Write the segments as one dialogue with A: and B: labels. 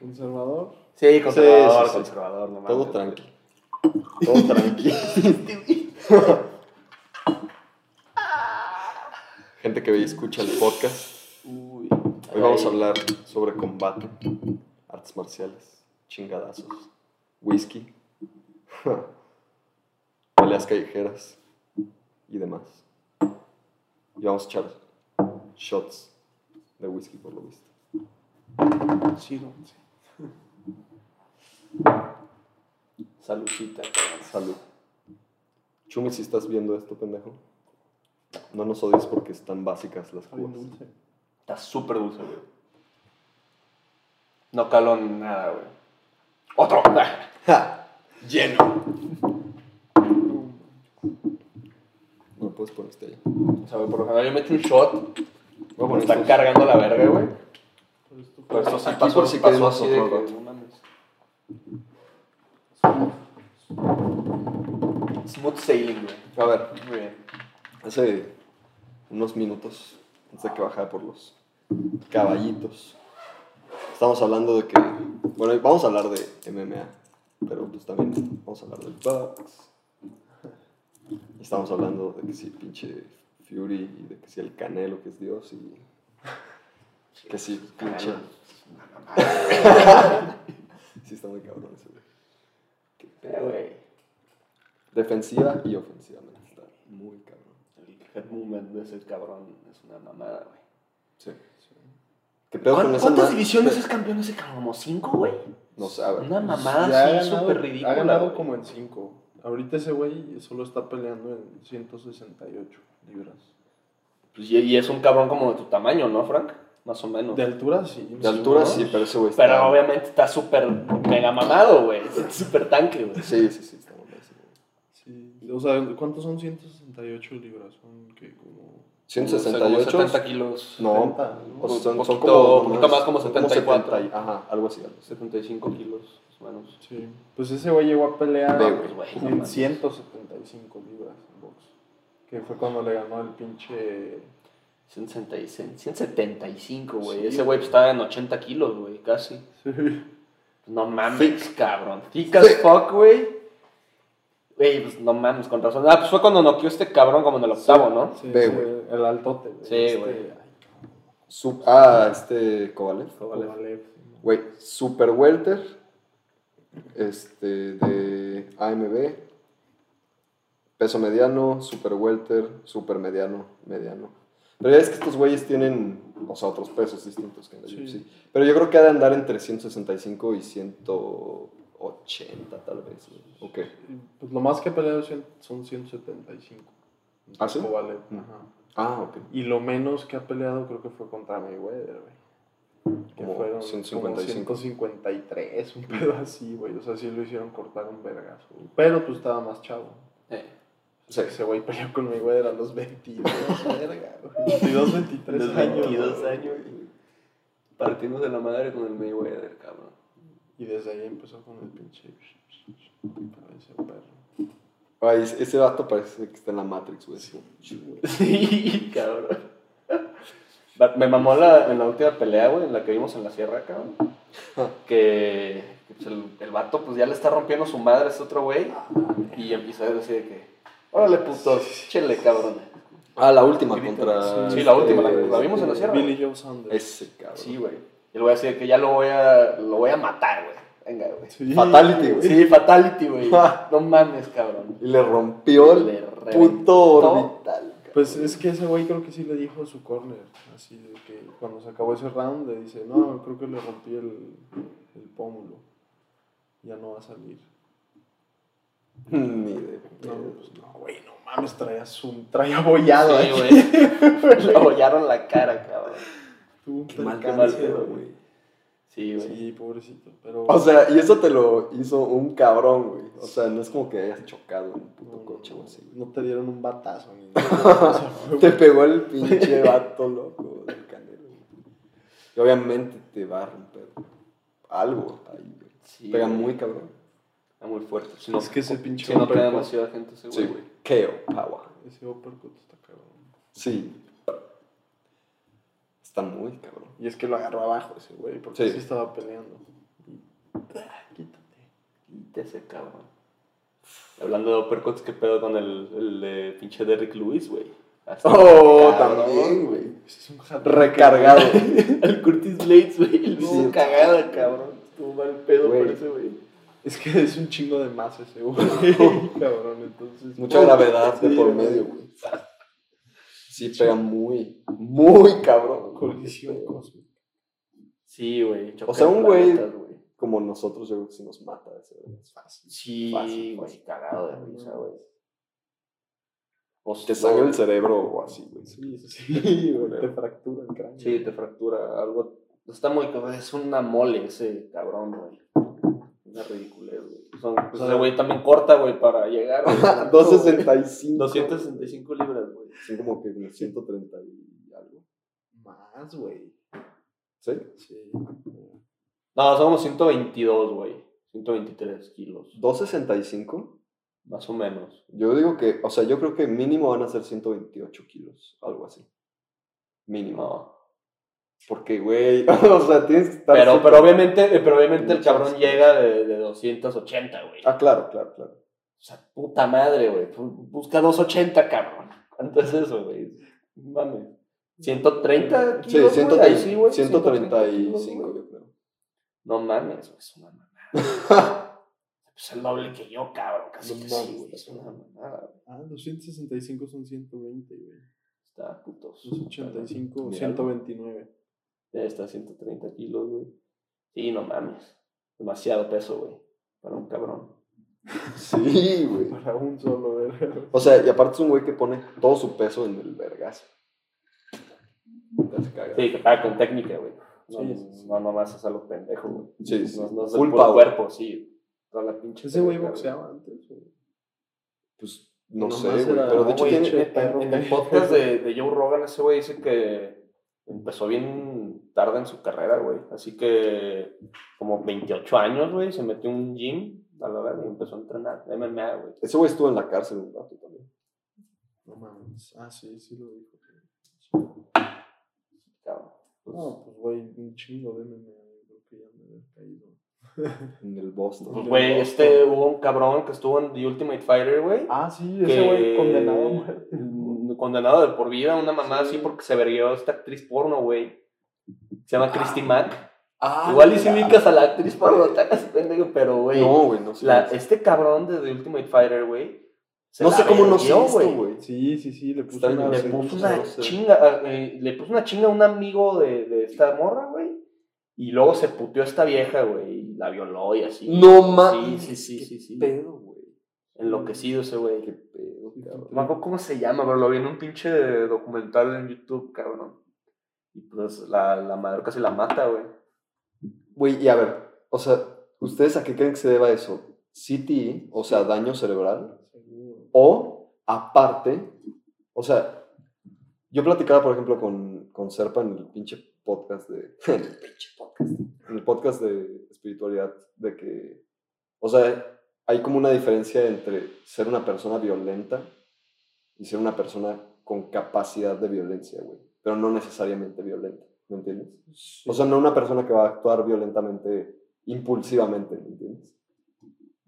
A: ¿Conservador?
B: Sí, conservador,
C: Sí, sí, sí.
B: conservador, no
C: Todo
B: mames.
C: tranqui. Todo tranqui. Gente que ve y escucha el podcast.
B: Uy.
C: Hoy vamos a hablar sobre combate, artes marciales, chingadazos, whisky, peleas callejeras y demás. Y vamos a echar shots de whisky por lo visto.
B: Chido. Saludcita.
C: Salud. Chumi, si estás viendo esto, pendejo, no nos odies porque están básicas las
A: Está bien
C: cubas.
A: dulce.
B: Está súper dulce, güey. No caló nada, güey. ¡Otro!
C: ¡Ja! Lleno. No puedes poner este allá.
B: O sea, güey, por lo general yo me echo un shot.
C: Voy a
B: Me
C: poner
B: está
C: estos.
B: cargando la verga, güey.
A: Pero es tu
B: Pero
A: favorito.
B: esto sí
C: Aquí
B: pasó,
C: por si
B: pasó
C: queremos
B: así de
C: otro
B: que,
C: rato.
B: no mames. Smooth sailing, güey.
C: A ver,
B: Muy bien.
C: hace unos minutos, antes de que bajara por los caballitos, estamos hablando de que. Bueno, vamos a hablar de MMA, pero pues también vamos a hablar del box. Estamos hablando de que si pinche Fury y de que si el Canelo que es Dios y. Que si pinche. Sí, está muy cabrón ese güey. Qué
B: Eh,
C: pedo.
B: güey.
C: Defensiva y ofensivamente. Está muy cabrón.
B: El head movement de ese cabrón es una mamada, güey.
C: Sí. ¿Qué pedo con esa
B: ¿Cuántas
C: madre?
B: divisiones es campeón ese cabrón? ¿Como cinco, güey?
C: No sé, a ver.
B: Una
A: pues, Ya
B: mamada
A: ha
B: así
A: ganado-
B: súper ridícula.
A: Ha ganado
B: güey.
A: como en 5. Ahorita ese güey solo está peleando en 168 libras.
B: Pues, y, y es un cabrón como de tu tamaño, ¿no, Frank? Más o menos.
A: De altura sí.
B: pues,
C: De altura
A: ¿no?
C: sí, pero ese güey está.
B: Pero obviamente está súper mega mamado, güey. Es súper tanque, güey.
C: Sí, sí, sí, está mamado ese güey.
A: Sí. O sea, ¿cuántos son 168 libras? Son que como.
C: 168.
B: Como 70 kilos.
C: No.
A: 70, ¿no?
C: O sea, son, son
B: Poquito-
C: como.
B: poquito más como 74.
C: 70 y- ajá, algo así. algo así.
B: 75 kilos, más o menos.
A: Sí. Pues ese güey llegó a pelear
C: Ve,
B: Pues, güey, no
A: en
B: mames.
A: 175 libras en box. Que fue cuando le ganó el pinche.
B: 166, 175, güey.
A: Sí.
B: Ese güey pues, estaba en 80 kilos, güey, casi.
A: Sí.
B: No mames, cabrón. Thick as fuck, güey. Güey, pues no mames, con razón. Ah, pues fue cuando noqueó este cabrón como en el octavo, ¿no?
A: Sí,
C: Ve,
A: sí,
C: güey.
A: El altote, güey.
B: Sí,
A: Este,
B: güey.
A: ay,
C: Sub- ah, este. Kovalev.
A: Kovalev.
C: Güey, Super Welter. Este. De AMB. Peso mediano, super welter, super mediano, mediano. Pero ya es que estos güeyes tienen, o sea, otros pesos distintos que en la
A: Sí.
C: UFC. Pero yo creo que ha de andar entre 165 y 180, tal vez. ¿no? ¿O qué?
A: Pues lo más que ha peleado cien- son 175.
C: ¿Ah, sí?
A: Kovalev,
C: Mm.
A: ajá.
C: Ah, ok.
A: Y lo menos que ha peleado creo que fue contra Mayweather, güey. Que
C: Como
A: fueron
C: 155.
A: como 153, un pedo así, güey. O sea, sí lo hicieron cortar un vergazo. güey. Pero tú estaba más chavo.
B: Eh,
A: O sea,
C: Sí.
A: ese güey peleó con Mayweather a los 22, verga, güey. 22, 23
B: los
A: años.
B: 22
A: güey.
B: años, güey. Partimos de la madre con el Mayweather, cabrón.
A: Y desde ahí empezó con el pinche... para ese perro.
C: Ay, Ah, ese ese vato parece que está en la Matrix, güey.
B: Sí, cabrón. But Me mamó la, en la última pelea, güey, en la que vimos en la sierra, cabrón. Que que, pues, el, el vato pues ya le está rompiendo su madre a este otro güey. Y empieza a decir de que, órale putos, chele, cabrón.
C: Ah, la última contra.
B: Sí, la última, la,
C: este,
B: la vimos en la sierra.
A: Billy
B: güey.
A: Joe Saunders.
C: Ese cabrón.
B: Sí, güey. Y le voy a decir que ya lo voy a, lo voy a matar, güey. Venga, güey.
A: Sí,
C: Fatality, güey.
B: Sí, fatality, güey. No mames, cabrón.
C: Y le rompió el
B: Le reventó.
C: puto orbital. cabrón.
A: Pues es que ese güey creo que sí le dijo su corner, así de que cuando se acabó ese round le dice, no, creo que le rompí el, el pómulo, ya no va a salir.
C: Ni de.
A: No, pues
C: pedo.
A: no, güey, no mames, traía un, traía bollado,
B: Sí, güey. Le abollaron la cara, cabrón.
A: Tuvo un
C: Qué mal, qué
A: percance,
C: mal pedo, güey.
B: Sí, güey.
A: Sí, pobrecito, pero...
C: O sea, y eso te lo hizo un cabrón, güey. O sea, no es como que hayas chocado un
A: no,
C: puto coche o así.
A: no te dieron un batazo ni nada. o sea, fue-
C: Te pegó el pinche vato loco del canelo. güey. Y obviamente te va a romper algo ahí, güey.
B: Sí,
C: Pega
B: güey.
C: muy cabrón.
B: Está muy fuerte. Si
A: es que ese pinche
B: si no pega
A: uppercut-
B: demasiada gente, ese güey.
C: güey. KO Power.
A: Ese uppercut está cabrón.
C: Sí. Está muy cabrón.
A: Y es que lo agarró abajo ese güey, porque
C: Sí.
A: sí, estaba peleando. ah,
B: quítese, cabrón. Hablando de uppercuts, ¿qué pedo con el, el de pinche Derrick Lewis, güey? Hasta-
C: Oh,
B: cabrón.
C: también, güey.
A: Ese es un hat-
C: Recargado.
B: el Curtis Blades, güey. El
C: Sí.
B: mismo cagada, cabrón. Estuvo mal pedo
C: Güey.
B: por ese, güey.
A: Es que es un chingo de más ese, güey. Cabrón, entonces.
C: Mucha
A: Oh,
C: gravedad de
A: sí,
C: por
A: güey.
C: medio, güey. Sí, pega muy, muy cabrón. güey.
A: Colisión cósmica.
B: Sí, güey.
C: O sea, un
B: chocar
C: güey-
B: planetas,
C: Como nosotros, yo creo que sí nos mata ese, güey. Es fácil.
B: Sí,
C: Fácil,
B: güey.
C: fácil.
B: Cagado de risa, güey. O
C: Te
B: sea,
C: sangra el cerebro o así, güey.
A: Sí, sí, sí, güey. Te fractura el cráneo.
B: Sí, te fractura algo. Está muy. Es una mole ese cabrón, güey. Una ridiculez, güey. Son- pues, ese güey también corta, güey, para llegar. güey.
C: 265.
B: 265 libras, güey.
C: Sí, como que en el 130 y algo.
A: Más, güey.
C: ¿Sí?
A: Sí.
B: No, son como 122, güey. 123 kilos.
C: 265.
B: Más o menos.
C: Yo digo que, o sea, yo creo que mínimo van a ser 128 kilos, algo así. Mínimo.
B: No.
C: Porque, güey, o sea, tienes que estar.
B: Ah. Pero,
C: súper-
B: pero obviamente, eh, pero obviamente el
C: Muchas
B: cabrón
C: gracias.
B: llega de, de 280, güey.
C: Ah, claro, claro, claro.
B: O sea, puta madre, güey. Pu- Busca 280, cabrón. ¿Cuánto es eso, güey? Mame. 130
C: Sí,
B: kilos, güey?
C: 130,
B: Ahí sí, güey. 130
C: 135,
B: kilos, güey.
C: yo creo.
B: No mames, güey, es una mamada. Pues el doble que yo, cabrón. Casi
A: No
B: que
A: mames,
B: sí, güey. Es una mamada, güey.
A: Ah, 265 son 120, güey.
B: Está putos.
A: 285,
B: Mira.
A: 129.
B: Ya está 130 kilos, güey. Sí, no mames. Demasiado peso, güey. Para un cabrón.
C: Sí, güey.
A: Para un solo, verga.
C: O sea, y aparte es un güey que pone todo su peso en el vergazo. Te hace cagar.
B: Sí, que paga con técnica, güey. No,
A: Sí,
B: no,
A: sí, sí.
B: no nomás es a lo pendejo, güey.
C: Sí, sí.
B: No, no es el
C: Full
B: puro
C: power.
B: cuerpo, sí. Toda la pinche.
A: Ese güey
B: técnica,
A: boxeaba antes, güey.
C: Pues no
A: Nomás
C: sé, güey.
A: era-
C: Pero de
B: Pero de
C: hecho
A: güey,
C: tiene.
A: che.
B: en, en el podcast de, de Joe Rogan, ese güey dice que empezó bien tarde en su carrera, güey. Así que como 28 años, güey, se metió en un gym a la verga y empezó a entrenar MMA, güey.
C: Ese güey estuvo en la cárcel un rato también.
A: No mames. Ah, sí, sí lo dijo.
B: Cabrón. Pues,
A: No, pues, güey, un chingo de MMA. Creo que ya me había caído.
C: En el Boston.
B: pues, güey, este hubo un cabrón que estuvo en The Ultimate Fighter, güey.
A: Ah, sí,
B: que-
A: ese güey condenado, güey.
B: Mm, Condenado de por vida, una mamá así porque se verguió a esta actriz porno, güey. Se llama Christy
A: Ah,
B: Mack.
C: Ah,
B: Igual y si ubicas a la actriz porno, te hagas pendejo, pero güey.
C: No, güey, no sé.
B: La- este cabrón de The Ultimate Fighter, güey. se
C: no
B: la
C: sé cómo no sé
B: verguió,
C: esto, güey.
A: Sí, sí, sí, le puso
C: Está bien,
A: una...
B: Le
C: Sí,
B: puso
C: no
B: una
C: sé.
B: chinga, eh, le puso una chinga a un amigo de, de esta morra, güey. Y luego se puteó a esta vieja, güey. Y la violó y así.
C: No mames.
B: Sí, sí, sí, sí, sí.
C: pedo, güey.
B: Enloquecido ese güey.
C: Qué pedo, cabrón.
B: No me acuerdo cómo se llama, pero lo vi en un pinche documental en YouTube, cabrón. Y pues la, la madre casi la mata, güey.
C: Güey, y a ver, o sea, ¿ustedes a qué creen que se deba eso? CTE, o sea, daño cerebral,
A: Seguro.
C: o aparte, o sea, yo platicaba, por ejemplo, con, con Serpa en el pinche podcast de... en el pinche podcast. En el podcast de espiritualidad, de que, o sea, hay como una diferencia entre ser una persona violenta y ser una persona con capacidad de violencia, güey, pero no necesariamente violenta, ¿me entiendes?
A: Pues
C: O sea, no una persona que va a actuar violentamente, impulsivamente, ¿me entiendes?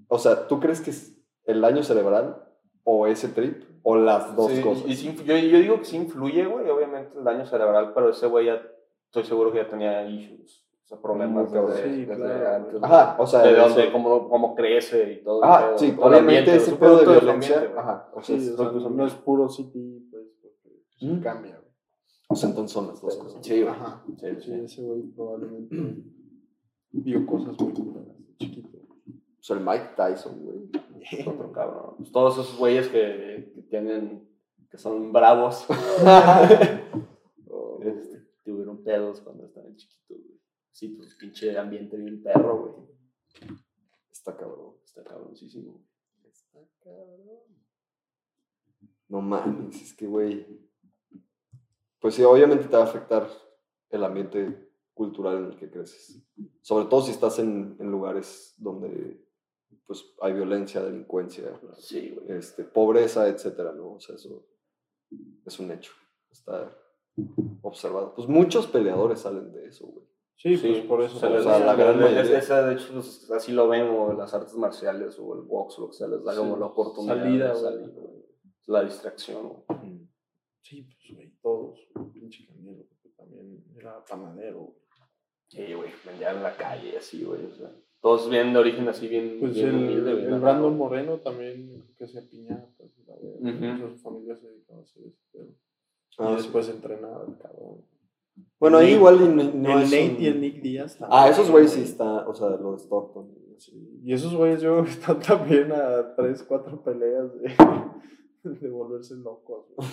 C: O sea, ¿tú crees que es el daño cerebral o ese trip o las dos
B: Sí,
C: cosas?
B: y sí influ- yo, yo digo que sí influye, güey, obviamente el daño cerebral, pero ese güey ya estoy seguro que ya tenía issues, o sea, problemas
C: Muy cabrón.
B: desde,
A: Sí,
B: desde
A: claro,
B: antes.
A: güey.
C: Ajá, o sea,
B: de
C: eso-
B: dónde, cómo, cómo crece y todo.
C: Ajá,
B: el pedo,
C: sí,
B: todo el
C: obviamente
B: ambiente,
C: ese
B: es un
C: pedo de
B: producto del
C: violencia,
B: ambiente, güey.
C: ajá, o sea,
A: Sí, o
C: es-
A: sea,
B: son-
A: no es puro CTI, pues, porque pues,
C: pues, Mm. Pues,
A: cambia, güey.
C: o sea, entonces son las dos cosas.
B: Sí, güey.
A: Ajá.
B: Sí,
A: Sí,
B: sí.
A: ese güey probablemente vio cosas muy culeras, de chiquito.
C: O sea, el Mike Tyson, güey.
B: es Otro cabrón. Pues todos esos güeyes que, que tienen, que son bravos,
C: Oh,
B: este, tuvieron pedos cuando estaban chiquitos, güey. Sí, pues pinche ambiente bien perro, güey.
C: Está cabrón.
B: Está cabroncísimo.
C: Está cabrón. No mames, es que, güey. Pues sí, obviamente te va a afectar el ambiente cultural en el que creces. Sobre todo si estás en, en lugares donde pues, hay violencia, delincuencia,
B: Sí, güey.
C: este, pobreza, etcétera, ¿no? O sea, eso es un hecho. Está observado. Pues muchos peleadores salen de eso, güey.
A: Sí, pues por eso.
B: se
A: por
B: les
A: eso
C: da
B: da-
C: la gran
B: es- es-
C: mayoría.
B: esa, de hecho, pues, así lo ven, o las artes marciales, o el box, lo que sea, les da
A: Sí.
B: como la oportunidad
A: Salida,
B: de
A: güey.
B: salir, güey. La distracción, güey.
A: Sí, pues, güey, todos. Pinche Canelo, porque también era panadero. güey.
B: Sí, güey, vendía en la calle, así, güey. O sea, todos bien de origen, así, bien.
A: Pues
B: bien
A: el,
B: humilde, bien
A: el
B: acá,
A: Brandon
B: güey.
A: Moreno también, creo que hacía piñatas. y la verga,
B: Ujú.
A: o sea, Su familia se dedicaba a hacer eso. pero-
C: Ah,
A: y
C: sí.
A: después entrenaba el cabrón.
C: Bueno, ahí
A: Nate-
C: igual y no- no
A: el
C: es
A: Nate
C: un-
A: y el Nick Díaz también.
C: Ah, esos güeyes sí
A: güey.
C: están, o sea, lo de Stockton.
A: Sí, Y esos güeyes yo creo que están también a 3, 4 peleas de, de volverse locos. güey.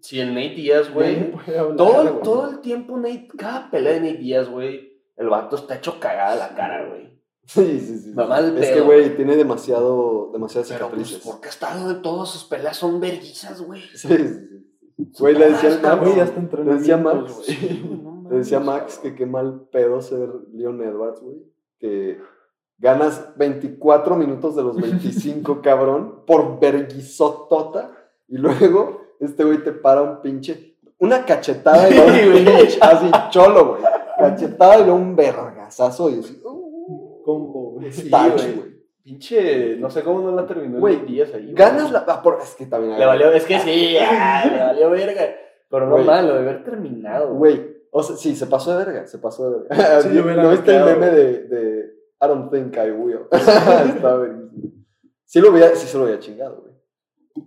B: Sí, el Nate Díaz,
A: Ya
B: güey.
A: ni puede hablar,
B: Todo, el-
A: güey.
B: todo el tiempo, Nate, cada pelea de Nate Díaz, güey, el vato está hecho cagada la cara, güey.
C: Sí, sí, sí.
B: Mamá al
C: Es que,
B: pedo.
C: güey, tiene demasiado, demasiadas
B: Pero, pues,
C: cicatrices.
B: ¿por qué está todas sus peleas son verguizas, güey?
C: Sí, sí, sí. Güey, le decía al
B: Ah, Está,
C: Max,
A: Güey, hasta
C: le decía
A: entrenamientos,
C: Max,
A: güey.
B: Sí, güey, no
C: le decía
B: mames,
C: Max que
B: cabrón.
C: qué mal pedo ser Leon Edwards, güey. Que ganas 24 minutos de los 25, cabrón, por verguizotota. Y luego este güey te para un pinche, una cachetada y luego un
B: Sí, güey.
C: pinche, así cholo, güey. Cachetada y luego un vergazazo y así,
A: Combo, güey.
B: Sí,
C: touch,
B: güey.
C: güey.
B: Pinche, no sé cómo no la terminó el
C: Güey,
B: Nate Díaz ahí. güey.
C: Ganas la. ah, por- es que también.
B: Le valió, es que sí, ah, le valió verga. Pero no
C: Güey.
B: mal, lo de haber terminado.
C: Güey, o sea, sí, se pasó de verga, se pasó de verga.
A: Sí, lo hubiera
C: ¿No viste el
A: noqueado.
C: meme de, de I don't think I will? Está verguísimo. Sí, lo hubiera, sí se lo hubiera chingado, güey.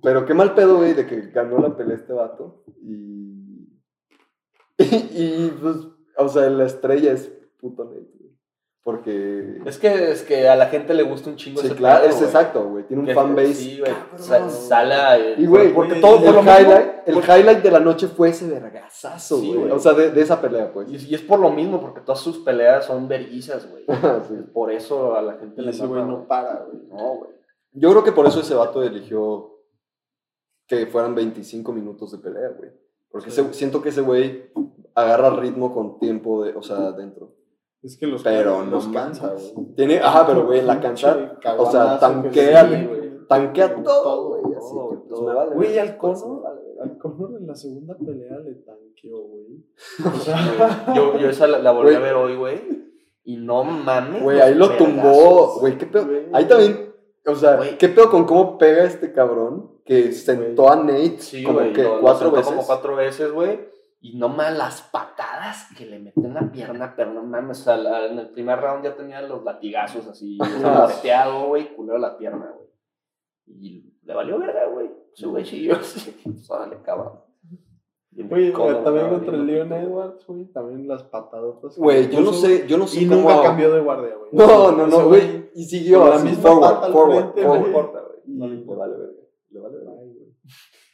C: Pero qué mal pedo, güey, de que ganó la pelea este vato. Y. Y, y, pues, o sea, la estrella es puto Nate, güey. Porque.
B: Es que, es que a la gente le gusta un chingo
C: sí,
B: ese
C: claro,
B: pedo,
C: es
B: güey.
C: exacto, güey. Tiene un
B: Que-
C: fanbase.
B: Sí, güey.
C: cabrón.
B: Sa- Sala. eh,
C: Y güey,
A: Por-
C: porque todo
A: por
C: el,
A: lo mismo-
C: highlight, el highlight de la noche fue ese vergazazo,
B: Sí,
C: güey.
B: güey.
C: o sea, de, de esa pelea, pues.
B: Y, y es por lo mismo, porque todas sus peleas son verguizas, güey.
C: Sí.
B: Por eso a la gente
A: Y
B: le
A: ese güey
B: mama,
A: no para, güey.
B: No, güey.
C: Yo creo que por eso ese vato eligió que fueran 25 minutos de pelea, güey. Porque
A: Sí.
C: ese- siento que ese güey agarra ritmo con tiempo, de, o sea, dentro.
A: Es que los
C: Pero
A: can-
C: no
A: los
C: cansa,
A: cansa,
C: güey. Tiene, ajá, pero güey, en la cancha, o sea, tanquea,
B: sí,
A: güey.
C: tanquea todo,
A: Todo,
C: güey. Así
B: todo,
C: que, pues,
B: todo.
C: me vale.
A: Güey,
C: verga,
A: al
C: pues,
A: cono.
C: me vale verga.
A: Al Conor en la segunda pelea le tanqueó, güey. O sea,
B: Yo, yo esa la, la volví a
C: Güey.
B: ver hoy, güey. Y no mames.
C: Güey,
B: los
C: ahí lo
B: vergazos,
C: tumbó. Güey, qué pedo.
A: Güey.
C: Ahí también, o sea,
B: Güey.
C: qué pedo con cómo pega este cabrón que sentó a Nate
B: Sí,
C: como
B: güey.
C: que
B: lo- lo
C: cuatro
B: sentó
C: veces.
B: Como cuatro veces, güey. Y no mames las patadas que le metió en la pierna, pero no mames. O sea, la- en el primer round ya tenía los latigazos así. o
C: Ah.
B: sea, Pateado, güey, culero la pierna, güey. Y le valió verga, güey. Ese güey siguió así. Sale, cabrón. Bien
A: güey,
B: incómodo,
A: también
B: cabrón,
A: contra el
B: bien
A: Leon
B: incómodo.
A: Edwards, güey. También las patadotas. que
C: Güey,
A: le
C: yo no
A: puso,
C: sé, yo no sé
A: Y
C: cómo.
A: nunca cambió de guardia, güey.
C: No, no,
A: Ese
C: no, güey. Y siguió
A: con la
C: así,
A: misma pata
C: forward,
A: al
C: forward,
A: frente,
C: forward.
B: No
A: güey.
B: importa, güey.
A: Y-
B: No le importa.
C: vale verga. Le vale verga.
A: Ay, güey.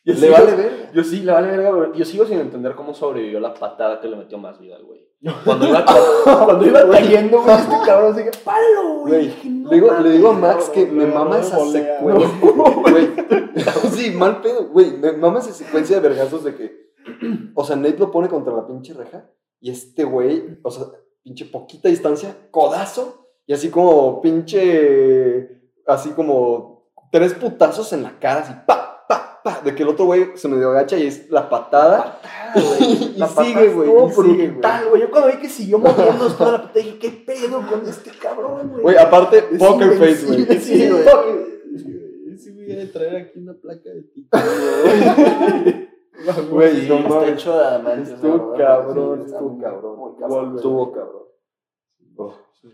B: Yo
C: Le
B: sigo-
C: vale verga.
B: Yo sí, le vale verga, güey. Yo sigo sin entender cómo sobrevivió la patada que le metió más vida al güey. Cuando iba, cuando iba cayendo, güey, este cabrón sigue, palo,
C: Güey,
B: güey. Dije, "No
C: Le digo,
B: mames,
C: le digo a Max que
A: cabrón,
C: me
A: lo agarró
C: mama
A: de
C: esa
A: volea,
C: secuencia. Güey. Sí, mal pedo. Güey, me mama esa secuencia de vergazos de que. O sea, Nate lo pone contra la pinche reja. Y este güey, o sea, pinche poquita distancia, codazo. Y así como pinche. Así como tres putazos en la cara, así pa, pa, pa. De que el otro güey se medio agacha y es la patada.
B: patada, Ah, güey.
C: Y
B: La patada
C: sigue, güey,
B: estuvo
C: y sigue,
B: brutal, güey. Yo cuando vi que siguió moviendo toda la patada, dije, ¿qué pedo con este cabrón, güey?
C: Güey, ah, aparte,
B: Es
C: poker face, güey.
B: invencible,
C: Sí,
B: sí, güey.
C: poker-
A: Sí, voy a traer aquí una placa de ti.
C: Güey,
B: Sí,
C: no
B: está
C: mames.
B: hecho de adamante,
C: Estuvo
B: ¿no?
C: cabrón,
B: Sí, está
C: estuvo
B: muy
C: cabrón.
A: cabrón.
C: Estuvo cabrón.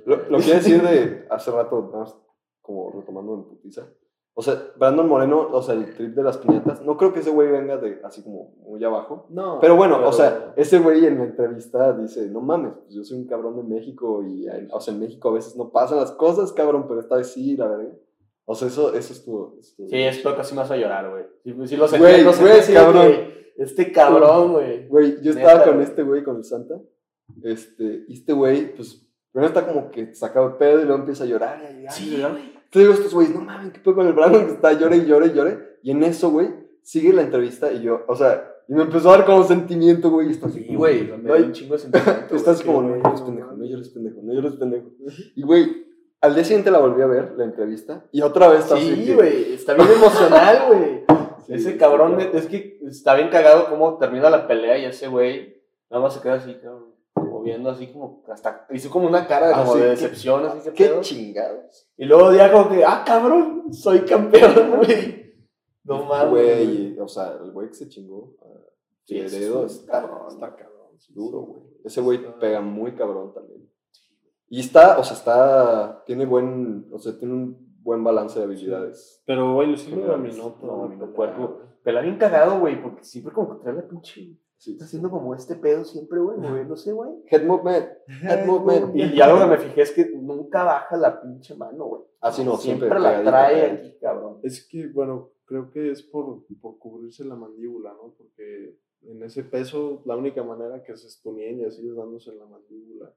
C: Lo, lo que iba a decir de hace rato, nada más como retomando en putiza. O sea, Brandon Moreno, o sea, el trip de las piñatas, no creo que ese güey venga de así como muy abajo.
A: No.
C: Pero bueno, o sea, ese güey en la entrevista dice, no mames, pues yo soy un cabrón de México y, en- o sea, en México a veces no pasan las cosas, cabrón, pero esta vez sí, la verdad. O sea, eso, eso estuvo... estuvo-
B: Sí, esto casi me hace llorar, güey. Sí, sí lo sentí,
C: Güey,
B: lo sentí,
C: güey,
B: sí,
C: cabrón.
B: güey. Este cabrón, güey.
C: Güey, yo estaba
B: Neta,
C: con
B: güey.
C: este güey, con el Santa. Este, y este güey, pues, primero está como que sacado de pedo y luego empieza a llorar. y a llorar, y a
B: Sí,
C: llorar.
B: güey.
C: Te digo, estos güeyes, no mames, ¿qué pedo con el Brandon? Que está llore y llore y llore. Y en eso, güey, sigue la entrevista y yo, o sea, y me empezó a dar como sentimiento, güey. Y está así,
B: Sí, güey. Me dio
C: Ay,
B: un chingo de sentimiento. güey.
C: Estás
A: qué
C: como, no
A: bueno,
C: llores,
A: no
C: pendejo, no
A: mames".
C: llores, pendejo, no llores, pendejo. Y, güey, al día siguiente la volví a ver, la entrevista, y otra vez está así.
B: Sí,
C: que-
B: güey, está bien emocional, güey.
C: sí,
B: ese cabrón,
C: güey.
B: es que está bien cagado cómo termina la pelea y ese güey nada más se queda así, cabrón. como viendo así como, hasta hizo como una cara
C: Ah,
B: como
C: sí,
B: de
C: qué-
B: decepción, así que
C: Qué
B: pedo.
C: chingados.
B: Y luego ya como que, ah, cabrón, soy campeón, güey. No mames.
C: Güey, o sea, el güey que se chingó. ah,
B: Sí, ese
C: Figueredo
B: es un
C: está,
B: cabrón.
C: está cabrón.
B: Sí,
C: Duro,
B: sí,
C: güey. Ese güey
B: Está-
C: pega muy cabrón también. Y está, o sea, está. Tiene buen. O sea, tiene un buen balance de habilidades.
A: Pero, güey, lo sí lo
B: No,
A: dominó todo.
B: no, dominó
A: güey.
B: cuerpo. Pero bien cagado, güey, porque siempre como que trae la pinche.
C: Sí.
B: Está haciendo como este pedo siempre, güey, moviéndose, güey.
C: Head movement. Head Eh, movement.
B: Y, y algo que me fijé es que nunca baja la pinche mano, güey.
C: Así no, siempre.
B: la
C: pegadita,
B: trae
C: pegadita.
B: aquí, cabrón.
A: Es que, bueno, creo que es por, por cubrirse la mandíbula, ¿no? Porque en ese peso, la única manera que se estunien y así es dándose en la mandíbula.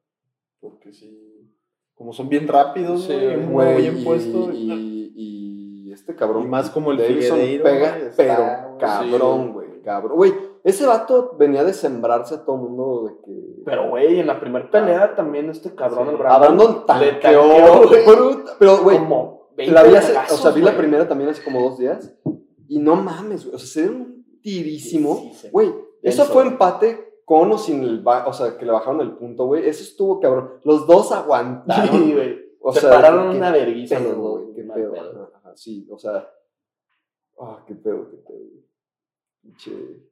A: Porque sí, como son bien rápidos,
C: Sí,
A: güey,
C: güey,
A: muy bien
C: y-
A: puesto.
C: Y, y este cabrón.
A: Y más como el
C: Davidson
A: Figueiredo,
C: pega,
A: güey, está,
C: pero
A: güey,
C: cabrón, güey. Cabrón. Güey, ese vato venía de sembrarse a todo mundo de que.
B: Pero, güey, en la primera
C: Ah.
B: pelea también este cabrón,
A: Sí.
B: el
C: a Brandon
B: le
C: tanqueó,
B: tanqueó, güey.
C: bruta. Pero, güey,
B: como 20
C: la vi hace- o
B: vergazos,
C: sea, vi la
B: güey.
C: primera también hace como dos días. Y no mames, güey. O sea, se dieron un tirísimo.
B: Sí, sí, sí.
C: Güey, eso
B: Denso.
C: fue empate con o sin el. ba- O sea, que le bajaron el punto, güey. Eso estuvo cabrón. Los dos aguantaron.
B: Sí, güey.
C: O
B: Se
C: sea,
B: pararon
C: qué
B: una vergüenza los
C: pedo,
B: dos.
C: güey, qué
B: mal
C: pedo.
B: pedo.
C: Ajá, ajá, sí, o sea. Ah, qué pedo, qué pedo. güey. Pinche.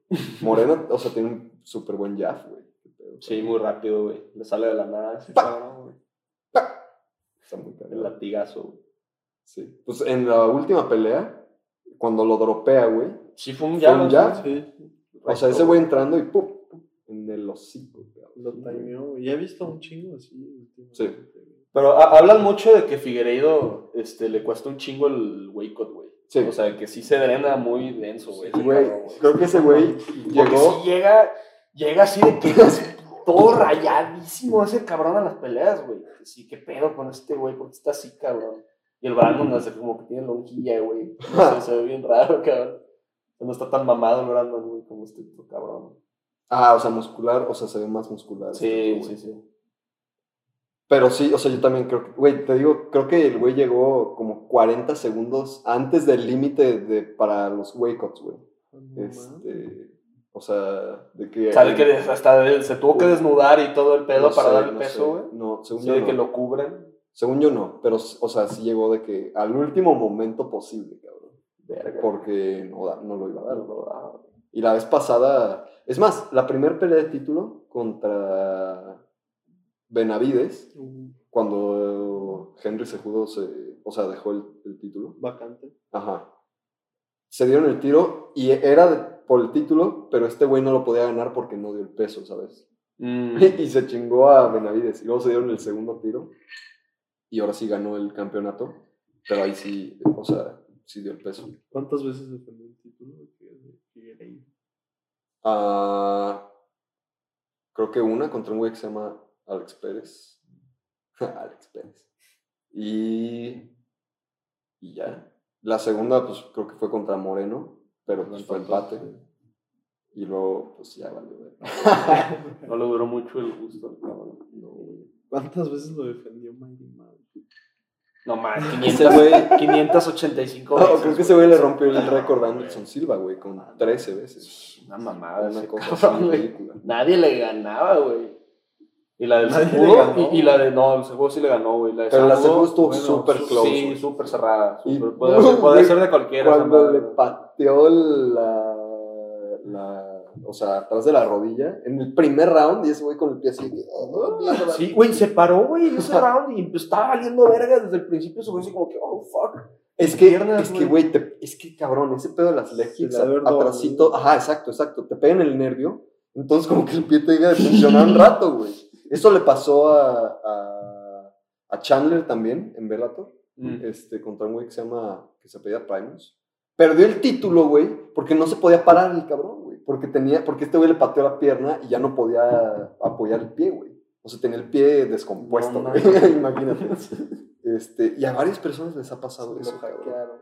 C: Moreno, o sea, tiene un súper buen jab, güey. Qué pedo.
B: Sí, muy rápido, güey. Le sale de la nada. ese
C: Pa.
B: cabrón, güey.
C: Está muy cagado.
B: El latigazo, güey.
C: Sí. Pues en la última pelea, cuando lo dropea, güey.
B: Sí, fue un
C: Fue
B: jab.
C: un
B: ¿no?
C: jab.
A: Sí,
C: O sea, ese güey entrando y pum, pum, en el hocico, cabrón.
A: lo timeó. Y he visto un chingo así. últimamente.
B: Pero ha- hablan mucho de que Figueiredo este, le cuesta un chingo el wake up, güey.
C: Sí.
B: O sea, que sí se drena muy denso, güey. ese
C: Güey,
B: cabrón, güey.
C: creo que ese güey
B: Porque
C: llegó.
B: sí llega, llega así de que todo rayadísimo ese cabrón a las peleas, güey. Que Sí, qué pedo con este güey, porque está así, cabrón. Y el Brandon hace como que tiene lonjilla, güey. No sé, se ve bien raro, cabrón. No está tan mamado el Brandon, güey, como este otro cabrón.
C: Ah, o sea, muscular, o sea, se ve más muscular. este
B: Sí,
C: güey.
B: sí, sí.
C: Pero sí, o sea, yo también creo que, güey, te digo, creo que el güey llegó como 40 segundos antes del límite de, para los wake-ups, güey.
A: Ah, no mames.
C: Este, o sea, de que...
B: O sea, de que hasta él se tuvo que desnudar y todo el pedo
C: no
B: para
C: sé,
B: dar el
C: no sé.
B: peso, güey.
C: No, según
B: Sí,
C: yo
B: de
C: no.
B: que lo cubren.
C: Según yo no, pero, o sea, sí llegó de que al último momento posible, cabrón.
B: Verga. ah.
C: Porque no, da- no lo iba a dar, güey.
B: Claro,
C: Y la vez pasada, es más, la primera pelea de título contra Benavides,
A: Un
C: cuando Henry Sejudo se, o sea, dejó el- el título.
A: Vacante.
C: Ajá. Se dieron el tiro y era de- por el título, pero este güey no lo podía ganar porque no dio el peso, ¿sabes?
B: Mm.
C: Y se chingó a Benavides. Y luego se dieron el segundo tiro y ahora sí ganó el campeonato, pero ahí sí, o sea, sí dio el peso.
A: ¿Cuántas veces defendió el título? de Figueiredo?
C: Ah, creo que una contra un güey que se llama Alex Pérez. Alex Pérez. Y, y ya. La segunda, pues creo que fue contra Moreno, pero pues, fue empate. Y luego, pues ya valió. ver.
B: No le duró mucho el gusto, al cabrón.
C: No, güey.
A: ¿Cuántas veces lo defendió Mighty Mouse?
B: No más,
C: Ese güey.
B: 585
C: No, creo que ese güey le rompió el récord a Anderson Silva, güey, con 13 veces.
B: Una mamada,
C: Una
B: ese
C: cosa así
B: cabrón, güey.
C: ridícula.
B: Nadie le ganaba, güey. Y la del
A: Nadie
B: Sejudo,
A: le ganó.
B: y, y la de. No, el Sejudo sí le ganó, güey. La de
C: Pero la
B: Sejudo,
C: Sejudo estuvo
B: bueno,
C: súper
B: su-
C: close,
B: Sí,
C: güey.
B: súper cerrada.
C: Y-
B: súper- puede ser, puede ser de cualquiera. esa
C: Cuando
B: madre,
C: le
B: güey.
C: pateó la, la. O sea, atrás de la rodilla, en el primer round, y ese güey con el pie así. "Oh, mierda".
B: Sí, güey, se paró, güey, en ese round y pues, estaba valiendo verga desde el principio. Se fue así como que, oh, fuck.
C: Es que,
B: piernas,
C: es que, güey, te- es que cabrón, ese pedo de las leg
A: Sí,
C: kicks,
A: la de haber
C: atrásito.
A: dolido.
C: Ajá, exacto, exacto. Te pegan el nervio, entonces como que el pie te llega de funcionar un rato, güey. Eso le pasó a, a, a Chandler también, en Bellator.
B: Mm.
C: este, contra un güey que se llama, que se apellida Primus. Perdió el título, güey, porque no se podía parar el cabrón, güey. Porque tenía, porque este güey le pateó la pierna y ya no podía apoyar el pie, güey. O sea, tenía el pie descompuesto,
B: No
C: güey.
B: mames.
C: Imagínate. Este, y a varias personas les ha pasado
A: Lo
C: eso, cabrón.
A: hackearon.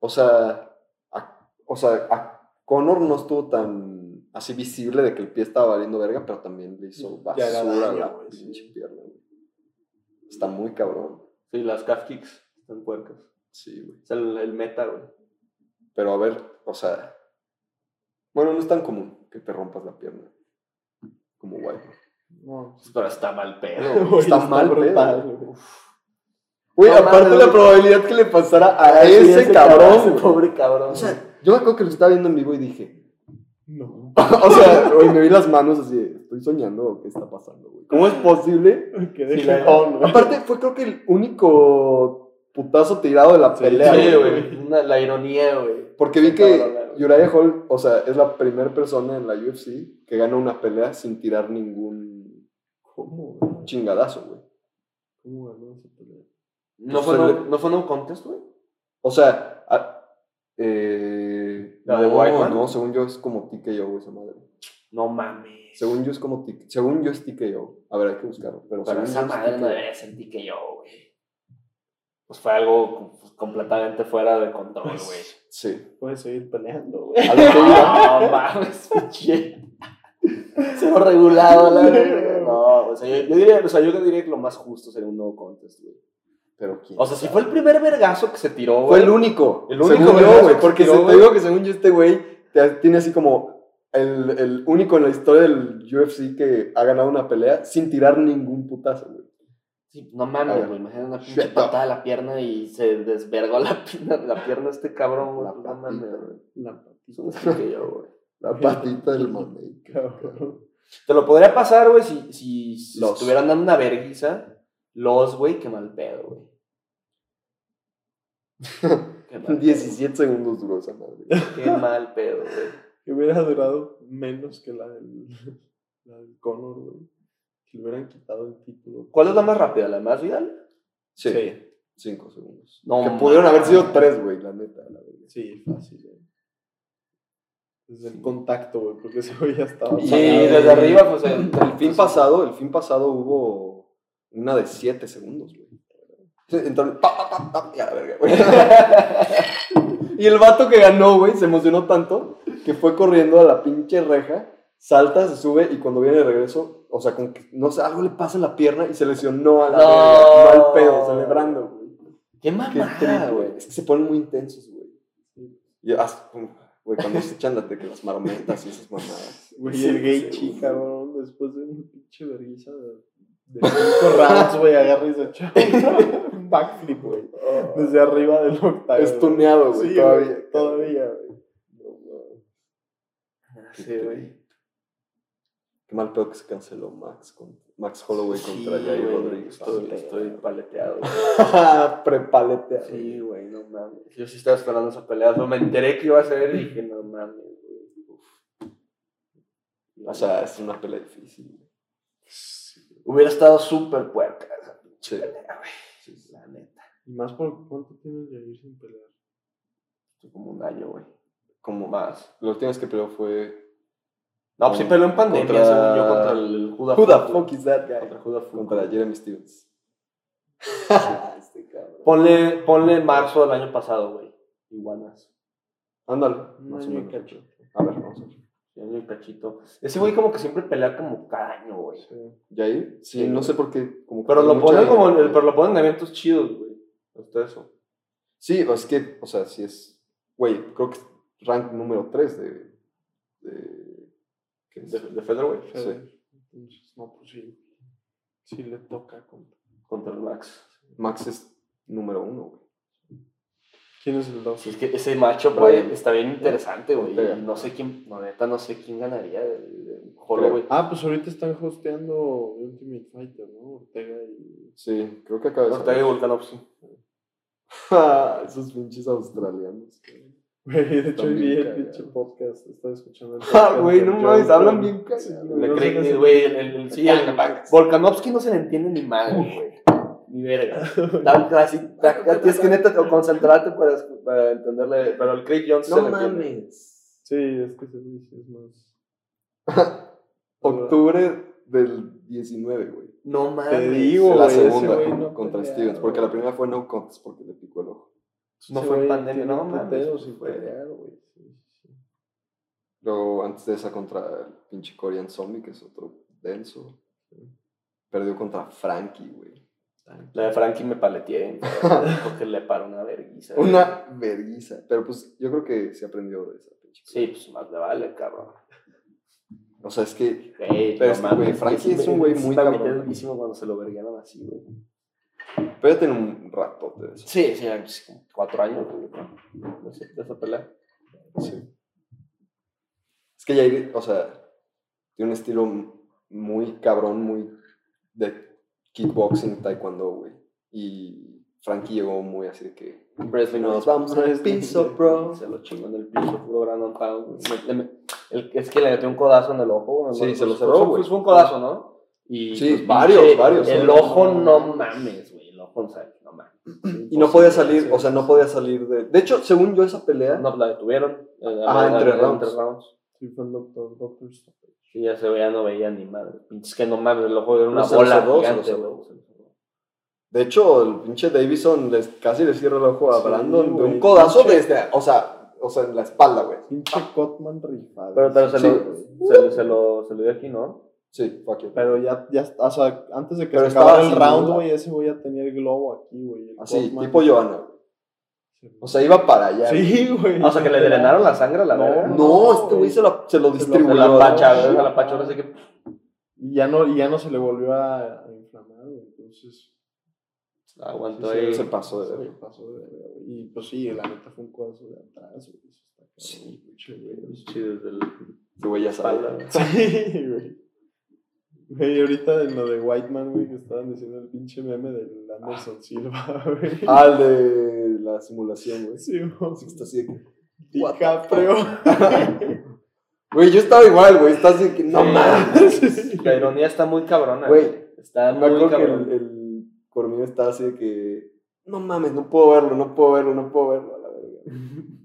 C: O sea, a, o sea, a Connor no estuvo tan así visible de que el pie estaba valiendo verga, pero también le hizo
A: Ya
C: basura
A: era
C: a
A: daño,
C: la
A: güey, sí.
C: pinche pierna, güey. Está muy cabrón.
B: Sí, las calf kicks están puercas.
C: Sí, güey.
B: Es el, el meta, güey.
C: Pero a ver, o sea. Bueno, no es tan común que te rompas la pierna. Como guay.
A: No,
B: Pero está mal pedo.
A: Güey,
C: está mal
A: brutal,
C: pedo.
A: güey.
C: Güey,
B: No
C: aparte
B: mames,
C: la
B: güey.
C: probabilidad que le pasara a
B: Sí,
C: ese, cabrón.
B: ese
C: güey.
B: pobre cabrón.
C: O sea, yo me acuerdo que lo estaba viendo en vivo y dije.
A: No.
C: o sea, güey, me vi las manos así, de, estoy soñando o qué está pasando, güey. ¿Cómo es posible?
A: Que
B: Sí,
A: deje
B: la-
A: todo, güey.
C: Aparte, fue creo que el único putazo tirado de la pelea,
B: sí,
C: güey.
B: güey. Una- La ironía, güey.
C: Porque vi
B: Cabrón,
C: que
B: güey.
C: Uriah Hall, o sea, es la primera persona en la UFC que gana una pelea sin tirar ningún
A: ¿Cómo, güey?
C: chingadazo, güey.
A: ¿Cómo ganó esa pelea?
B: ¿No fue,
C: Se
B: no,
C: le-
B: ¿No fue no contest, güey?
C: O sea, a- eh,
B: ¿La de
C: no,
B: Whiteman?
C: No, según yo es como TKO güey, esa madre.
B: No mames.
C: Según yo es como TKO. Según yo es TKO. A ver, hay que buscarlo. Pero,
B: Pero
C: según yo
B: esa
C: es
B: madre
C: TKO.
B: no debería sentir que yo, güey. Pues fue algo pues, completamente fuera de control, güey.
C: Sí.
A: Puedes seguir peleando, güey.
C: A lo que iba.
B: No mames, pinche. Se lo regulado, la verga. No, o sea, yo, yo diría, o sea, yo diría que lo más justo sería un no contest, güey.
C: Pero quién.
B: O sea, si fue el primer vergazo que se tiró,
C: Fue
B: güey.
C: el único.
B: El único
C: Según
B: vergazo
C: yo, güey.
B: que
C: Porque
B: tiró,
C: se- te
B: güey.
C: digo que según yo, este güey te- tiene así como el, el único en la historia del UFC que ha ganado una pelea sin tirar ningún putazo, güey.
B: Sí, no
C: A
B: mames,
C: ver.
B: güey. Imagina una pinche
C: Shut up.
B: patada de la pierna y se desvergó la pierna, la pierna este cabrón, güey.
C: La
B: Pues No mames,
A: La
C: patita.
B: güey. Eso no es lo que yo, güey.
C: La patita del mamey.
A: cabrón.
B: Te lo podría pasar, güey, si, si, si
C: Los.
B: estuvieran dando una verguiza. Los, güey, qué mal pedo, güey. Qué mal
C: 17 segundos duró esa madre.
B: pedo, Qué mal pedo, güey.
A: Que hubiera durado menos que la del, la del Conor, güey. Que le hubieran quitado el título.
B: ¿Cuál es la más rápida? ¿La más Vidal?
C: Sí.
A: Sí,
C: 5 segundos.
B: No
C: que pudieron haber sido
B: mames.
C: 3, güey, la neta. La verdad.
A: sí, fácil, güey. Desde el contacto, güey, porque ese güey ya estaba.
B: Y
C: Sí,
A: parado,
B: desde
A: güey.
B: arriba, pues el,
C: El fin pasado, el fin pasado hubo una de 7 segundos, güey. Entonces, pa, pa, pa, pa, y a la verga, güey. Y el vato que ganó, güey, se emocionó tanto que fue corriendo a la pinche reja, salta, se sube y cuando viene de regreso, o sea, como que, no sé, algo le pasa en la pierna y se lesionó a la
B: No.
C: verga. Mal pedo, celebrando, güey.
B: Qué
C: Qué
B: mamada,
C: triste,
B: güey.
C: güey. Es que se ponen muy intensos, güey. Y hasta, como, güey, cuando se echan las de que las marmotas y esas mamadas.
A: Güey,
B: Sí,
A: el gay
B: sí,
A: chica,
B: sí.
A: cabrón, después de una pinche vergüenza de, de cinco rounds, güey, agarra y se echa un backflip, güey. Desde arriba del octavo.
C: Estuneado, güey,
A: Sí,
C: todavía.
A: Todavía, güey. No, güey.
B: Sí, güey.
C: Qué mal pedo que se canceló Max, con, Max Holloway
B: Sí,
C: contra Jair
B: güey,
C: Rodríguez.
B: Estoy, estoy paleteado. güey.
C: Prepaleteado.
B: Sí, güey, no mames. Yo sí estaba esperando esa pelea. solo me enteré que iba a ser y dije, no mames, güey. Uf.
C: O sea, es una pelea difícil. güey.
B: hubiera estado súper puerca esa pinche
C: Sí.
B: pelea, güey. La neta.
A: Y más por cuánto tienes de ir sin pelear.
B: Fue Como un año, güey.
C: Como más.
B: Más.
C: Lo últimas que peleó fue.
B: No, pues sí peleó en pandemia,
C: Contra-
B: según yo, contra el Judas.
C: Who the fuck is that guy?
B: Contra Judas Fuck. Este
C: Contra Jeremy Stevens.
B: Ponle, ponle marzo del año pasado, güey. Iguanas.
C: Ándale,
A: Un
C: más o
A: año y
C: menos.
A: cacho.
C: A ver, vamos a ver.
B: Tiene el cachito. Ese güey como que siempre pelea como cada año, güey.
C: ¿Jair? Sí,
B: Sí,
C: no
B: güey.
C: sé por qué. Como que
B: Pero
C: tiene
B: lo
C: mucha
B: ponen
C: ira,
B: como en,
C: güey.
B: pero lo ponen en eventos chidos, güey. Hasta eso.
C: Sí, o es que, o sea, sí es. Güey, creo que es rank número 3 de. de. ¿qué es?
B: De, de Featherweight
A: Federer. Entonces, no, pues sí. Sí le toca. con-
B: contra el Max.
C: Max es número 1, güey.
A: ¿Quién es el 2?
B: Sí, es que ese macho, güey,
C: Güey.
B: está bien interesante, güey.
C: Ortega.
B: Y No sé quién, no, neta, no sé quién ganaría de, de Holloway.
A: Ah, pues ahorita están hosteando Ultimate Fighter, ¿no? Ortega y.
C: Sí, creo que acaba de
B: Ortega y
C: salir.
B: Volkanovski.
C: Ah, Esos pinches australianos.
A: Güey, de hecho,
C: Están
A: hoy vi
C: bien
A: el pinche
C: cagados.
A: podcast. Estaba escuchando el
C: Ah, güey, no
A: del
C: mames,
A: John
C: hablan
A: Brown.
C: bien casi.
A: Sí,
C: güey.
A: güey.
B: Le
A: no sé
B: creen,
A: qué
B: que,
A: se-
B: güey, el, el, el- sí, el- Volkanovski no se le entiende ni madre, güey. Ni verga. Tan casi, tan- tienes que neta concentrarte para, para entenderle, pero el Craig Jones se le entiende.
A: Sí, es que se dice, es más.
C: Octubre del 19, güey.
B: No mames.
A: Te digo,
C: La
A: Oh, güey,
C: segunda
A: ese güey no
C: contra
A: pelea,
C: Stevens. Porque
A: güey.
C: la primera fue no contest porque le picó el ojo.
B: No
A: Ese
B: fue en
A: güey
B: pandemia,
A: tiene
B: no
A: un
B: mames,
A: putero sin
B: fue-
A: pelear, güey. Sí, sí, sí.
C: Luego, antes de esa, contra el pinche Korean Zombie, que es otro denso. Perdió contra Frankie, güey.
B: La de Frankie me paleteé, porque le paró una verguiza. güey.
C: Una verguiza. Pero pues yo creo que se aprendió de esa pinche.
B: Sí, pues más le vale, cabrón.
C: O sea, es que
B: Ey,
C: Pero
B: no
C: este
B: mames,
C: güey, Frankie es
B: me-
C: un güey muy
B: me metía
C: cabrón.
B: durísimo cuando se lo vergaron así, güey.
C: espérate en un rato de eso.
B: Sí, sí, eran pues, como cuatro años, güey, yo creo, no sé, de esa pelea.
C: Sí. Es que Jair, o sea, tiene un estilo m- muy cabrón, muy de kickboxing, taekwondo, güey. Y Frankie llegó muy así de que.
B: Breslin
A: Pues,
C: Nos vamos al
A: Wrestling,
C: piso,
A: sí.
C: bro.
B: Se lo chingó en el piso, puro gran knockout, güey. Le- le- el- Es que le metió un codazo en el ojo. güey,
C: Sí,
B: bueno,
C: se lo
B: pues,
C: cerró,
B: fue-
C: güey.
B: Fue un codazo, ¿no? Y, pues,
C: Sí, varios,
B: pinche,
C: varios, ¿eh?
B: El
C: ¿no?
B: ojo no mames, güey. El ojo no sabe, no mames.
C: Y
A: Pues,
C: no podía salir, o sea, no podía salir de. De hecho, según yo, esa pelea.
B: No, la detuvieron. eh,
C: Ah,
B: la- la-
C: entre
B: la-
C: rounds.
A: Sí, fue el doctor, doctor. Strange.
B: Y ya se veía, no veía ni madre. Pinches que no mames, el ojo era una
C: No, se lo
B: bola
C: cerró, se lo
B: gigante,
C: cerró.
B: güey.
C: De hecho, el pinche Davison les, casi le cierra el ojo a
A: Sí,
C: Brandon de un
A: güey.
C: codazo
A: Pinche-
C: desde. O sea, o sea, en la espalda, güey.
A: Pinche Cotman rifado.
B: Ah. Pero, pero se,
C: Sí.
B: lo, se, lo- se lo, se lo dio aquí, ¿no?
C: Sí, fuck it.
A: Pero ya, ya, o sea, antes de que
C: Pero
A: se acabara
C: estaba
A: el
C: sin
A: round,
C: duda.
A: güey, ese güey ya tenía el globo aquí, güey. el
C: Así,
A: Cotman.
C: tipo Giovanna. O sea, iba para allá. güey.
A: sí, güey.
B: Ah, O sea, que le drenaron la sangre a la
A: No,
B: verga.
A: no,
C: No, este güey se, la- se lo
B: Se
C: distribuyó.
B: la
C: ¿no?
B: pacha,
A: Sí.
B: güey, se la pacha, ahora sí que pues,
A: Y ya no, y ya no se le volvió a, a inflamar, güey. Entonces,
B: aguantó
A: Sí,
B: ahí.
C: Se pasó de
A: se le
C: verga.
A: pasó de verga, güey. Y pues sí, la neta fue un codazo de atrás, güey. Eso está cabrón,
C: Sí.
A: pinche güey.
B: Sí, desde el-
C: Este güey ya sabe.
B: Espalda, güey.
A: Sí, güey. Güey, ahorita en lo de Whiteman, güey, que estaban diciendo el pinche meme del Anderson Silva, güey.
C: Ah, el de la simulación, güey.
A: Sí, güey.
C: Así que está así de que-
A: DiCaprio.
C: Güey, yo estaba igual, güey. Está así de que. No
B: Sí.
C: mames.
B: La ironía está muy cabrona,
C: Güey,
B: Está
C: Me
B: muy
C: acuerdo que el,
B: cabrona.
C: el Cormillo estaba así de que. No mames, no puedo verlo, no puedo verlo, no puedo verlo. A la verga.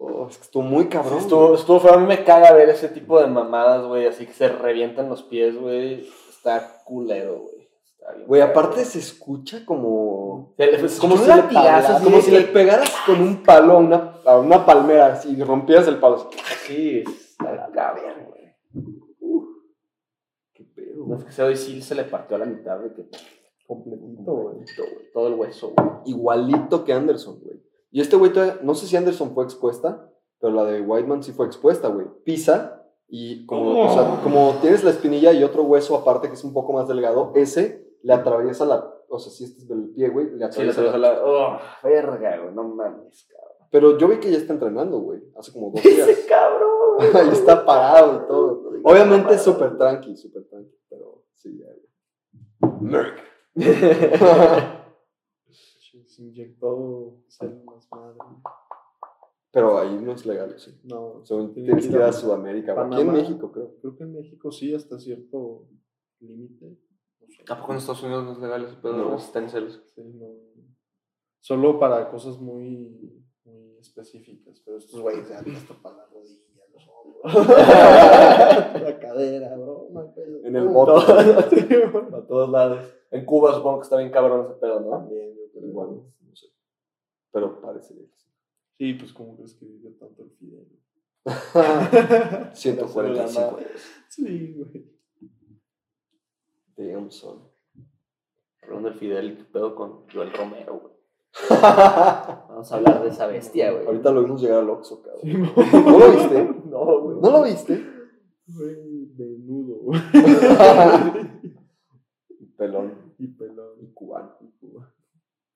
C: Oh, es que estuvo muy cabrón.
B: Estuvo, estuvo feo. A mí me caga ver ese tipo de mamadas, güey. Así que se revientan los pies, güey. Está culero, güey. Está bien
C: Güey,
B: feo.
C: aparte se escucha como.
B: Se le- se
C: Como
B: escuchó
C: si,
B: un
C: le
B: latigazo,
C: pegaras,
B: así
C: como
B: de
C: si
B: que-
C: le pegaras con un palo a una, a una palmera así, y rompieras el palo. así.
B: Sí, está cabrón, güey.
C: ¿Qué pedo?
B: No
C: güey?
B: es que se hoy sí se le partió a la mitad, güey. que-
A: Completito, güey.
B: Todo el hueso, güey.
C: igualito que Anderson, güey. Y este güey, todavía- no sé si Anderson fue expuesta, pero la de Whiteman sí fue expuesta, güey. Pisa y como, o sea, como tienes la espinilla y otro hueso aparte que es un poco más delgado, ese le atraviesa la, o sea, si este es del pie, güey, le
B: Sí, le
C: atraviesa
B: salió
C: la-
B: la. ¡Oh, verga, güey! No mames, cabrón.
C: Pero yo vi que ya está entrenando, güey, hace como dos días.
B: Ese cabrón. güey.
C: Ahí está parado y todo. Obviamente es súper tranqui, súper tranqui, pero sí, ya, güey. Merc.
A: Se inyectó células madre.
C: pero ahí no es legal, sí.
A: No,
C: Según
A: tiene
C: tienes que ir a
A: Sudamérica.
C: Sudamérica, o aquí en
A: Panamá.
C: México, creo.
A: Creo que en México sí, hasta cierto límite. No sé.
B: Tampoco en Estados Unidos no es legal ese pedo
C: No.
B: de los stencils.
A: Sí, no. Solo para cosas muy, muy específicas. Pero estos güeyes se dan hasta para la rodilla, los hombros. la cadera, bro. no hay pedo.
C: En el bote.
A: Sí, bueno,
B: A todos lados. En Cuba supongo que está bien cabrón ese pedo, ¿no?
A: También, yo creo.
C: Igual, no sé. Pero parece que sí.
A: Sí, pues como crees que vivió tanto el Fidel.
C: 145 años.
A: Sí, güey.
C: Te llega un sol.
B: Perdón, el Fidel y tu pedo con Joel Romero, güey. Vamos a hablar de esa bestia, güey.
C: Ahorita lo vimos llegar al Oxxo,
A: Sí, no,
C: cabrón. ¿No lo viste?
B: No, güey.
C: ¿No lo viste?
A: güey. Menudo, güey.
C: Pelón
A: Y pelón.
C: y cubano.
A: y Cuba.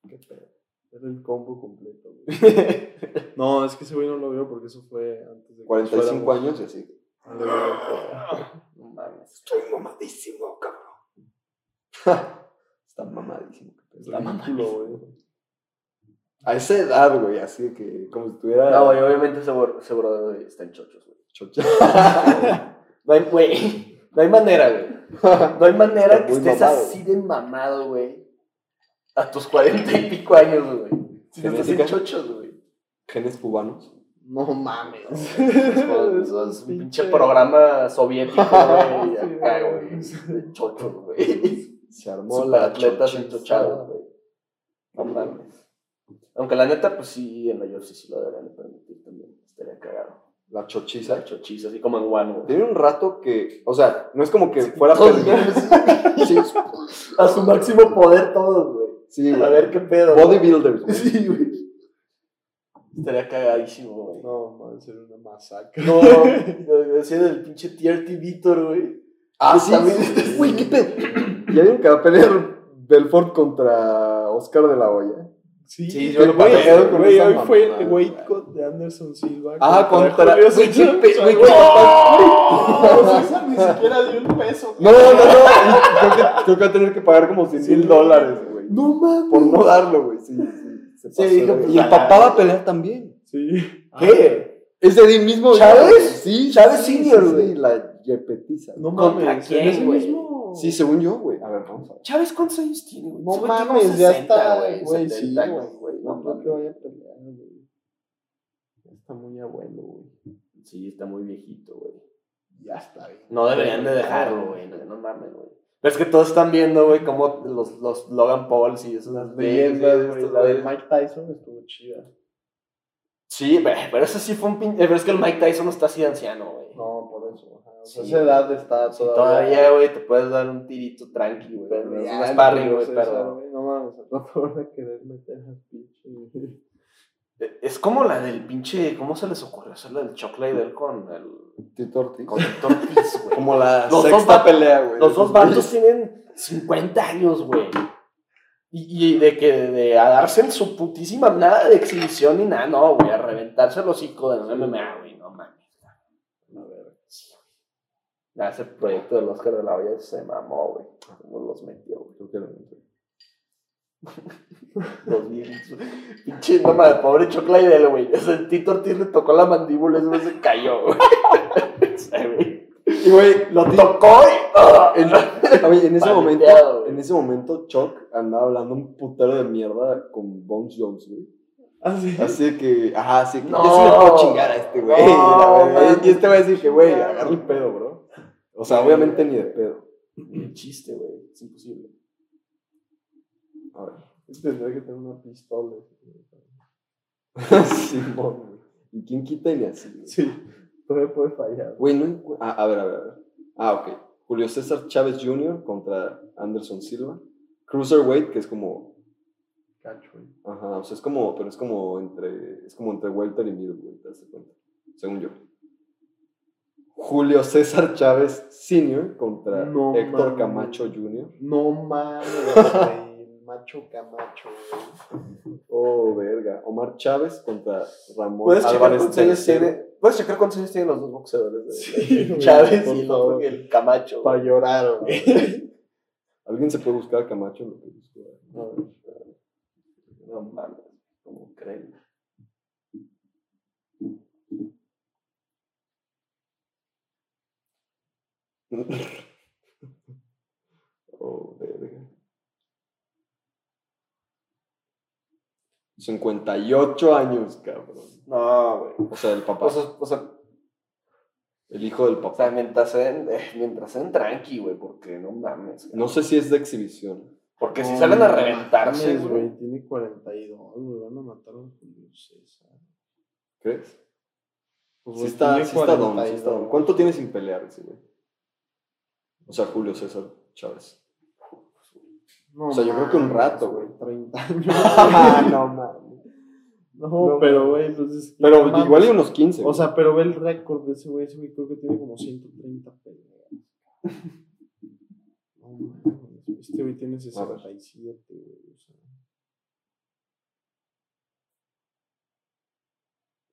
C: Qué pedo.
A: Era el combo completo, güey. No, es que ese güey no lo vio porque eso fue antes de que
C: 45
A: fuéramos
C: años y así.
A: a la Eurocopa.
B: No mames.
C: Estoy mamadísimo, cabrón. Está mamadísimo. qué pedo.
A: Está ridículo, güey.
C: A esa edad, güey, así de que como si tuviera.
B: No, güey, obviamente ese bro- ese brother güey, está en chochos, güey.
C: chocha.
B: No hay, güey. No hay manera, güey. No hay manera
C: Está
B: que
C: muy
B: estés
C: mamado.
B: así de mamado, güey. A tus cuarenta y pico años, güey. Si no estás en
C: Genética.
B: chochos, güey.
C: Genes cubanos.
A: No mames.
B: Eso es un pinche programa soviético,
A: Sí,
B: güey. acá,
A: güey.
B: güey. de Chochos, güey.
C: Se armó la
B: Superatletas
C: chochizada.
B: enchochados, güey. No mames. Aunque la neta, pues sí, en la UFC sí lo deberían de permitir también. Estaría cagado.
C: La chochiza.
B: Pisar chochis, así como en Guano, güey.
C: Tiene un rato que, o sea, no es como que fuera
B: Todos
C: pelea. Sí,
B: A su máximo poder todos, güey.
C: sí,
B: A
C: güey.
B: ver qué pedo. güey.
C: Bodybuilders. güey.
B: Sí, güey. Estaría cagadísimo, güey.
A: No, madre, sería una masacre.
B: No, me decía del pinche TRT Víctor, güey.
C: Ah, sí.
B: también.
C: Uy, qué pedo. Ya vieron que va a pelear Belfort contra Oscar de la Hoya.
A: Sí,
B: Sí,
A: yo
B: yo
A: lo
B: lo
A: güey,
B: pagué,
A: güey,
C: con esa
A: hoy fue el
C: mamada,
A: güey
C: güey.
A: con- de Anderson Silva.
C: Ah, contra-
A: Julio
C: güey, qué
A: César,
C: pe- güey,
A: güey.
C: qué-
B: ¡No! César ni siquiera dio un peso.
C: No, no, no. Creo que, creo que va a tener que pagar como 100 mil dólares, güey.
A: No mames.
C: Por no darlo, güey. Sí, sí. se pasó,
B: dijo,
C: güey.
B: pues,
C: y el
B: ya.
C: papá va a pelear también.
A: Sí.
B: ¿Qué?
C: ¿Es de mismo?
B: Ah, ¿Chávez?
C: Sí.
B: Chávez
C: sí,
B: Senior,
C: sí, sí,
B: güey.
C: la yepetiza.
A: No
B: ¿Contra
A: mames.
B: quién,
A: ¿En ese
B: güey?
A: mismo?
C: Sí, según yo, güey. A ver, vamos a ver.
B: ¿Chávez cuántos años tiene, güey?
A: No
B: Ese güey tiene
A: mames,
B: unos
A: ya
B: 60,
A: está, güey,
B: 70
A: sí,
B: años, güey. No
A: No creo que
B: mames.
A: vaya a pelear, güey. Ya Está muy abuelo, güey.
B: Sí, está muy viejito, güey.
A: Ya está bien.
B: No deberían de dejarlo, güey. No, no mames, güey. Pero es que todos están viendo, güey, cómo los, los Logan Paul y esas
A: Las leyendas, güey.
B: estos
A: La de
B: güeyes.
A: Mike Tyson estuvo chida.
B: Sí, güey, pero eso sí fue un pinche. Pero es que el Mike Tyson no está así de anciano, güey.
A: No, por eso. ajá. O sea,
B: Sí.
A: esa edad está
B: Sí,
A: todavía.
B: todavía, güey, te puedes dar un tirito tranqui, güey.
A: Pero
B: Es
A: ya,
B: un sparring,
A: Julio
B: güey,
A: César,
B: pero.
A: güey, No mames, al rato van a querer meter a pinche.
B: e, Es como la del pinche. ¿Cómo se les ocurrió hacer la del Chuck Liddell con el.
C: Tito Ortiz.
B: con Héctor Ortiz, güey?
C: Como la
B: Los dos
C: sexta
B: va-
C: pelea, güey.
B: Los dos bandos tienen 50 años, güey. Y, y de que de a darse en su putísima nada de exhibición ni nada, no, güey, a reventarse el hocico de los MMA, güey, no mames.
A: A ver.
B: Sí, güey. Ya, ese proyecto del Oscar de la Hoya se mamó, güey. Cómo los metió, güey.
C: Creo que lo encontré.
B: Los dientes. Pinche, no mames, pobre Choclaidel, güey. Ese Tito Ortiz le tocó la mandíbula y se cayó, güey. Sí, güey.
C: Y, güey, lo ti-
B: Tocó y. ¡ah!
C: En, oye, en ese
B: Paleteado,
C: momento,
B: güey.
C: en ese momento, Chuck andaba hablando un putero de mierda con Bones Jones, güey.
A: Así.
C: Así que, ajá, así que
B: No.
C: yo sí le puedo chingar a este güey.
B: No,
C: y la verga.
B: man.
C: y este va a decir que, güey, agarra el pedo, bro. O sea, obviamente ni de pedo.
B: Un chiste, güey. Es imposible.
C: A ver.
A: Tendría que tener una pistola.
C: Simón, güey. ¿Y quién quita y ni así? güey?
A: Sí, todavía puede fallar.
C: Güey, no encu- ah, a ver, a ver, a ver. Ah, ok. Julio César Chávez Jr. contra Anderson Silva. Cruiserweight, que es como.
A: Cacho, güey.
C: Ajá, o sea, es como. Pero es como entre. Es como entre Welter y Middleweight, te das cuenta. Según yo. Julio César Chávez Sr. contra
A: No
C: Héctor
A: mames.
C: Camacho Jr.
A: No mames, güey. Macho Camacho, güey.
C: Oh, verga. Omar Chávez contra Ramón
B: ¿Puedes checar,
C: Álvarez
B: cuántos años
C: tercero.
B: tiene, ¿Puedes checar cuántos años tienen los dos boxeadores? güey?
A: Sí, güey,
B: Chávez
A: por
B: y el, otro,
A: favor.
B: el Camacho. güey.
A: Para llorar, güey.
C: ¿Alguien se puede buscar a Camacho? Lo que busque.
A: A ver,
B: No mames, ¿cómo creen?
C: Oh, verga. 58 años, cabrón.
B: No, güey.
C: O sea, el papá.
B: O sea, o sea,
C: el hijo del
B: o
C: papá.
B: sea, mientras se den, eh, mientras se den tranqui, güey, porque no mames. güey.
C: No sé si es de exhibición.
B: Porque si
A: no
B: salen a
A: mames,
B: reventarse, güey.
A: güey. Tiene 42, güey. Van a matar a Julio César.
C: ¿Crees?
A: Pues,
C: Sí
A: güey,
C: está,
A: tiene
C: sí está don,
A: 42.
C: sí está don. ¿Cuánto tiene sin pelear ese güey? O sea, Julio César Chávez.
A: No
C: O sea, yo creo que un
A: mames,
C: rato, güey.
A: 30 años.
C: no mames.
A: No,
C: No,
A: pero, güey, pues es que
C: Pero
A: no mames.
C: igual y unos 15.
A: O sea, pero ve el récord de ese güey. Ese güey creo que tiene como 130 peleas. No mames, Este güey tiene 67, güey. O sea.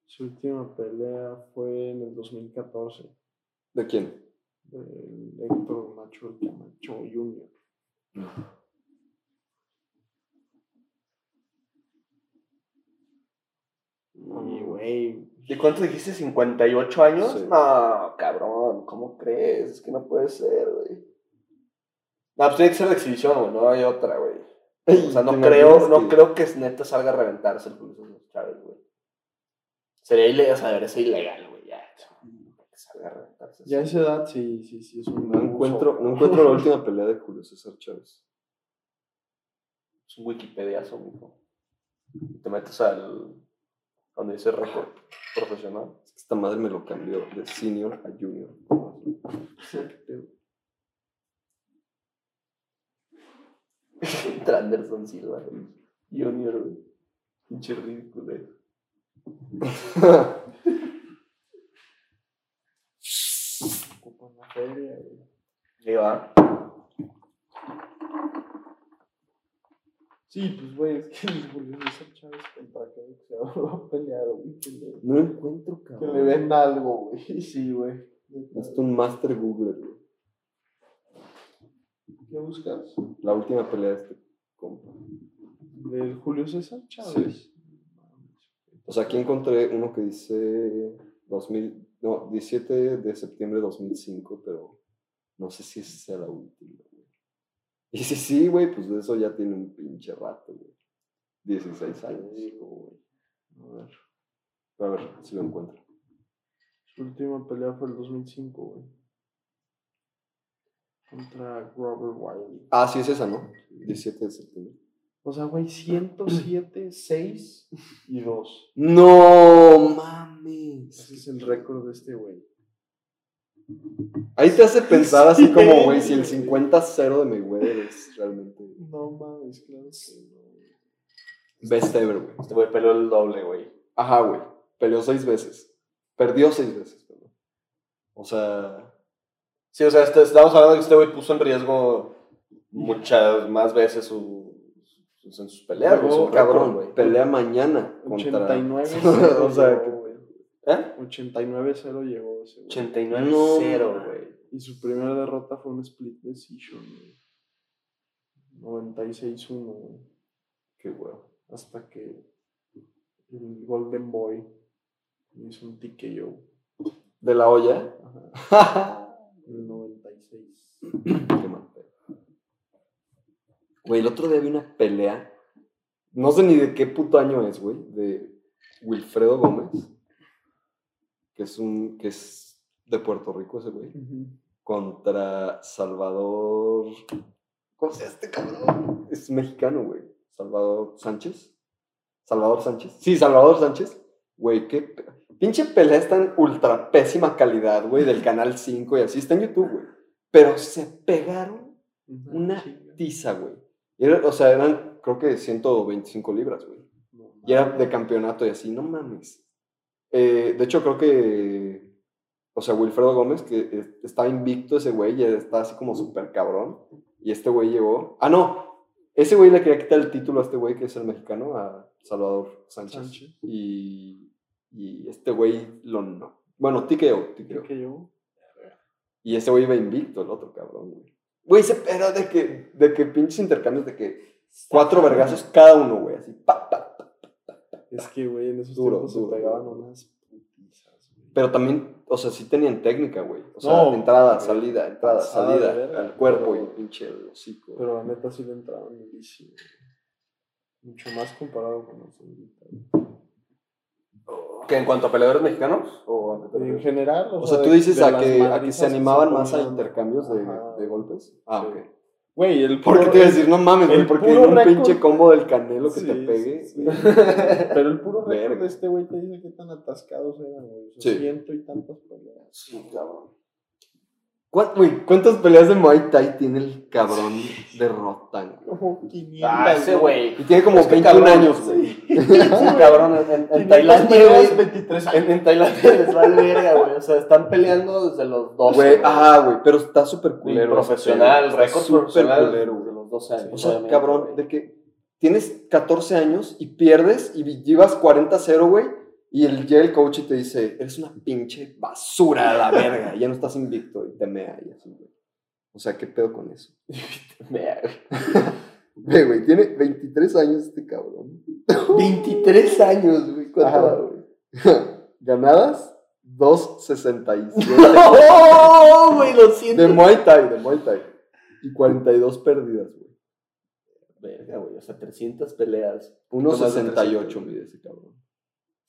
A: Su última pelea fue en el 2014.
C: ¿de quién?
A: Del Héctor Macho Camacho Jr. Y, güey,
B: ¿De cuánto dijiste? ¿58 años?
C: Sí.
B: No, cabrón, ¿cómo crees? Es que no puede ser, güey. No, pues tiene que ser de exhibición, güey, no hay otra, güey. O sea, no
C: ¿Te
B: creo,
C: imaginas
B: no
C: que-
B: creo que neta salga a reventarse el Julio César Chávez, güey. Sería ilegal, o sea, debería ser ilegal, güey, ya. Que salga a reventarse.
A: ya a esa edad sí, sí, sí, es un
C: No
A: abuso,
C: encuentro,
A: güey.
C: no encuentro la última pelea de Julio César Chávez.
B: Es un Wikipediazo, mijo. Te metes al. donde dice récord profesional.
C: Es que Esta madre me lo cambió de senior a junior.
B: Entra Anderson Silva, güey. Junior, güey. Pinche ridículo, eh.
A: Ocupan la feria, güey.
B: Ahí va.
A: Sí, pues, güey, es que les volvió a hacer Chávez contra que se va a pelear, güey. Que le,
C: No encuentro,
A: que le
C: cabrón.
A: den algo, güey. Sí, güey.
C: Hasta un Master Google, güey.
A: ¿Qué buscas?
C: La última pelea de este compa.
A: ¿Del Julio César Chávez?
C: O sea, aquí encontré uno que dice 2000, no, 17 de septiembre de 2005, pero no sé si esa sea la última, güey. Y si sí, güey, pues de eso ya tiene un pinche rato, güey. 16 años.
A: A ver.
C: A ver si lo encuentro.
A: Su última pelea fue el 2005, güey. Contra Robert Wiley.
C: Ah, sí, es esa, ¿no? 17 de septiembre.
A: O sea, güey, 107, 6 y 2.
C: ¡No mames!
A: Ese es el récord de este güey.
C: Ahí te hace pensar así
A: Sí,
C: como, güey, si el
A: güey.
C: 50-0 de Mayweather es realmente
A: No mames, claro que no. güey.
C: best ever, güey.
B: Este güey peleó el doble, güey.
C: Ajá, güey. Peleó seis veces. Perdió seis veces, perdón. O sea.
B: Sí, o sea, este- estamos hablando de que este güey puso en riesgo muchas más veces su, sus- en sus peleas, güey.
C: Luego,
B: Es un cabrón, güey.
C: Pelea mañana. Contra...
A: 89
C: o sea, que-
A: llegó, güey.
B: ¿Eh?
A: 89-0 llegó ese güey.
B: 89-0,
C: No.
B: güey.
A: Y su primera derrota fue un split decision, güey. 96-1, güey.
C: Qué huevo.
A: Hasta que el Golden Boy hizo un TKO.
C: De la olla.
A: Ajá. En el 96.
C: Qué mal pedo. Güey, el otro día vi una pelea. No sé ni de qué puto año es, güey. De Wilfredo Gómez. Que es un. que es de Puerto Rico ese güey. contra Salvador. ¿Cómo se llama este cabrón? Es mexicano, güey. Salvador Sánchez. Salvador Sánchez. Sí, Salvador Sánchez. Güey, qué pe- pinche pelea está en ultra pésima calidad, güey, del canal 5 y así está en YouTube, güey. Pero se pegaron una
A: Ah, chinga.
C: tiza, güey. Y era- o sea, eran creo que 125 libras, güey.
A: No
C: Y era de
A: mames.
C: campeonato y así, no mames. Eh, de hecho, creo que. O sea, Wilfredo Gómez, que eh, estaba invicto ese güey, y está así como súper cabrón. Y este güey llegó. Ah, no. Ese güey le quería quitar el título a este güey, que es el mexicano, a Salvador Sánchez.
A: Sánchez.
C: Y, y este güey lo no. Bueno, tiqueo, tiqueo.
A: Creo que yo.
C: Y ese güey iba invicto, el otro cabrón, güey. Güey, se pero de que, de que pinches intercambios, de que cuatro vergazos cada uno, güey, así, pa, pa,
A: Es que, güey, en esos
C: Duro,
A: tiempos
C: duro,
A: se pegaban
C: duro.
A: unas putizas, güey.
C: Pero también, o sea, sí tenían técnica, güey. O sea,
A: No,
C: entrada,
A: güey.
C: salida, entrada,
A: Pasada
C: salida,
A: de verga,
C: al cuerpo
A: pero-
C: y pinche el hocico.
A: Pero la neta sí le entraban en bici. güey. Mucho más comparado con los ahorita, güey.
B: ¿Que en cuanto a peleadores mexicanos? ¿O a qué te
A: En
B: refieres?
A: general,
C: o sea,
A: de-
C: tú dices
A: de
C: a
A: las
C: que, a que
A: madrizas
C: se animaban
A: se
C: más a
A: ponían.
C: intercambios de,
A: Ajá.
C: de golpes. Ah,
A: Sí.
C: ok.
A: Güey, el
C: Porque
A: puro-
C: te iba a decir, no mames, güey,
A: el
C: porque
A: puro
C: un
A: récord-
C: pinche combo del canelo que te
A: Sí,
C: pegue.
A: sí, sí.
C: güey.
A: Pero el puro récord
C: Verga.
A: de este güey te dice que tan atascados eran, güey. O sea,
C: Sí.
A: Ciento y tantas peleas.
C: Sí, cabrón. ¿Cuá- güey, ¿Cuántas peleas de Muay Thai tiene el cabrón de Rotan? güey?
A: Como 500.
B: Ah, ese güey.
C: Y tiene como
B: Es que
C: 21
B: cabrón,
C: años, güey.
B: Sí, cabrón, en- en, en
A: 500
B: Tailandia,
A: peleas,
B: güey,
A: 23 años.
B: En, en Tailandia les vale verga, güey. O sea, están peleando desde los 12.
C: Güey,
B: güey.
C: ah, güey, pero está súper
B: Y
C: culero.
B: profesional,
C: Está
B: récord
C: súper
B: profesional
C: culero,
B: desde
C: güey.
B: los 12 años.
C: O sea,
B: obviamente,
C: cabrón,
B: güey.
C: de que tienes 14 años y pierdes y llevas 40-0, güey. Y el, llega el coach y te dice, eres una pinche basura a la verga. Ya no estás invicto y te mea y así, güey. O sea, ¿qué pedo con eso?
B: Mea, güey.
C: Ve, güey, tiene 23 años este cabrón.
B: 23 años, güey. ¿Cuánto
C: Ajá.
B: va, güey?
C: Ganadas, 2.67.
B: ¡No, ¡Oh, güey! Lo siento.
C: de Muay Thai, de Muay Thai. Y 42 perdidas, güey.
B: Verga, güey. O sea, 300 peleas. Tomás de
C: 1.68 mide ese cabrón.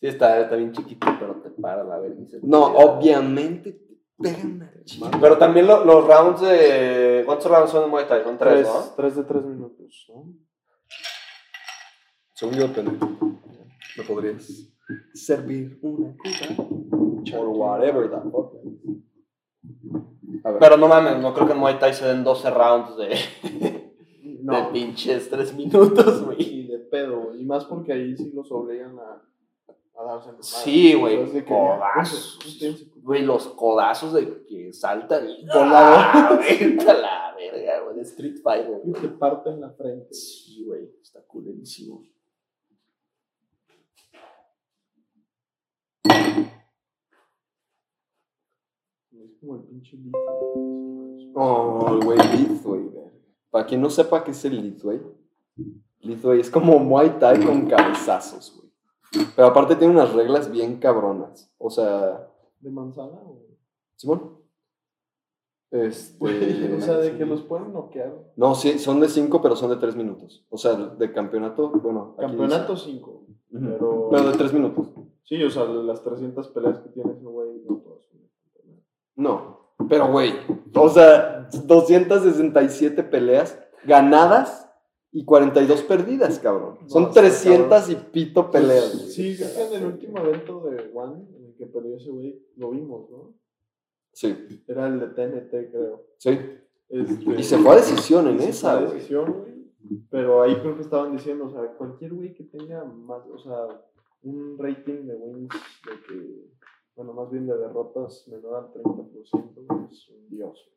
B: Sí, está, está bien chiquito, pero te para la verga. y se-
C: No, obviamente te pegan al chile.
B: Pero también lo- los rounds de. ¿Cuántos rounds son de Muay Thai? Son tres,
A: Tres,
B: ¿no?
A: tres de tres minutos, ¿no?
C: Según yo, depende. Me podrías servir una cuba. Or whatever that fuck. A ver.
B: Pero no mames, no creo que en Muay Thai se den 12 rounds de, de
A: No.
C: pues,
B: pinches 3 minutos, güey.
A: Y de pedo, güey. Y más porque ahí sí los obligan a, a darse en
B: Sí, güey.
A: Entonces, de que,
B: Codazos.
A: "Pues, tense, pues".
B: Güey, los codazos de que saltan y.
A: Con la
B: ¡Ah, vete a la verga, güey! De Street Fighter,
A: Y
B: güey.
A: te parte en la frente.
B: Sí, güey. Está culerísimo.
A: Es como el pinche
C: Oh, güey, Lithway, güey. Para quien no sepa qué es el Lithway, Lithway es como Muay Thai con cabezazos, güey. Pero aparte tiene unas reglas bien cabronas. O sea,
A: ¿De manzana o...?
C: Simón. Este.
A: o sea, de que los pueden noquear.
C: No, sí, son de 5, pero son de 3 minutos. O sea, de campeonato, bueno. aquí
A: Campeonato 5.
C: dice. Ujú.
A: Pero...
C: Pero de 3 minutos.
A: Sí, o sea, de las 300 peleas que tiene ese güey, no todas son de campeonato.
C: No. Pero, güey. O sea, 267 peleas ganadas y 42 perdidas, cabrón. son
A: está
C: 300 y pito peleas. güey.
A: Sí, creo que en el último evento de One, en el que perdió ese güey, lo vimos, ¿no?
C: Sí,
A: Era el de TNT, creo.
C: sí.
A: Este,
C: Y se fue a decisión en
A: sí,
C: esa,
A: fue a
C: güey.
A: decisión, güey. Pero ahí creo que estaban diciendo, o sea, cualquier güey que tenga más, o sea, un rating de wins, de que, bueno, más bien de derrotas menor al 30%, güey, es un dios.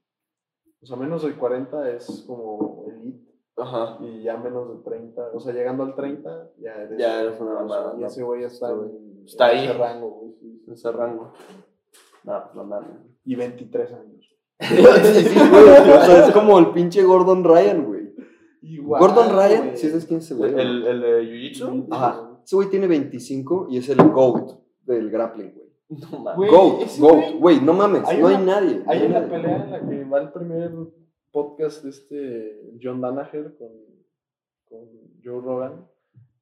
A: O sea, menos del 40 es como elite.
B: Ajá.
A: Y ya menos de 30, o sea, llegando al 30, ya eres,
B: Ya eres una mamada,
A: Y
B: ¿no?
A: ese güey ya está, en,
B: Está
A: en
B: ahí.
A: ese rango, güey, sí, sí.
B: En ese rango. No, pues no mames.
A: Y 23 años.
C: Sí, sí, güey. O sea, es como el pinche Gordon Ryan, güey.
A: Igual,
C: Gordon Ryan,
A: güey.
C: si sabes quién es ese güey. Mm, no?
B: ¿El, el de Jiu-Jitsu?
C: Ajá. Ese güey tiene 25 y es el GOAT del grappling, güey.
B: No mames.
A: Güey,
C: GOAT,
A: ese
C: GOAT, güey, no mames,
A: Hay
C: no hay
A: una-
C: nadie. no
A: Hay una
C: nadie.
A: pelea en la que va el primer podcast de este John Danaher con, con Joe Rogan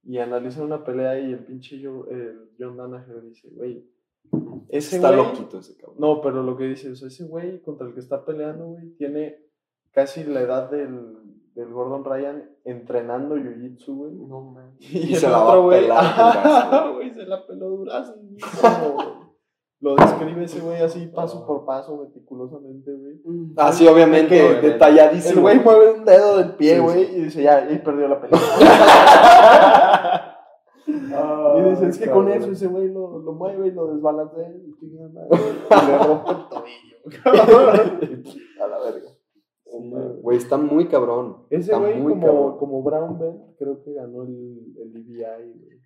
A: y analizan una pelea y el pinche Joe- el John Danaher dice, güey, ese
C: Está
A: güey
C: loquito ese cabrón.
A: No, pero lo que dice, o sea, ese güey contra el que está peleando, güey, tiene casi la edad del, del Gordon Ryan entrenando jiu-jitsu, güey.
B: No mames.
A: Y,
C: se la va a pelar Durazno.
A: ajá, güey, se la peló Durazno. güey, como Lo describe ese güey así, paso por paso, meticulosamente, güey.
C: Ah, sí, obviamente,
A: Es que-
C: detalladísimo.
A: El güey mueve un dedo del
C: Sí,
A: pie,
C: sí.
A: güey, y dice, ya, y perdió la pelea. Y
C: Ah.
A: dice, es que con eso ese güey lo, lo mueve y lo desbalancea y chinga madre, y le rompe el tobillo.
B: A la verga.
C: Güey, está muy cabrón.
A: Ese
C: Está
A: güey,
C: muy
A: como,
C: cabrón.
A: como Brown Bell, creo que ganó el, el EBI, güey.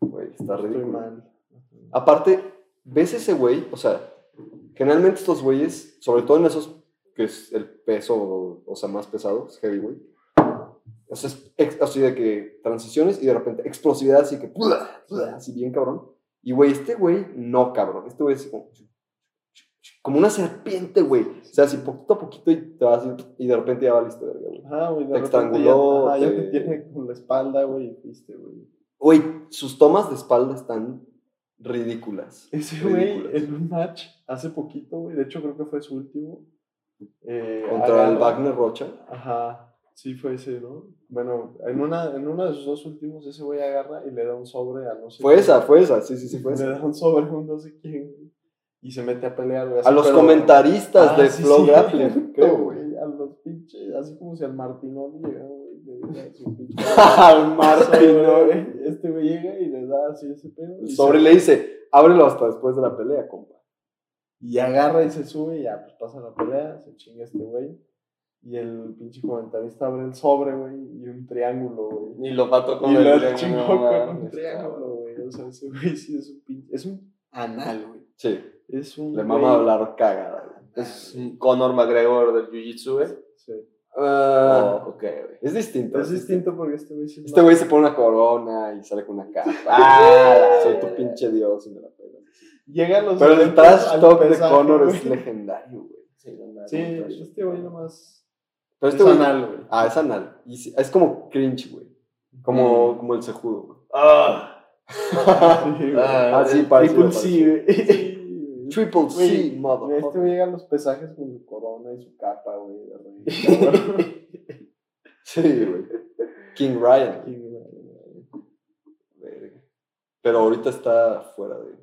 C: Güey, está
A: Estoy
C: ridículo.
A: mal.
C: Aparte, ves ese güey, o sea, generalmente estos güeyes, sobre todo en esos que es el peso, o sea, más pesado, es heavyweight. O sea, es ex- así de que transiciones y de repente explosividad, así que ¡pula! ¡pula! así bien cabrón. Y güey, este güey no cabrón, este güey es como, como una serpiente, güey. O sea, así poquito a poquito y te vas así, y de repente ya va listo, verga, güey.
A: Ajá, güey. de
C: Te
A: repente
C: estranguló,
A: Ya, ajá, ya
C: te-
A: te tiene con la espalda, güey, y fuiste, güey.
C: Güey, sus tomas de espalda están ridículas.
A: Ese güey,
C: Ridículas.
A: en un match, hace poquito, güey, de hecho creo que fue su último. eh,
C: Contra el
A: agarra-
C: Wagner Rocha.
A: Ajá, sí fue ese, ¿no? Bueno, en una, en uno de sus dos últimos, ese güey agarra y le da un sobre a no sé
C: Fue
A: quién.
C: esa, fue esa, sí, sí, sí, fue
A: Le
C: esa.
A: da un sobre a un no sé quién, güey, Y se mete a pelear, güey. así,
C: A los
A: pero-
C: comentaristas
A: Ah,
C: de
A: sí,
C: Flow
A: sí,
C: Grappling, creo, güey.
A: A los pinches, así como si al Martinoli llegara, güey. le diera a su pinche-
C: Al Martín, ¿no, güey?
A: güey. Este güey llega y le da así ese pedo. y
C: El sobre
A: se-
C: le dice, ábrelo hasta después de la pelea, compa.
A: Y agarra y se sube y ya, pues pasa la pelea, se chinga este güey. Y el pinche comentarista abre el sobre, güey, y un triángulo, güey.
B: Ni lo mato
A: Y
B: el
A: lo
B: triángulo,
A: chingó
B: no
A: con un
B: mames,
A: triángulo, güey. O sea, ese güey sí es un pinche. Es un anal, güey.
C: Sí,
A: Es un.
C: le
A: güey-
C: mama hablar cagada. güey.
B: Es un Conor McGregor del Jiu-Jitsu, güey.
A: Sí.
C: Ah,
B: Oh, ok, güey.
C: Es distinto.
A: Es distinto porque este güey sí es
C: Este güey se pone una corona y sale con una capa.
B: Ah,
C: soy tu pinche dios y me la pela.
A: Llega a los.
C: Pero el
A: eventos
C: trash
A: al
C: talk de
A: pesaje,
C: Conor
A: güey.
C: es legendario, güey.
B: Sí, no mames,
A: Sí,
B: no,
A: este güey nomás.
C: Pero este
A: es
C: güey...
A: anal, güey.
C: Ah, es anal. Y sí, es como cringe, güey. Como, como el sejudo, güey.
B: Ah,
A: Sí, güey.
B: ah,
C: Ah, sí,
B: eh,
C: parece.
A: Triple
C: parece.
A: C, güey.
C: Triple C,
A: Güey,
C: motherfucker.
A: Este güey llega a los pesajes con su corona y su capa, güey. de rey, cabrón.
C: Sí, güey. King Ryan.
A: Sí, güey.
C: Verga. Pero ahorita está fuera de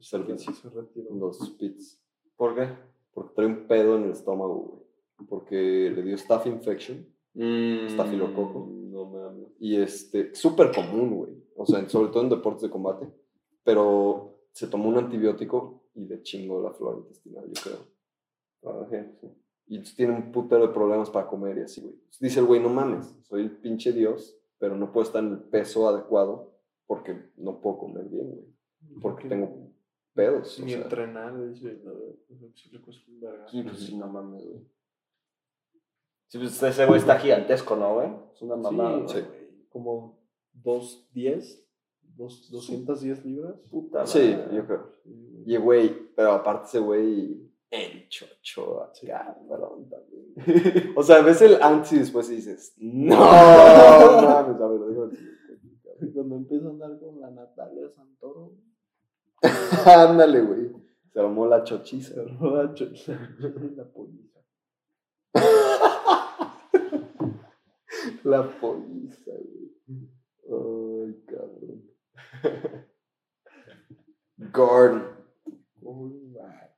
C: servicio.
A: Se retiró.
C: Los Spits.
B: Mm. ¿Por qué?
C: Porque trae un pedo en el estómago, güey. Porque le dio staph infection.
B: Estafilococo.
C: Estafilococo.
B: Mm, No mames.
C: Y este, súper común, güey. O sea, en- sobre todo en deportes de combate. pero se tomó un antibiótico y le chingó la flora intestinal, yo creo.
B: Ah,
C: Y tiene un putero de problemas para comer y así, güey. Dice el güey, no mames, soy el pinche dios, pero no puedo estar en el peso adecuado porque no puedo comer bien, güey. Porque tengo pedos. o
A: Ni
C: sea.
A: entrenar, dice, no, no, sí le cuesta un vergazo.
B: Sí, pues sí, no mames, güey. Sí, pues ese güey está gigantesco, ¿no, güey? Es una mamada.
A: Sí, güey, Como 210, dos- 210 libras.
B: Puta
C: Sí,
B: madre.
C: yo creo.
A: Sí, güey.
C: Y güey, pero aparte ese güey, el chocho,
A: Sí.
C: cabrón también. O sea, ves el antes y después y dices, no, mames, a ver, déjame
A: Cuando empiezo a andar con la Natalia Santoro,
C: Ándale, güey. Se armó la chochiza.
A: se roda cho- la polilla.
C: La poliza, güey. Ay, cabrón. Gordon.
A: Uy, va.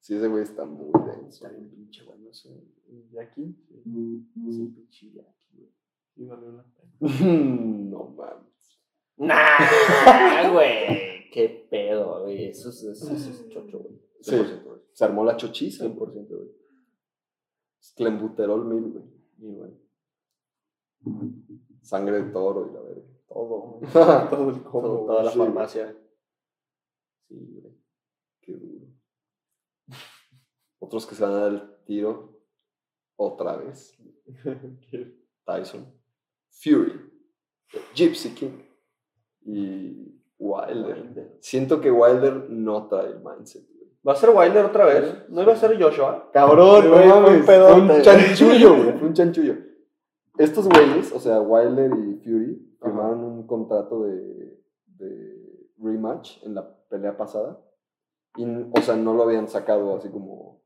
C: Sí, ese güey está muy denso.
A: Está bien pinche bueno ese. ¿Y aquí? Ese pinche de aquí, güey. Y valió la pena.
C: No mames.
B: Nah, Ah, güey. Qué pedo, güey. Eso es, eso es, eso es chocho, güey.
C: Sí, se armó la chochiza.
B: 100%, güey.
C: Clembuterol mil, güey. Mil, güey. Sangre de toro y la verga.
A: Todo, güey. todo el combo.
B: Todo- Toda la
A: güey.
C: sí,
B: farmacia.
C: Sí, güey. Qué duro. Otros que se van a dar el tiro otra vez.
A: Qué-
C: Tyson. Fury. Gypsy King. Y Wilder. Siento que Wilder no trae el mindset, güey.
B: ¿Va a ser Wilder otra vez? ¿No iba a ser Joshua?
C: Cabrón,
A: Sí,
C: güey,
A: güey,
C: fue
A: fue
C: un
A: un pedote.
C: fue un chanchullo, güey, fue un chanchullo. Estos güeyes, o sea, Wilder y Fury,
B: Ajá.
C: firmaron un contrato de, de rematch en la pelea pasada. Y, o sea, no lo habían sacado así como.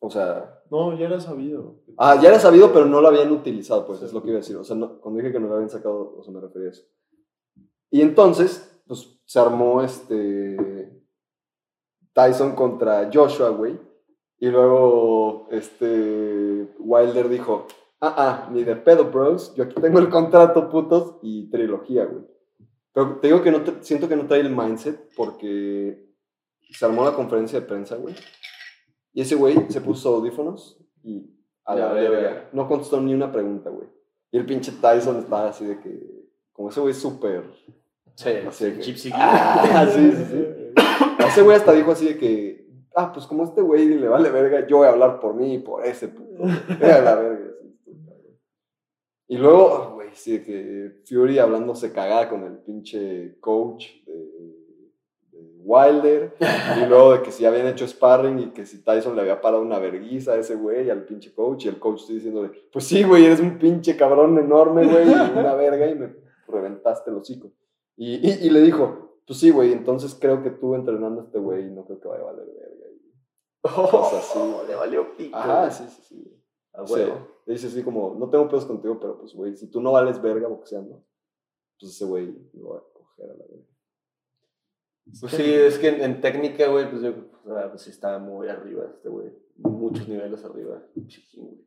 C: O sea.
A: No, ya era sabido.
C: Ah, ya era sabido, pero no lo habían utilizado, pues
A: Sí.
C: es lo que iba a decir. O sea, no- cuando dije que no lo habían sacado, o sea, me refería a eso. Y entonces, pues se armó este. Tyson contra Joshua, güey. Y luego, este. Wilder dijo: Ah, ah, ni de pedo, bros. Yo aquí tengo el contrato, putos, y trilogía, güey. Pero te digo que no te- siento que no trae el mindset porque se armó la conferencia de prensa, güey. Y ese güey se puso audífonos y a la
B: Ya, ya, ya.
C: verga. No contestó ni una pregunta, güey. Y el pinche Tyson estaba así de que. Como ese güey súper.
B: Sí,
C: Así de que-
B: Gypsy
C: Ah, sí, sí, sí. A ese güey hasta dijo así de que, ah, pues como a este güey le vale verga, yo voy a hablar por mí y por ese puto. Ve a la verga. sí, sí, cabrón. Y luego, ah, güey, sí, de que Fury hablándose cagada con el pinche coach de, de Wilder. Y luego de que si habían hecho sparring y que si Tyson le había parado una verguiza a ese güey, al pinche coach. Y el coach está diciéndole, pues sí, güey, eres un pinche cabrón enorme, güey, y una verga y me reventaste el hocico. Y, y, y le dijo, pues sí, güey, entonces creo que tú entrenando a este güey no creo que vaya a valer verga. cosas así, güey.
B: Oh, Le valió pico. Ah,
C: Ajá, sí, sí, sí. güey.
B: A
C: Sí,
B: huevo.
C: Le dice así como, no tengo pedos contigo, pero pues, güey, si tú no vales verga boxeando, pues ese güey lo va a coger a la verga.
B: Pues sí, es que en, en técnica, güey, pues yo, ah, pues sí estaba muy arriba este güey. Muchos niveles arriba. Chiquín, güey.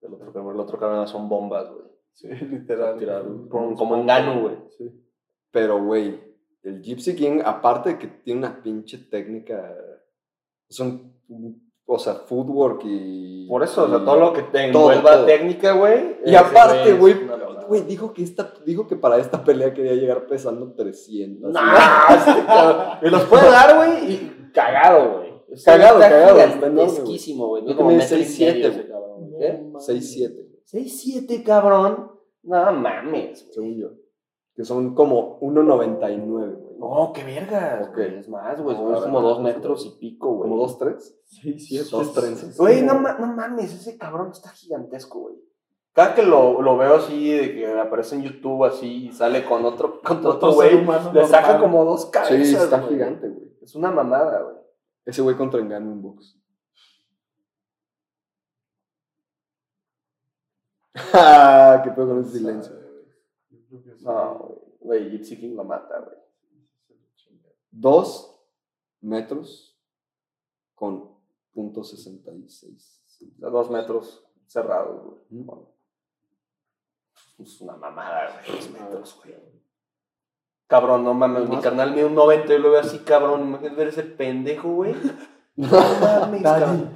B: El otro cabrón, el otro cabrón son bombas, güey.
A: Sí, literal.
B: Tirar
A: Por-
B: como en Ganu, güey.
A: Sí.
C: Pero, güey, el Gypsy King, aparte de que tiene una pinche técnica, son, o sea, footwork y...
B: Por eso, o sea,
C: y-
B: todo lo que te
C: todo,
B: envuelva
C: todo.
B: técnica, güey.
C: Y
B: ese
C: aparte,
B: es
C: güey,
B: una mamada.
C: güey, dijo que esta, dijo que para esta pelea quería llegar pesando 300.
B: Nah, este cabrón. Y los puede dar, güey, y cagado, güey. Ese
C: Cagado,
B: está
C: cagado, está enorme, güey.
B: Gigantesquísimo, güey.
C: Yo
B: No como
C: también
B: metro y
C: 6'7",
B: medio
C: güey.
B: ese cabrón, güey.
C: ¿eh?
B: ¿Qué?
A: No
C: 6-7,
B: 6'7", cabrón. No mames, güey.
C: según yo. Que son como 1.99, güey.
B: No, qué verga.
C: Ok.
B: Es más, güey.
C: No,
B: son
C: la
B: como
C: verdad,
B: dos
C: no,
B: metros y pico, güey.
C: Como 2-3.
A: Sí, cierto.
C: Dos trenzas.
B: Güey, no, ma- no mames, ese cabrón está gigantesco, güey. Cada que lo, lo veo así, de que aparece en YouTube así y sale con otro, con otro,
A: Otro ser
B: güey,
A: humano
B: le saca
A: normal.
B: como dos
C: Sí,
B: cabezas.
C: está
B: güey.
C: gigante, güey.
B: Es una mamada, güey.
C: Ese güey contra Engano en box. Ah, ¿Qué pedo con ese silencio?
A: Yo creo que sí.
B: No, güey. güey, Gypsy King lo mata, güey.
C: Dos metros con punto 66.
B: O sea, Dos metros cerrados, güey. Es una mamada, güey. Dos
A: A ver,
B: metros, güey. Cabrón, no mames, mi
A: Más-
B: carnal mide un 90 y lo veo así, cabrón. Imagínate ver ese pendejo, güey. No mames, cabrón.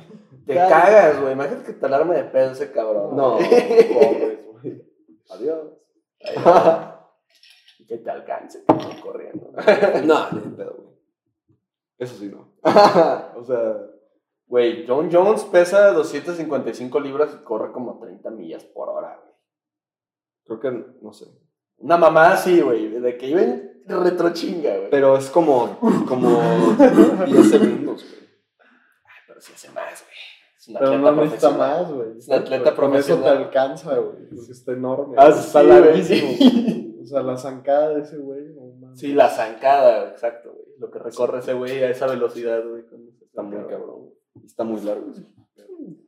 B: Te
C: Dale.
B: cagas, güey. Imagínate que te alarme de pedo ese cabrón.
C: No.
A: Pobres, pues, güey.
B: Adiós. Adiós. que te alcance, cabrón, corriendo.
C: no, ni de pedo, güey. Eso sí, no. o sea,
B: Güey, John Jones pesa 255 libras y corre como 30 millas por hora, güey.
C: creo que, no sé.
B: Una mamada así, güey. De que iba en retrochinga, güey.
C: Pero es como, como 10 segundos, güey.
B: Pero sí hace más, güey. Es un
A: Pero
B: atleta
A: no necesita
B: profesional.
A: más, güey.
B: Es un atleta
A: Con eso te
B: profesional.
A: alcanza, güey. porque Está enorme.
B: Ah,
A: está
B: sí, güey.
A: larguísimo. O sea, la zancada de ese güey, no mames.
B: Sí, la zancada, güey, exacto, güey. Lo que recorre ese güey a esa velocidad, güey. con-
C: Está muy cabrón, güey. Está muy largo. güey.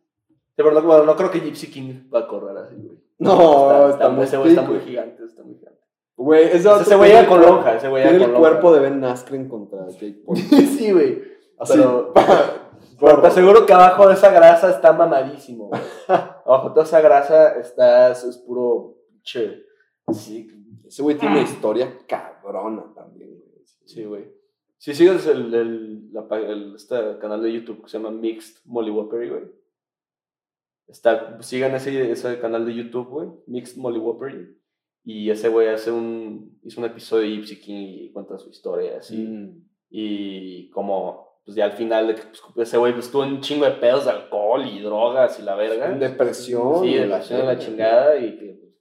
B: De verdad, bueno, no creo que Gypsy King va a correr así, güey.
C: No, está, muy
B: ese güey está
C: pico.
B: muy gigante, está muy gigante.
C: Güey, ese vato
B: ese güey llega
C: tiene
B: con
C: el-
B: lonja, ese güey
C: Tiene
B: llega
C: el
B: con
C: cuerpo de Ben Askren contra Jake Paul.
B: sí, güey.
C: Así.
B: Pero, pero te aseguro que abajo de esa grasa está mamadísimo, güey. Abajo de toda esa grasa está, es puro, che. Sí,
C: Ese güey tiene una historia cabrona también, güey.
B: Ah. Sí, güey. Si sigues el, el, la pa- el- este canal de YouTube que se llama Mixed Molly Whopper, güey. Está, sigan ese, ese canal de YouTube, güey. Mixed Molly Whopper. Y ese güey hace un, hizo un episodio de Gypsy King y cuenta su historia, así.
C: Mm.
B: Y como, pues ya al final, de que, pues, ese güey pues, tuvo un chingo de pedos de alcohol y drogas y la verga.
C: Depresión.
B: Sí, de la, acción de la chingada y que, pues,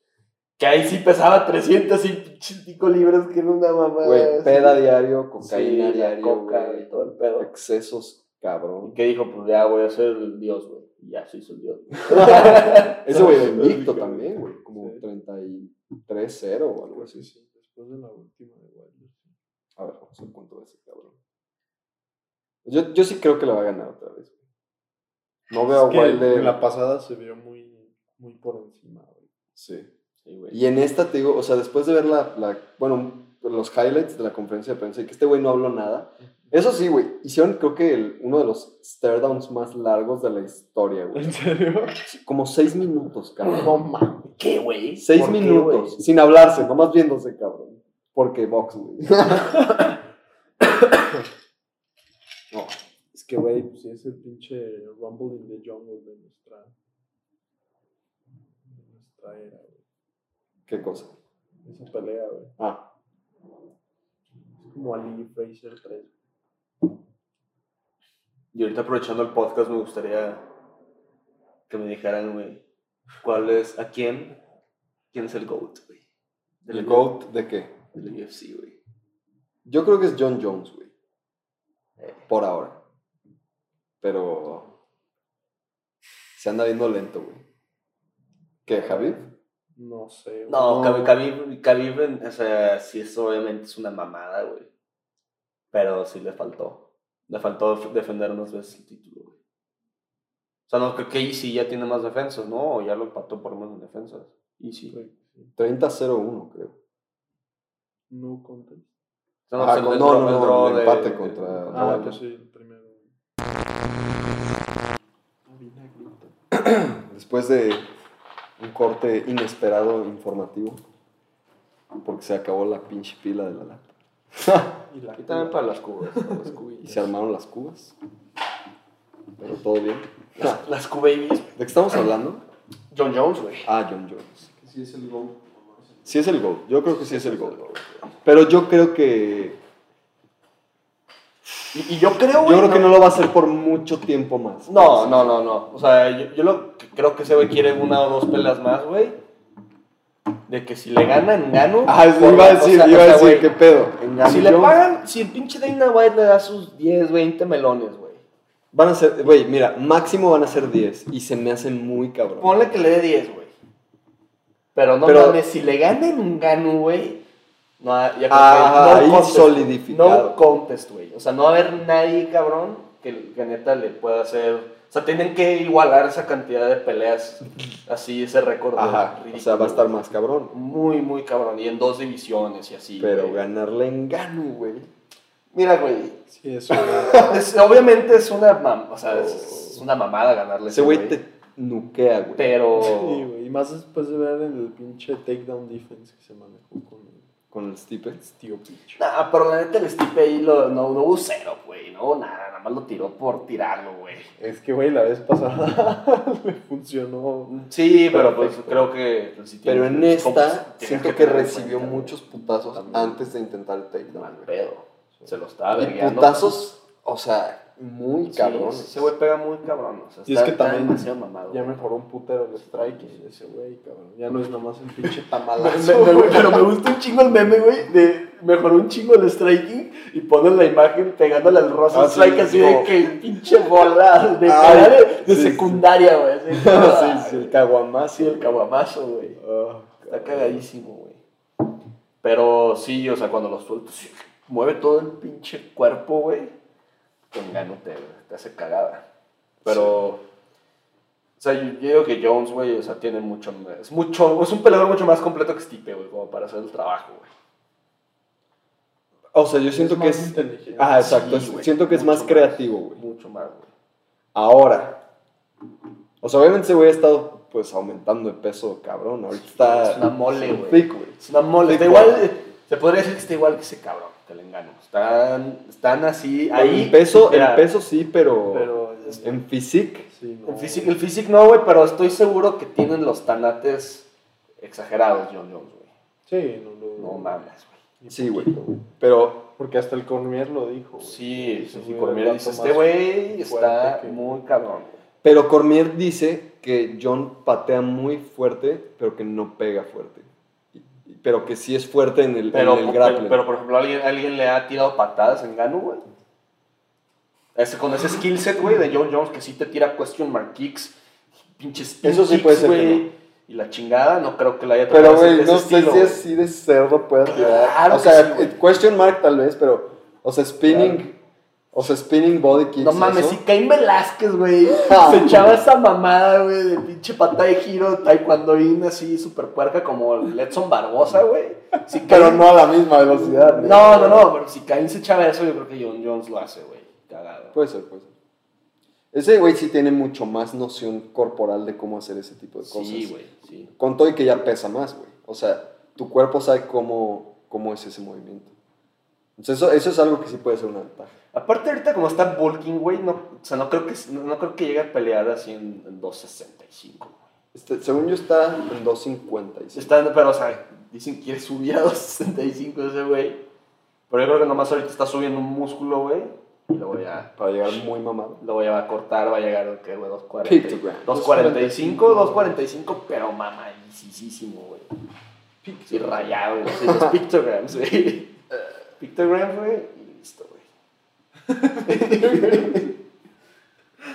B: que ahí sí pesaba 300 y pinche pico libras que era una mamada.
C: Güey,
B: así.
C: peda diario,
B: Cocaína,
C: cocaína diario,
B: coca
C: güey.
B: y todo el pedo.
C: Excesos,
B: Y
C: cabrón.
B: que dijo, pues ya voy a ser el dios, güey. Y ya se hizo el dios.
C: Ese güey
A: Sí,
C: invicto
A: sí,
C: también,
A: sí.
C: güey. Como
A: Sí.
C: 33-0 o algo
A: Creo
C: así.
A: que sí, Después de la última de Wilder.
C: A ver, vamos a ver cuánto va ese cabrón. Yo, yo sí creo que la va a ganar otra vez. No veo
A: Es
C: a
A: que
C: Wilder.
A: En la pasada se vio muy, muy por encima, güey.
C: Sí.
B: Sí, güey.
C: Y en esta te digo, o sea, después de ver la, la- bueno, los highlights de la conferencia de prensa y que este güey no habló nada. Eso sí, güey, hicieron creo que el- uno de los stare downs más largos de la historia, güey.
A: ¿En serio?
C: Como seis minutos,
A: No
C: cabrón.
A: mames.
B: ¿Qué, güey?
C: Seis
B: ¿Por qué,
C: minutos, sin hablarse, nomás viéndose, cabrón. Porque box, güey. no,
A: Es que, güey, pues sí es el pinche Rumble in the Jungle de nuestra, de nuestra era, güey.
C: qué cosa.
A: Esa pelea, güey.
C: Ah,
A: Es como Ali Fraser 3.
B: Y ahorita aprovechando el podcast, me gustaría que me dijeran, güey, cuál es, a quién, quién es el GOAT, güey. Del-
C: ¿el GOAT de qué?
B: Del UFC, güey.
C: Yo creo que es John Jones, güey.
B: Eh.
C: Por ahora. Pero. Se anda viendo lento, güey. ¿Qué, Javid?
A: No sé, güey.
B: No, Khabib, Khabib, Khabib, en- o sea, sí, eso obviamente es una mamada, güey. Pero sí le faltó. Le faltó def- defender unas veces el título, güey. O sea, no creo que Easy ya tiene más defensas, ¿no? O ya lo empató por menos en defensas. Easy. O
A: Güey, sí.
C: 30-0-1, creo.
A: No contest.
B: sea, no,
C: Ah,
B: o sea,
C: con-
B: el
C: no,
B: draw-
C: no,
B: el
C: no,
B: draw
C: el
B: de-
C: empate
B: de- pues
C: contra-
B: contra
A: Ah,
B: Wanda.
A: yo soy el primero. Ah, bien agrito.
C: Después de un corte inesperado informativo. Porque se acabó la pinche pila de la lata.
A: Y la
B: Y Ah, también para las cubas. para las cubillas.
C: y se armaron las cubas. Pero todo bien.
B: Las, las cubabies.
C: ¿De qué estamos hablando?
B: John Jones, güey.
C: Ah, John Jones.
A: que sí es el go.
C: Sí es el GOAT. Yo creo que sí es el GOAT. Pero yo creo que
B: Y, y yo creo, güey.
C: Yo creo que no lo va a hacer por mucho tiempo más.
B: No, no, no, no. O sea, yo, yo lo que creo que ese güey quiere una o dos pelas más, güey. De que si le ganan, gano.
C: Ah, eso
B: Por-
C: iba a
B: o
C: decir,
B: sea,
C: iba
B: o
C: a
B: sea,
C: decir,
B: güey,
C: qué pedo. Engaño.
B: Si le pagan, si el pinche Dana White le da sus 10, 20 melones, güey.
C: Van a ser, güey, mira, máximo van a ser 10 y se me hacen muy cabrón.
B: Ponle que le dé 10, güey. Pero no
C: Pero-
B: mames, si le ganan, gano, güey. No, ya creo
C: Ah,
B: que
C: ahí
B: contest,
C: solidificado.
B: No contest, güey. O sea, no va a haber nadie, cabrón, que, que neta le pueda hacer. O sea, tienen que igualar esa cantidad de peleas así, ese récord. de
C: Ajá, o sea, va a estar más cabrón.
B: Muy, muy cabrón. Y en dos divisiones y así.
C: Pero
B: güey.
C: ganarle engano, güey.
B: Mira, güey.
A: Sí, eso. güey.
B: es- obviamente es una, mam- o sea, es, es una mamada ganarle. a
C: Oh. Ese
B: ese
C: güey te nuquea, güey.
B: Pero.
A: Sí, güey. Y más después de ver el pinche takedown defense que se manejó con el
C: Con el Stipe.
A: tío Pitch.
B: Nah, pero la neta el Stipe ahí lo- no, no hubo cero, güey. No, nada, nada más lo tiró por tirarlo, güey.
A: Es que, güey, la vez pasada le funcionó.
B: Sí, pero pues
A: Perfecto.
B: creo que. pues, sí
C: Pero en
B: tiene- pues,
C: esta
B: tiene
C: siento que,
B: tener en
C: recibió
B: cuenta,
C: muchos putazos
B: También.
C: antes de intentar el
B: güey. Mal
C: takedown, güey.
B: pedo. Se lo estaba
C: Y
B: vergueando. pues,
C: putazos, o sea, muy
B: Sí,
C: cabrones.
B: Ese güey pega muy cabrón. O sea,
A: Y
B: está-
A: es que
B: está
A: también
B: demasiado mamado.
A: Ya
B: güey.
A: mejoró un putero el strike ese güey, cabrón. Ya no es nomás el pinche
C: Malazo,
B: Me- me-
C: güey.
B: pero me gusta un chingo el meme, güey, de mejoró un chingo el striking y ponen la imagen pegándole al rostro
C: Ah, sí,
B: strike así
C: como-
B: de que pinche bola de,
C: Ay,
B: cara de- de
C: sí, sí.
B: secundaria, güey. así.
C: sí, sí, el Ah. caguamazo.
B: Así el caguamazo, güey. Está cagadísimo, güey. Pero sí, o sea, cuando lo sueltas, sí, mueve todo el pinche cuerpo, güey. Con gano te, te hace cagada. Pero. O sea, yo, yo digo que Jones, güey, o sea, tiene mucho. más- Es, mucho, es un peleador mucho más completo que Stipe, güey, como para hacer el trabajo, güey.
C: O sea, yo siento que
A: más
C: es.
A: inteligente.
C: Ah, exacto.
B: Sí,
C: es-
B: güey.
C: siento que es más
B: Mucho
C: creativo, güey.
B: Mucho más, güey.
C: Ahora. O sea, obviamente ese güey ha estado pues aumentando de peso, cabrón. Ahorita está.
B: Es una mole, güey.
C: Thick, güey.
B: Es una mole. Está
C: Sí,
B: igual.
C: güey.
B: Se podría decir que está igual que ese cabrón, que le engano. Están, están así. Ahí. este,
C: En peso,
B: Mira,
C: en peso sí, pero.
A: Pero.
C: En physique.
A: sí, no.
B: El físico, el físico no, güey, pero estoy seguro que tienen los tanates exagerados, John Jones, güey.
A: Sí, no lo.
B: No mames, güey.
A: ni
C: Sí, güey.
A: poquito,
C: Pero.
A: Porque hasta el Cormier lo dijo. güey.
B: Sí, sí, sí,
A: güey,
B: Cormier
A: el
B: dice,
A: vato
B: este
A: más
B: güey está
A: fuerte que-
B: muy cabrón, güey.
C: Pero Cormier dice que John patea muy fuerte, pero que no pega fuerte. Y- y- Pero que sí es fuerte en el, en
B: Pero,
C: el
B: pero,
C: grappling.
B: pero, por ejemplo, ¿alguien, alguien le ha tirado patadas en Ganu, güey. Ese- con ese skill set, güey, de John Jones que sí te tira question mark kicks, pinches pin
C: Eso sí
B: kicks,
C: puede ser que
B: güey, Y la chingada, no creo que la haya
C: Pero,
B: tocado ese-
C: güey,
B: ese
C: no sé
B: estilo,
C: si
B: güey.
C: así de cerdo pueda tirar.
B: Claro
C: o
B: que
C: sea,
B: sí, güey.
C: eh, question mark tal vez, pero. O sea, spinning. O sea, spinning body kicks.
B: No
C: y
B: mames,
C: eso.
B: si Cain Velázquez, güey,
C: Ah.
B: se echaba esa mamada, güey, de pinche patada de giro, taekwondoín así, super puerca, como Letson Barbosa, güey. Si
C: Pero
B: Cain-
C: no a la misma velocidad. ni-
B: No, no, no, pero si Cain se echaba eso, yo creo que John Jones lo hace, güey. Cagado.
C: Puede ser, puede ser. Ese güey sí tiene mucho más noción corporal de cómo hacer ese tipo de cosas.
B: sí, güey, sí.
C: Con todo y que ya pesa más, güey. O sea, tu cuerpo sabe cómo, cómo es ese movimiento. Entonces, eso, eso es algo que sí puede ser una ventaja.
B: Aparte, ahorita como está bulking, güey, no, o sea, no creo que, no, no creo que llegue a pelear así en, en 265, güey.
C: Este, según yo, está en 2.50.
B: Está, pero, o sea, dicen que quiere subir a 265 ese güey. Pero yo creo que nomás ahorita está subiendo un músculo, güey. Y luego ya...
C: Para llegar muy mamado.
B: Luego ya va a cortar, va a llegar, ¿qué, güey?
C: Pictogram.
B: 2.40. 2.45, 2.45, pero mamadísimo, güey. Y rayado, güey. Sí, Los pictograms, güey. Pictograms, güey, y listo, güey.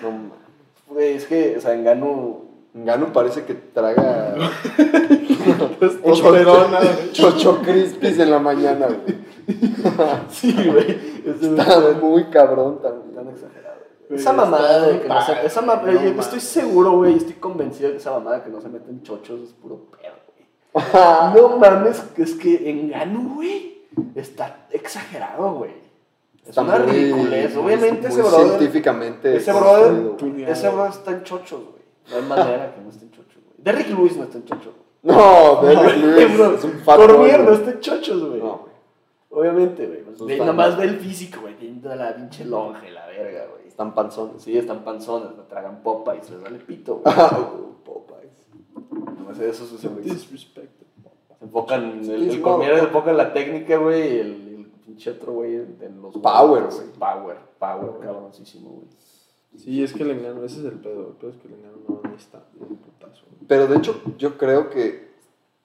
C: No mames.
B: Güey, es que, o sea, Engano...
C: Gano parece que traga
A: Testosterona.
C: chocho crispies en la mañana, güey.
B: Sí, güey. Es un-
C: Está muy cabrón
B: tan
C: también.
B: exagerado.
A: Güey,
B: Esa mamada
A: está
B: de que no se...
A: padre,
B: Esa ma-
A: no
B: eh,
A: mames.
B: estoy seguro, güey, estoy convencido de que esa mamada que no se meten chochos es puro pedo, güey.
C: Ah,
B: No mames, es que Engano, güey, está exagerado, güey. Es
C: está
B: una
C: muy-
B: ridiculez. Obviamente
C: muy
B: ese brother,
C: Científicamente.
B: ese brother,
C: construido, güey.
B: ese brother está en chochos, güey. No hay manera que no esté en chochos, güey. Derrick Lewis no está en chochos, güey.
C: No, Derrick Lewis
B: Bro, este-
C: es un fat boy,
B: Cormier no
C: güey.
B: está en chochos, güey.
C: No, güey.
B: Obviamente, güey. Pues,
C: Pues
B: ve-
C: está-
B: nomás ve el físico, güey. Tiene toda la pinche longe, la verga, güey.
C: Están panzones.
B: Sí, están panzones, me tragan popa y se les vale pito, güey.
C: Popeyes.
B: Nomás eso sucede.
A: Disrespect.
B: Se enfocan, el,
C: Please,
B: el
C: no.
B: Cormier se enfoca en la técnica, güey, y el, el pinche otro, güey, en en los...
C: Power,
B: huevos,
C: güey.
B: Power, power, cabroncísimo, güey.
A: Sí, es que el engano, ese es el pedo. El pedo es que el engano no necesita un putazo. güey.
C: Pero de hecho, yo creo que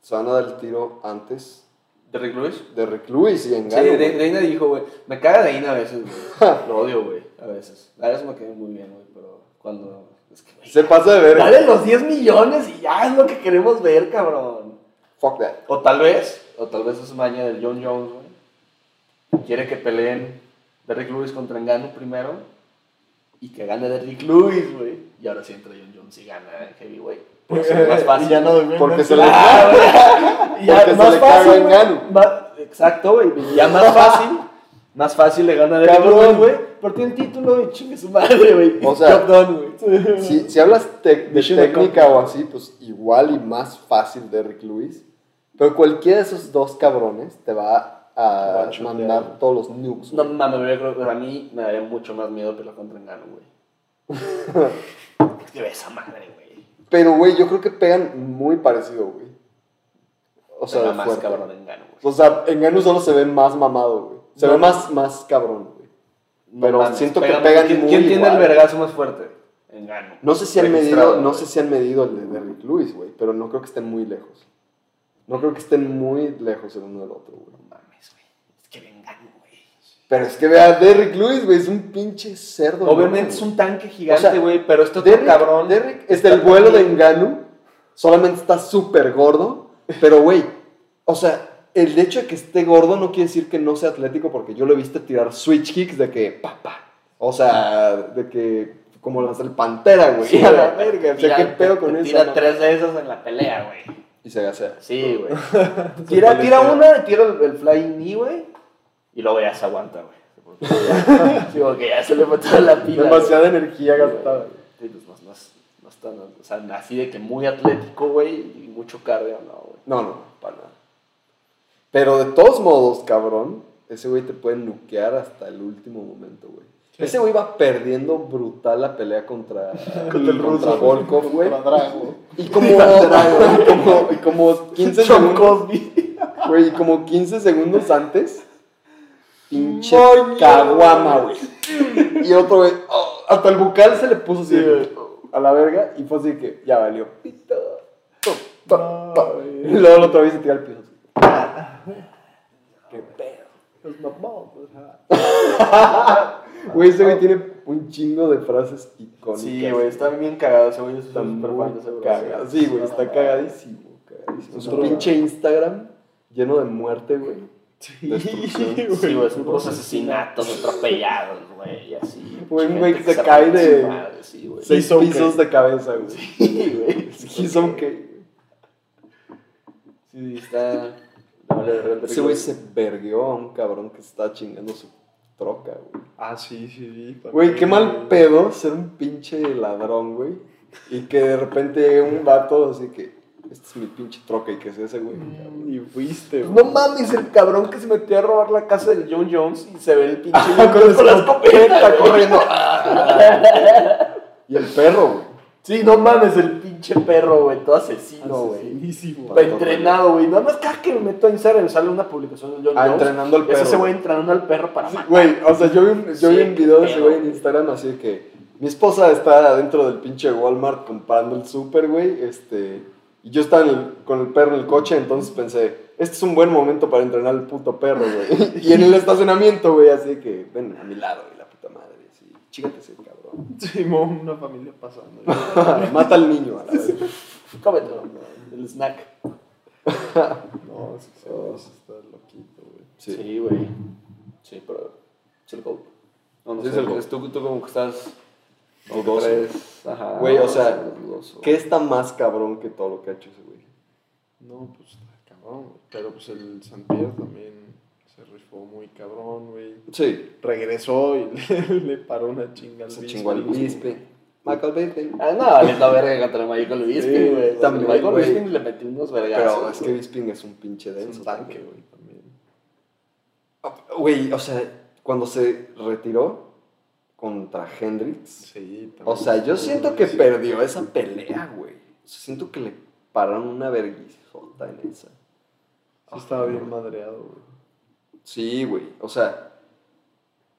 C: se van a dar el tiro antes
B: ¿Derrick Lewis?
C: de Rick Lewis y
B: Sí,
C: Engano.
B: De-
C: güey.
B: Deina dijo, güey, me caga Deina a veces, güey. Lo odio, güey, a veces. A veces me cae muy bien, güey, pero cuando... Es que, güey,
C: Se pasa de ver.
B: dale los 10 millones y ya es lo que queremos ver, cabrón.
C: Fuck that.
B: O tal vez, o tal vez es maña del John Jones, güey. Quiere que peleen Derrick Lewis contra Engano primero y que gane Derrick Lewis, güey. Y ahora sí entra John Jones y gana en heavyweight. Porque es más fácil.
A: Y ya no depende
C: Porque
A: de-
C: se le-
B: Ah, güey. Y ya
C: Porque se
B: más
C: le
B: fácil,
C: caga
B: güey.
C: Ngannou.
B: Ma- Exacto, güey. Ya más fácil Más fácil le gana a Derrick
C: Cabrón.
B: Baldwin, güey. Porque tiene título y chingue su madre, güey.
C: O sea,
B: Job done, güey.
C: Si, si hablas tec- de
B: Mission
C: técnica
B: accomplished.
C: o así, pues igual y más fácil Derrick Lewis. Pero cualquiera de esos dos cabrones te va
A: Va
C: a
A: a chutear.
C: mandar todos los nukes.
B: No
C: güey.
B: mames, güey, yo creo que a mí me daría mucho más miedo pelear contra Engano, güey. es que ve esa madre, güey.
C: Pero, güey, yo creo que pegan muy parecido, güey. O
B: O sea,
C: sea,
B: más
C: fuerte.
B: cabrón de Engano, güey.
C: O sea, en Ganu solo se ve más mamado, güey. Se
B: No.
C: ve más, más cabrón, güey. pero
B: mames,
C: siento que pegan
B: ¿Quién,
C: muy
B: ¿quién tiene el
C: igual.
B: vergazo más fuerte? Engano.
C: No sé si han
B: Registrado,
C: medido, no
B: güey.
C: sé si han medido el de Derrick Lewis, güey, pero no creo que estén muy lejos. No creo que estén muy lejos el uno del otro, güey.
B: No mames, güey. Es que Engano, güey.
C: Pero es que vea, Derrick Lewis, güey, es un pinche cerdo.
B: Obviamente
C: ¿no,
B: es
C: güey?
B: un tanque
C: O
B: gigante,
C: sea,
B: güey, pero este otro
C: Derrick,
B: cabrón.
C: Derrick es del vuelo de Enganu, solamente está súper gordo, pero güey, o sea, el hecho de que esté gordo no quiere decir que no sea atlético, porque yo lo he visto tirar switch kicks de que, papá, o sea, de que, como las del Pantera, güey,
B: Sí,
C: a la verga, o sea,
B: Tira-
C: qué pedo con
B: te
C: eso.
B: Tira
C: no?
B: tres de esas en la pelea, güey.
C: Y se gasea.
B: Sí, güey. tira, tira una, tira el, el flying knee, güey. Y luego ya se aguanta, güey. Digo que ya se le fue toda la pila.
C: Demasiada energía
B: güey.
C: gastada.
B: Sí, pues, no, no es- no es tan- o sea, así de que muy atlético, güey, y mucho cardio, no, güey.
C: No, no, para nada. Pero de todos modos, cabrón, ese güey te puede nuquear hasta el último momento, güey.
A: Sí.
C: Ese güey va perdiendo brutal la pelea contra,
A: Contra el
C: contra
A: ruso.
C: Volkov, güey.
A: Contra Drago.
C: Y como, y como, y como 15
B: Sean
C: segundos,
B: Cosby.
C: güey, y como 15 segundos antes, pinche
A: Moño.
C: caguama, güey. Y otro güey, oh, hasta el bucal se le puso así, de que, oh, a la verga, y fue así de que ya valió. Pito. Pum, pum,
A: No,
C: pum.
A: güey.
C: Y luego la otra vez se tira al piso. así.
A: Es mamón, o sea.
C: Güey, ese güey tiene un chingo de frases icónicas.
B: Sí, güey, está bien cagado ese güey. es
C: Está
B: súper
C: muy
B: fan de ese güey.
C: cagado. Sí, güey,
B: No,
C: está
B: no,
C: cagadísimo. cagadísimo.
A: Es
C: Su
A: un drogado.
C: pinche Instagram lleno de muerte, güey.
A: Sí,
C: Destrucción.
A: güey.
B: Sí, güey, son puros asesinatos, atropellados, güey, y así.
C: Güey,
B: Gente
C: güey, se
B: se
C: cae
B: rompe
C: de-
B: su madre, Sí, güey.
A: Sí.
C: Seis
A: He's okay.
C: pisos de cabeza, güey.
B: Sí, güey.
C: He's okay, güey.
B: Sí, está. Vale, vale,
C: Ese güey se vergueó a un cabrón que está chingando su troca, güey.
A: Ah, sí, sí, sí.
C: Güey,
A: también,
C: qué mal pedo ser un pinche ladrón, güey. Y que de repente llegue un vato así que, esta es mi pinche troca y que es ese, güey. cabrón.
B: Mm.
A: Y fuiste,
B: No mames, el cabrón que se metió a robar la casa del John Jones y se ve el pinche.
C: Ah,
B: con,
C: con
B: la
C: la
B: escopeta corriendo.
C: Y el perro, güey.
B: Sí, no mames, el pinche perro, güey, todo
A: Ah,
B: asesino, güey.
A: Asesinísimo.
B: Está Entrenado, güey. Nada más cada que me meto a Instagram sale una publicación del John
C: Ah,
B: Jones.
C: entrenando al
B: Es ese
C: perro.
B: güey entrenando al perro para
C: Sí,
B: matar.
C: Güey, o sea, yo vi un, yo
B: Sí,
C: vi un
B: qué
C: video de ese
B: pedo,
C: güey en
B: güey.
C: Instagram así de que mi esposa está adentro del pinche Walmart comprando el súper, güey, este, y yo estaba en el- con el perro en el coche, entonces pensé, este es un buen momento para entrenar al puto perro, güey. y en el estacionamiento, güey, así que, ven a mi lado, güey, la puta madre, así, chígate ese cabrón.
A: Simón, una familia pasando.
C: Mata al niño, a la vez.
B: Cómetelo, el snack.
A: No, es que se
C: Oh.
A: está loquito, güey.
C: Sí.
B: Sí, güey. Sí, pero. Es el GOAT. No, no
C: Sí,
B: sé,
C: es el
B: porque
C: GOAT.
B: Tú, tú como que estás. como que
C: Dudoso.
B: traes- Ajá.
C: Güey, o sea,
B: dudoso.
C: ¿Qué está más cabrón que todo lo que ha hecho ese güey?
A: No, pues está cabrón. güey. Pero pues el San Pierre también se rifó muy cabrón, güey.
C: Sí,
A: Regresó y le, le paró una chinga al
C: se
A: Bisbee,
C: chingó al
A: güey.
C: bispe. Michael Bisbee.
B: Ah, no, es la verga contra Michael Bisping, güey. Contra
C: también,
B: Michael
C: güey.
B: Bisping le metí unos vergazos.
C: Pero es que
B: güey.
C: Bisping es un pinche
A: Es
C: denso.
A: un tanque, güey, también.
C: Güey, o sea, cuando se retiró contra Hendrix,
A: Sí, también.
C: o sea, yo siento que
A: Sí.
C: perdió esa pelea, güey. O sea, siento que le pararon una verguizota en esa.
A: Sí estaba bien madreado, güey.
C: Sí, güey, o sea,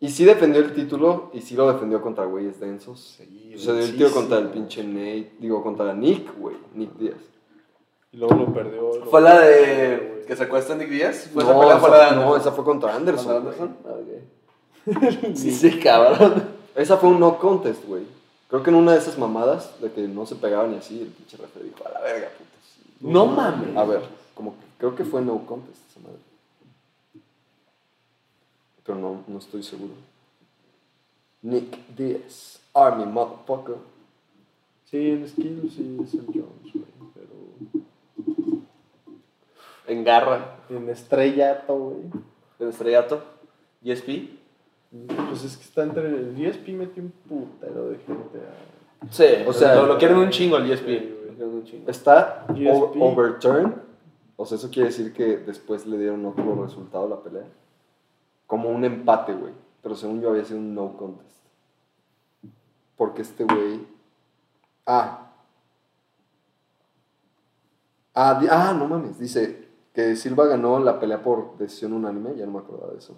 C: y sí defendió el título y sí lo defendió contra güeyes densos.
A: Sí,
C: O sea, dio el
A: densísimo.
C: tiro contra el pinche Nate, digo, contra Nick, güey, Nick Díaz.
A: Y luego lo perdió. lo
B: ¿Fue la
A: perdió,
B: de.
A: güey.
B: que se acuesta Nick Díaz? ¿Fue esa
C: No,
B: pelea?
C: esa,
B: ¿Fue la de
C: no,
B: Anderson?
C: esa fue contra Anderson.
B: ¿Contra
C: güey.
B: Anderson? Ah, ok. Sí, sí, cabrón.
C: Esa fue un no contest, güey. Creo que en una de esas mamadas de que no se pegaban y así, el pinche referee dijo, a la verga, putos.
B: No mames.
C: A ver, como que creo que fue no contest esa madre. Pero no, no estoy seguro. Nick Diaz, Army Motherfucker.
A: Sí, en skill sí es el Jones, güey. Pero
B: En garra,
A: en estrellato, güey.
B: en estrellato. ¿ESP?
A: Pues es que está entre. El ESP metió un putero de gente a.
B: Sí,
C: O sea-
B: lo, lo quieren un chingo E el
A: Sí,
B: ESP.
A: güey.
B: Lo quieren un chingo.
C: Está
A: GSP.
C: over- overturned. O sea, eso quiere decir que después le dieron otro resultado a la pelea. Como un empate, güey. Pero según yo había sido un no contest. Porque este güey. Ah. Ah, di- ah, no mames. Dice que Silva ganó la pelea por decisión unánime. Ya no me acordaba de eso.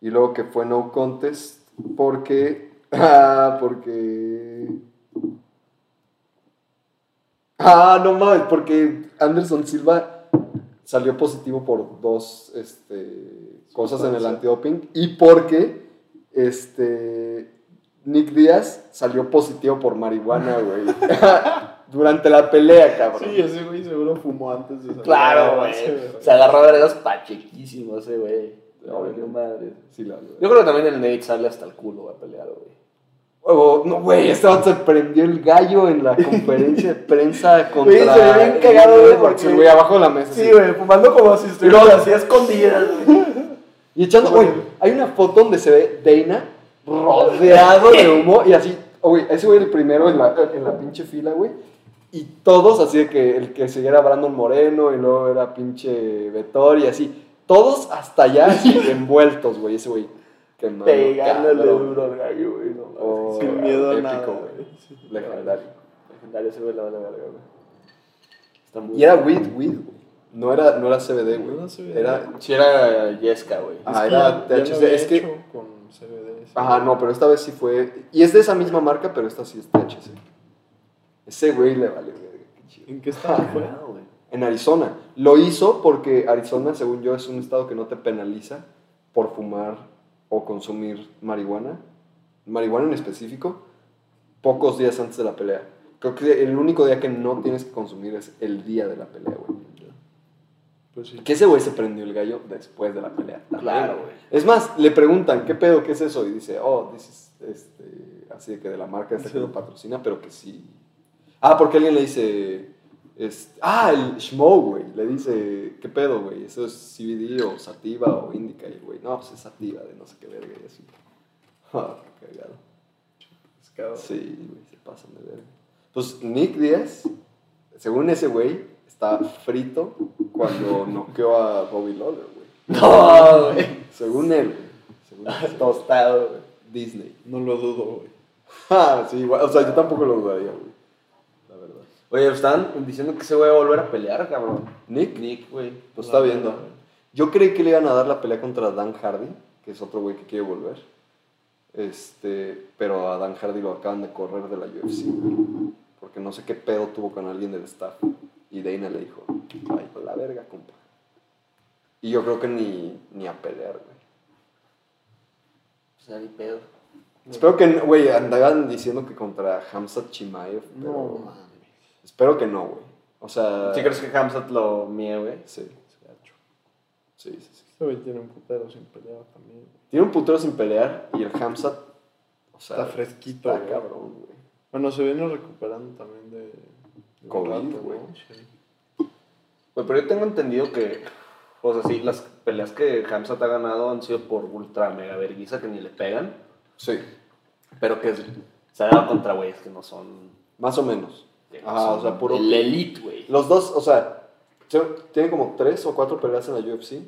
C: Y luego que fue no contest porque. Ah, porque. Ah, no mames, porque Anderson Silva salió positivo por dos este, cosas en el
A: Sustancia.
C: antidoping y porque este, Nick Díaz salió positivo por marihuana, güey. Durante la pelea, cabrón.
A: Sí, ese güey seguro fumó antes de salir. Ah,
B: Claro,
A: a
B: güey.
A: darse, ¿verdad?
B: Se agarró a veredas pachequísimo ese eh, güey. No,
C: Obvio.
B: madre.
C: Sí, la-
B: Yo creo que también el Nate sale hasta el culo a pelear, güey.
C: Huevo, no, güey, este vato se prendió el gallo en la conferencia de prensa contra...
B: Güey, se ve bien cagado, güey, porque-
C: El güey abajo de la mesa. así.
B: güey, fumando como si
C: estuviera
B: así escondidas,
C: Y echando, güey, hay una foto donde se ve Dana rodeado de humo y así, oh, güey, ese güey el primero en la, en la pinche fila, güey. Y todos, así de que el que seguía era Brandon Moreno y luego era pinche Vettori y así. Todos hasta allá así, envueltos, güey, ese güey. quemado,
B: Pegándole
C: cabrón.
B: duro al gallo, güey. No, mames.
C: Oh,
A: Sin miedo a
C: épico,
A: nada.
C: güey.
A: güey. Sí.
C: Legendario.
B: Legendario ese güey la vale verga, güey. Está muy
C: Y era weed, weed, güey. No era, no era CBD, güey.
A: No era CBD.
C: Era...
B: Sí, era Yesca, güey.
C: Ah,
A: Es que
C: era
A: ya lo
C: THC,
A: había
C: es que-
A: hecho Con CBD. sí.
C: Ajá, no, pero esta vez sí fue... Y es de esa misma marca, pero esta sí es THC. Ese güey le vale verga, qué chido.
A: ¿En qué estado fue?
B: Ah, güey.
C: en Arizona. Lo hizo porque Arizona, según yo, es un estado que no te penaliza por fumar o consumir marihuana, marihuana en específico, pocos días antes de la pelea. Creo que el único día que no tienes que consumir es el día de la pelea, güey.
A: Pues sí.
C: Que ese güey se prendió el gallo después de la pelea. también.
B: Claro, güey.
C: Es más, le preguntan, ¿qué pedo? ¿Qué es eso? Y dice, oh, this is, este, así de que de la marca esta que
A: Sí.
C: lo patrocina, pero que sí. Ah, porque alguien le dice, es- ah, el Shmo, güey. Le dice, ¿qué pedo, güey? ¿Eso es CBD o Sativa o Indica? Y el güey, no, pues es Sativa de no sé qué verga y así. Ah, qué cagado.
A: Pescado.
C: Sí, güey, se pasan de verga. Pues Nick Díaz, según ese güey, está frito cuando noqueó a Bobby Lawler, güey.
B: No, güey.
C: Según él, güey. Según él, según
B: Tostado, güey.
C: Disney.
A: No lo dudo, güey.
C: Ah, sí, igual, o sea, yo tampoco lo dudaría, güey. La verdad.
B: Oye, pues, están diciendo que ese güey va a volver a pelear, cabrón.
C: Nick,
B: Nick, güey.
C: lo está
A: La
C: viendo.
A: verdad, güey.
C: Yo creí que le iban a dar la pelea contra Dan Hardy, que es otro güey que quiere volver. Este, pero a Dan Hardy lo acaban de correr de la UFC, güey. Porque no sé qué pedo tuvo con alguien del staff. Y Dana le dijo, ay, con la verga, compa. Y yo creo que ni, ni a pelear, güey.
B: O sea, ni pedo.
C: Espero que, no- güey, andaban diciendo que contra Hamza Chimaev, pero...
A: No mames.
C: Espero que no, güey. O sea.
B: ¿Sí crees que Hamzat lo mía, güey?
C: Sí, sí, sí, sí.
A: Este güey tiene un putero sin pelear también.
C: Tiene un putero sin pelear y el Hamzat. O sea,
A: Está fresquito, ¿eh?
C: está
A: güey.
C: cabrón, güey.
A: Bueno, se viene recuperando también de. de
C: Covid,
A: rato, ¿no?
C: güey.
A: Sí.
B: Güey, pero yo tengo entendido que, o sea, sí, las peleas que Hamzat ha ganado han sido por ultra mega verguiza que ni le pegan,
C: Sí,
B: pero que es- se ha dado contra güeyes que no son.
C: más o menos.
B: que no
C: Ah,
B: son
C: o sea, puro-
B: El elite, güey.
C: Los dos, o sea, se- tiene como tres o cuatro peleas en la UFC,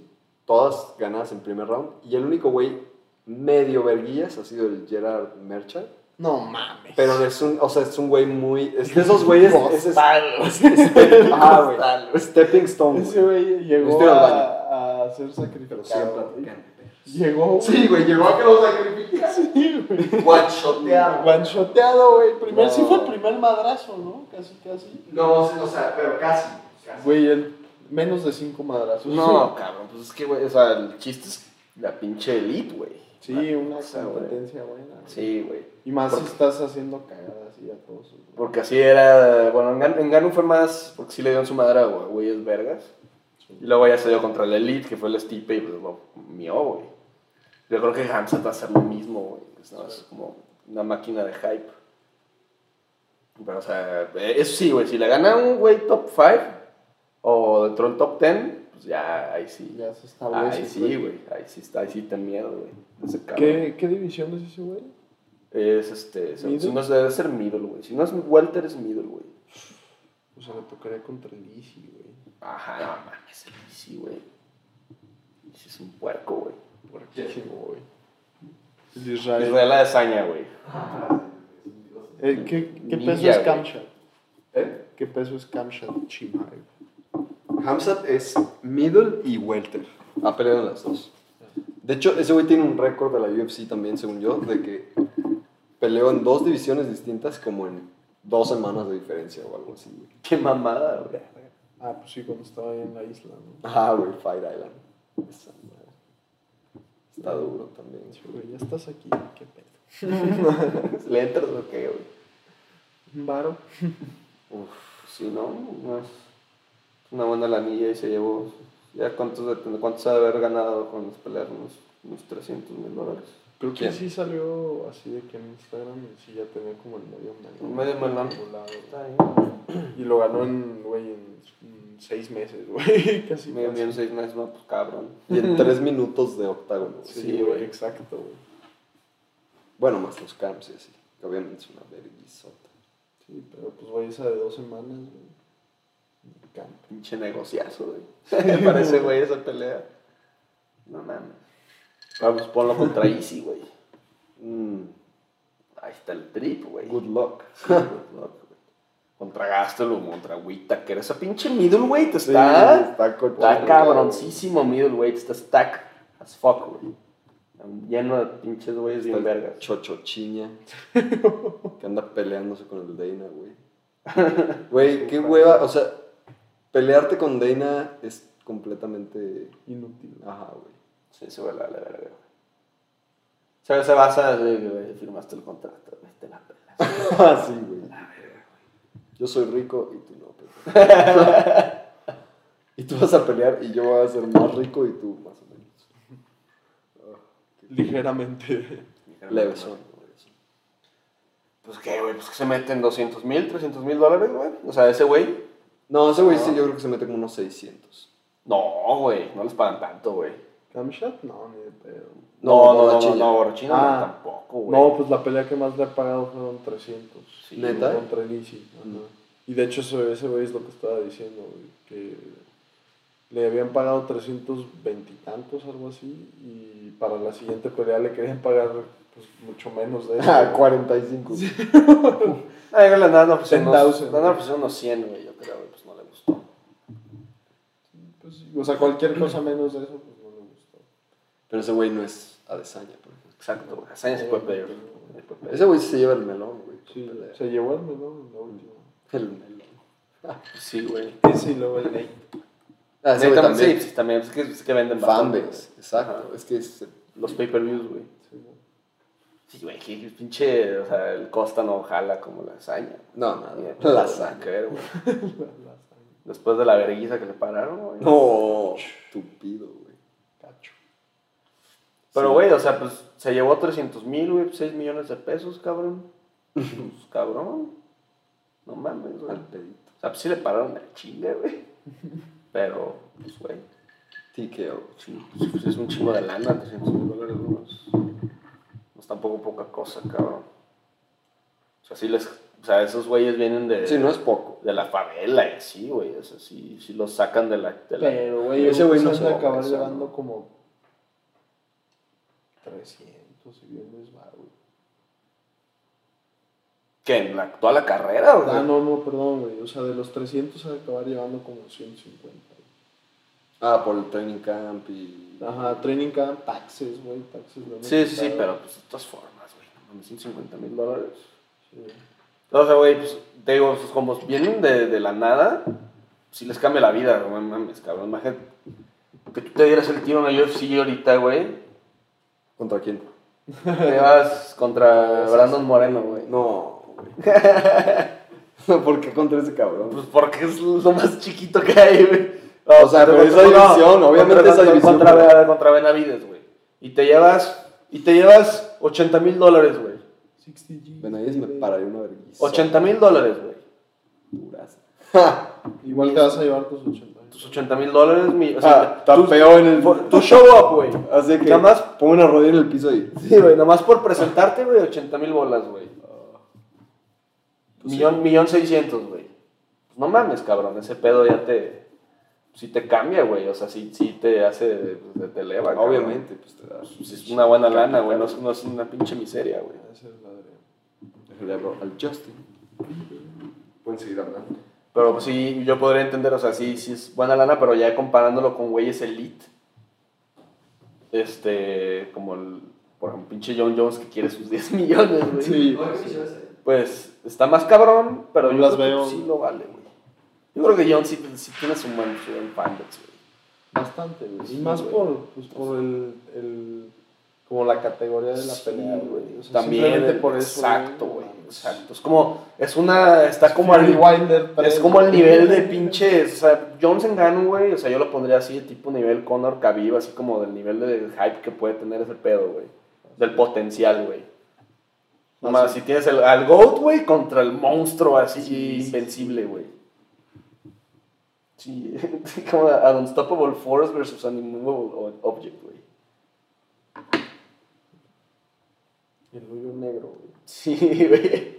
C: todas ganadas en primer round. Y el único güey medio verguillas ha sido el Gerard Merchant.
A: No mames.
C: Pero es un, o sea, es un güey muy. Es de esos güeyes. es, es-
B: Costal, güey.
C: ah, güey.
B: Costal, güey.
C: Stepping Stone.
A: Ese
C: güey.
A: güey llegó
C: Estoy al baño.
A: a, a ser
C: Pero
A: sacrificado.
C: siempre
A: güey.
C: atacan.
A: Llegó.
C: Sí, güey, llegó a que lo sacrificara.
A: Sí, güey.
C: Guachoteado.
A: Guanchoteado, güey. Primer,
C: No.
A: Sí fue el primer madrazo, ¿no? Casi, casi.
C: No, o sea, pero casi.
A: Güey, el menos de cinco madrazos.
B: No, cabrón, pues es que, güey, o sea, el chiste es la pinche elite, güey.
A: Sí,
B: La
A: una
B: cosa, güey.
A: competencia buena. güey.
B: pues, Sí, güey.
A: Y más
B: Por-
A: si estás haciendo cagadas y a todos. güey.
B: Porque así era. Bueno, en Gan- en Ganu fue más. Porque sí le dieron su madre a güey- güeyes vergas. Y luego ya se dio contra el Elite, que fue el Stipe, y pues lo mió, güey. Yo creo que Hamza va a hacer lo mismo, güey. Es, nada más como una máquina de hype. Pero, o sea, eh, eso sí, güey. Si le gana un güey top 5 o dentro del top 10, pues ya ahí sí.
A: Ya se establece.
B: Ahí sí, Ah, güey. Ahí sí está, ahí sí ten miedo, güey. Ese cabrón.
A: ¿Qué, ¿Qué división es ese güey?
B: Es este. se-
A: ¿Middle?
B: Si no es, debe ser middle, güey. Si no es welter, es middle, güey.
A: O sea, le tocaría contra el Easy, güey.
B: Ajá, no mames, el Easy, güey. Easy es un puerco, güey.
A: Puerquísimo, güey. El Israel.
B: Israel la hazaña, güey.
A: Eh, ¿Qué, qué
B: Ninja,
A: peso es
B: güey.
A: Kamshat?
C: ¿Eh?
A: ¿Qué peso es Kamshat Chimaev?
C: Hamzat es middle y welter. Ha peleado en Ah, las dos. De hecho, ese güey tiene un récord de la UFC también, según yo, de que peleó en dos divisiones distintas como en dos semanas de diferencia o algo así, güey.
B: Qué mamada, güey.
A: Ah, pues sí, cuando estaba ahí en la isla, ¿no?
C: Ah, güey, Fire Island. Esa madre. Está duro también.
A: Sí, güey, ya estás aquí, qué pedo.
B: ¿Le entras o qué, güey?
A: ¿Un varo?
B: Uf,
C: pues,
B: si no, no es una buena lanilla y se llevó. ¿Ya cuántos de, cuántos ha de haber ganado con los peleas? Unos, unos 300 mil dólares.
A: Creo que
C: ¿Quién?
A: sí salió así de que en Instagram sí ya tenía como el medio melón.
B: Medio melón.
A: acumulado.
B: Está bien.
A: Y lo ganó en, güey, en, en seis meses, güey. Casi.
B: Medio
A: casi.
B: millón, seis meses, no, pues cabrón.
C: Y en tres minutos de octágono. güey.
A: Sí,
B: Sí,
A: güey,
B: güey.
A: exacto, güey.
C: Bueno, más los camps y así. que obviamente es una verguisota.
A: Sí, pero pues, güey, esa de dos semanas, güey. Me encanta.
B: Pinche negociazo, güey. Parece, güey, esa pelea. No mames. Vamos, ponlo contra Easy, güey.
C: Mm,
B: Ahí está el trip, güey.
C: good luck.
B: Sí, good luck, güey. Contra Gastelum, contra Whittaker. Esa pinche middleweight
C: Sí,
B: está.
C: Está, con-
B: Está cabroncísimo middleweight, está stack as fuck, güey. Lleno de pinches güeyes
C: Está
B: bien
C: el
B: vergas.
C: Chochochiña. que anda peleándose con el Dana, güey. Güey, qué hueva. O sea, pelearte con Dana es completamente.
A: Inútil. güey.
C: Ajá, güey.
B: Sí, se va la la verga, güey. O sea, se basa de que güey, firmaste el contrato, güey, te la pelas.
C: Ah, sí, güey. Yo soy rico y tú no, pero... y tú vas a pelear y yo voy a ser más rico y tú más o menos.
A: Ligeramente.
C: Levesón.
B: Pues qué, güey, pues que se meten 200 mil, 300 mil dólares, güey. O sea, ese güey.
C: No, ese güey sí, yo creo que se mete como unos 600.
B: No, güey, no les pagan tanto, güey.
A: ¿Camshat? No, ni de pedo.
B: No, no, no, no,
C: borrachilla.
B: no, Borrachino
A: Ah.
B: no, tampoco, güey.
A: No, pues la pelea que más le ha pagado fueron 300.
B: Sí,
C: ¿Neta?
A: Contra el Easy. Ajá. Y de hecho ese, ese güey es lo que estaba diciendo, güey, que le habían pagado 320 y tantos, algo así, y para la siguiente pelea le querían pagar pues, mucho menos de eso.
C: Ah, 45.
B: Ah, yo le andaba en opción unos,
A: 10,000,
B: le andaba en opción unos 100, güey, yo creo, güey, pues no le gustó.
A: Pues sí, o sea, cualquier cosa menos de eso, pues no le gustó.
C: Pero ese güey no es Adesanya, por ejemplo.
B: Exacto, güey. Hazaña se puede pedir. se puede pedir.
C: Ese güey sí se lleva el melón, güey. por
A: Sí,
C: pelea.
A: se llevó el melón en la última.
C: El melón.
B: Sí, güey.
A: Sí, luego el Nate.
C: Ah, ese
B: Sí,
C: güey
B: también, sí,
C: también.
B: pues, también, es que, es que venden bastante,
C: Fanbase, exacto. Es que es...
B: güey. Los pay-per-views, güey.
A: Sí, güey.
B: Sí, güey, que que pinche, o sea, el Costa no jala como la hazaña.
C: No,
B: Ni
C: nada.
B: de pedo,
C: La
B: güey, nada
C: saca.
B: que ver, güey.
A: La- la-
B: Después de la vergüenza que le pararon, güey.
C: No. Tupido, güey.
A: Cacho.
B: Pero, güey, o sea, pues se llevó 300 mil, güey, 6 millones de pesos, cabrón. Pues, cabrón. No mames, güey.
C: Al pedito.
B: O sea, pues sí le pararon la chinga, güey. Pero, pues, güey,
C: TKO.
B: sí, pues, es un chingo de lana, 300 mil dólares, güey, no es- no es tampoco poca cosa, cabrón. O sea, sí les. O sea, esos güeyes vienen de.
C: Sí, no es poco.
B: De la favela y así, güey. O sea, sí, sí los sacan de la. De la
A: Pero, güey,
C: Ese
A: ese
C: güey
A: güey
C: no
A: no
C: se
A: se va
C: va
A: a acabar
C: preso,
A: llevando
C: ¿no?
A: como 300 y bien les va, güey.
B: ¿Qué? ¿En la, toda la carrera, güey?
A: Ah, no, no, perdón, güey. O sea, de los 300 se va a acabar llevando como 150. güey.
C: Ah, por el training camp y.
A: Ajá, training camp, taxes, güey, taxes. no me
B: Sí, sí, sí,
A: quitaron.
B: pero pues de todas formas, güey. No mames, 150 mil dólares.
A: Sí.
B: O sea, güey, pues te digo, pues, como vienen de, de la nada, si les cambia la vida, no mames, cabrón. Imagínate que tú te dieras el tiro en la UFC ahorita, güey.
C: ¿Contra quién?
B: Te vas contra Brandon Moreno, güey.
C: No, güey. ¿Por qué contra ese cabrón?
B: Pues porque es lo más chiquito que hay, güey. No, pues,
C: O sea,
B: contra-
C: pero esa
B: no,
C: división, obviamente
B: contra-
C: esa división,
B: Contra,
C: güey.
B: contra, Benavides, güey. Y te llevas, y te llevas 80 mil dólares, güey.
A: 60 G.
C: Benavides me pararía una vergüenza.
B: 80 mil dólares, güey.
C: duras.
A: Igual te vas a llevar tus 80.
B: tus 80 mil dólares, mi, o sea,
C: Ah, tapeó en el.
B: tu, tu show up, güey.
C: Así que.
B: Nada más-
C: Pon una rodilla en el piso y.
B: Sí, güey, nada más por presentarte, güey, 80 mil bolas, güey. Millón, millón seiscientos, güey. Pues no mames, cabrón, ese pedo ya te... Sí te cambia, güey, o sea, sí, sí te hace, pues, te eleva, cabrón.
C: Obviamente, pues te da.
B: Pues es una buena lana, güey, no es, no es una pinche miseria, güey.
A: Esa es la de-
C: Déjale hablo al Justin. Pueden seguir hablando.
B: Pero pues sí, yo podría entender, o sea, sí, sí es buena lana, pero ya comparándolo con güeyes elite, este, como el, por ejemplo, pinche John Jones que quiere sus 10 millones, güey.
A: Sí.
B: Pues está más cabrón, pero yo
A: Las
B: creo
A: veo-
B: que sí lo vale, güey. Yo creo que John sí, sí tiene su buen, su buen fanbase, güey.
A: Bastante, güey.
B: Sí,
A: Y más
B: güey.
A: por, pues, por el, el- Como la categoría de la
B: Sí,
A: pelea, güey. O sea,
B: También,
A: simplemente por eso.
B: exacto, güey, exacto. Es como, es una, está como
A: Fury
B: al
A: Wilder
B: Es
A: tres,
B: como el
A: güey.
B: nivel de pinches. O sea, Jones en Ganu, güey. O sea, yo lo pondría así, de tipo nivel Conor Khabib, así como del nivel de hype que puede tener ese pedo, güey. Del potencial, güey. Nomás, si tienes el, al GOAT, güey, contra el monstruo así invencible, güey. Sí, como an unstoppable force versus an immovable o- object, güey.
A: El hoyo negro, güey.
B: Sí, güey.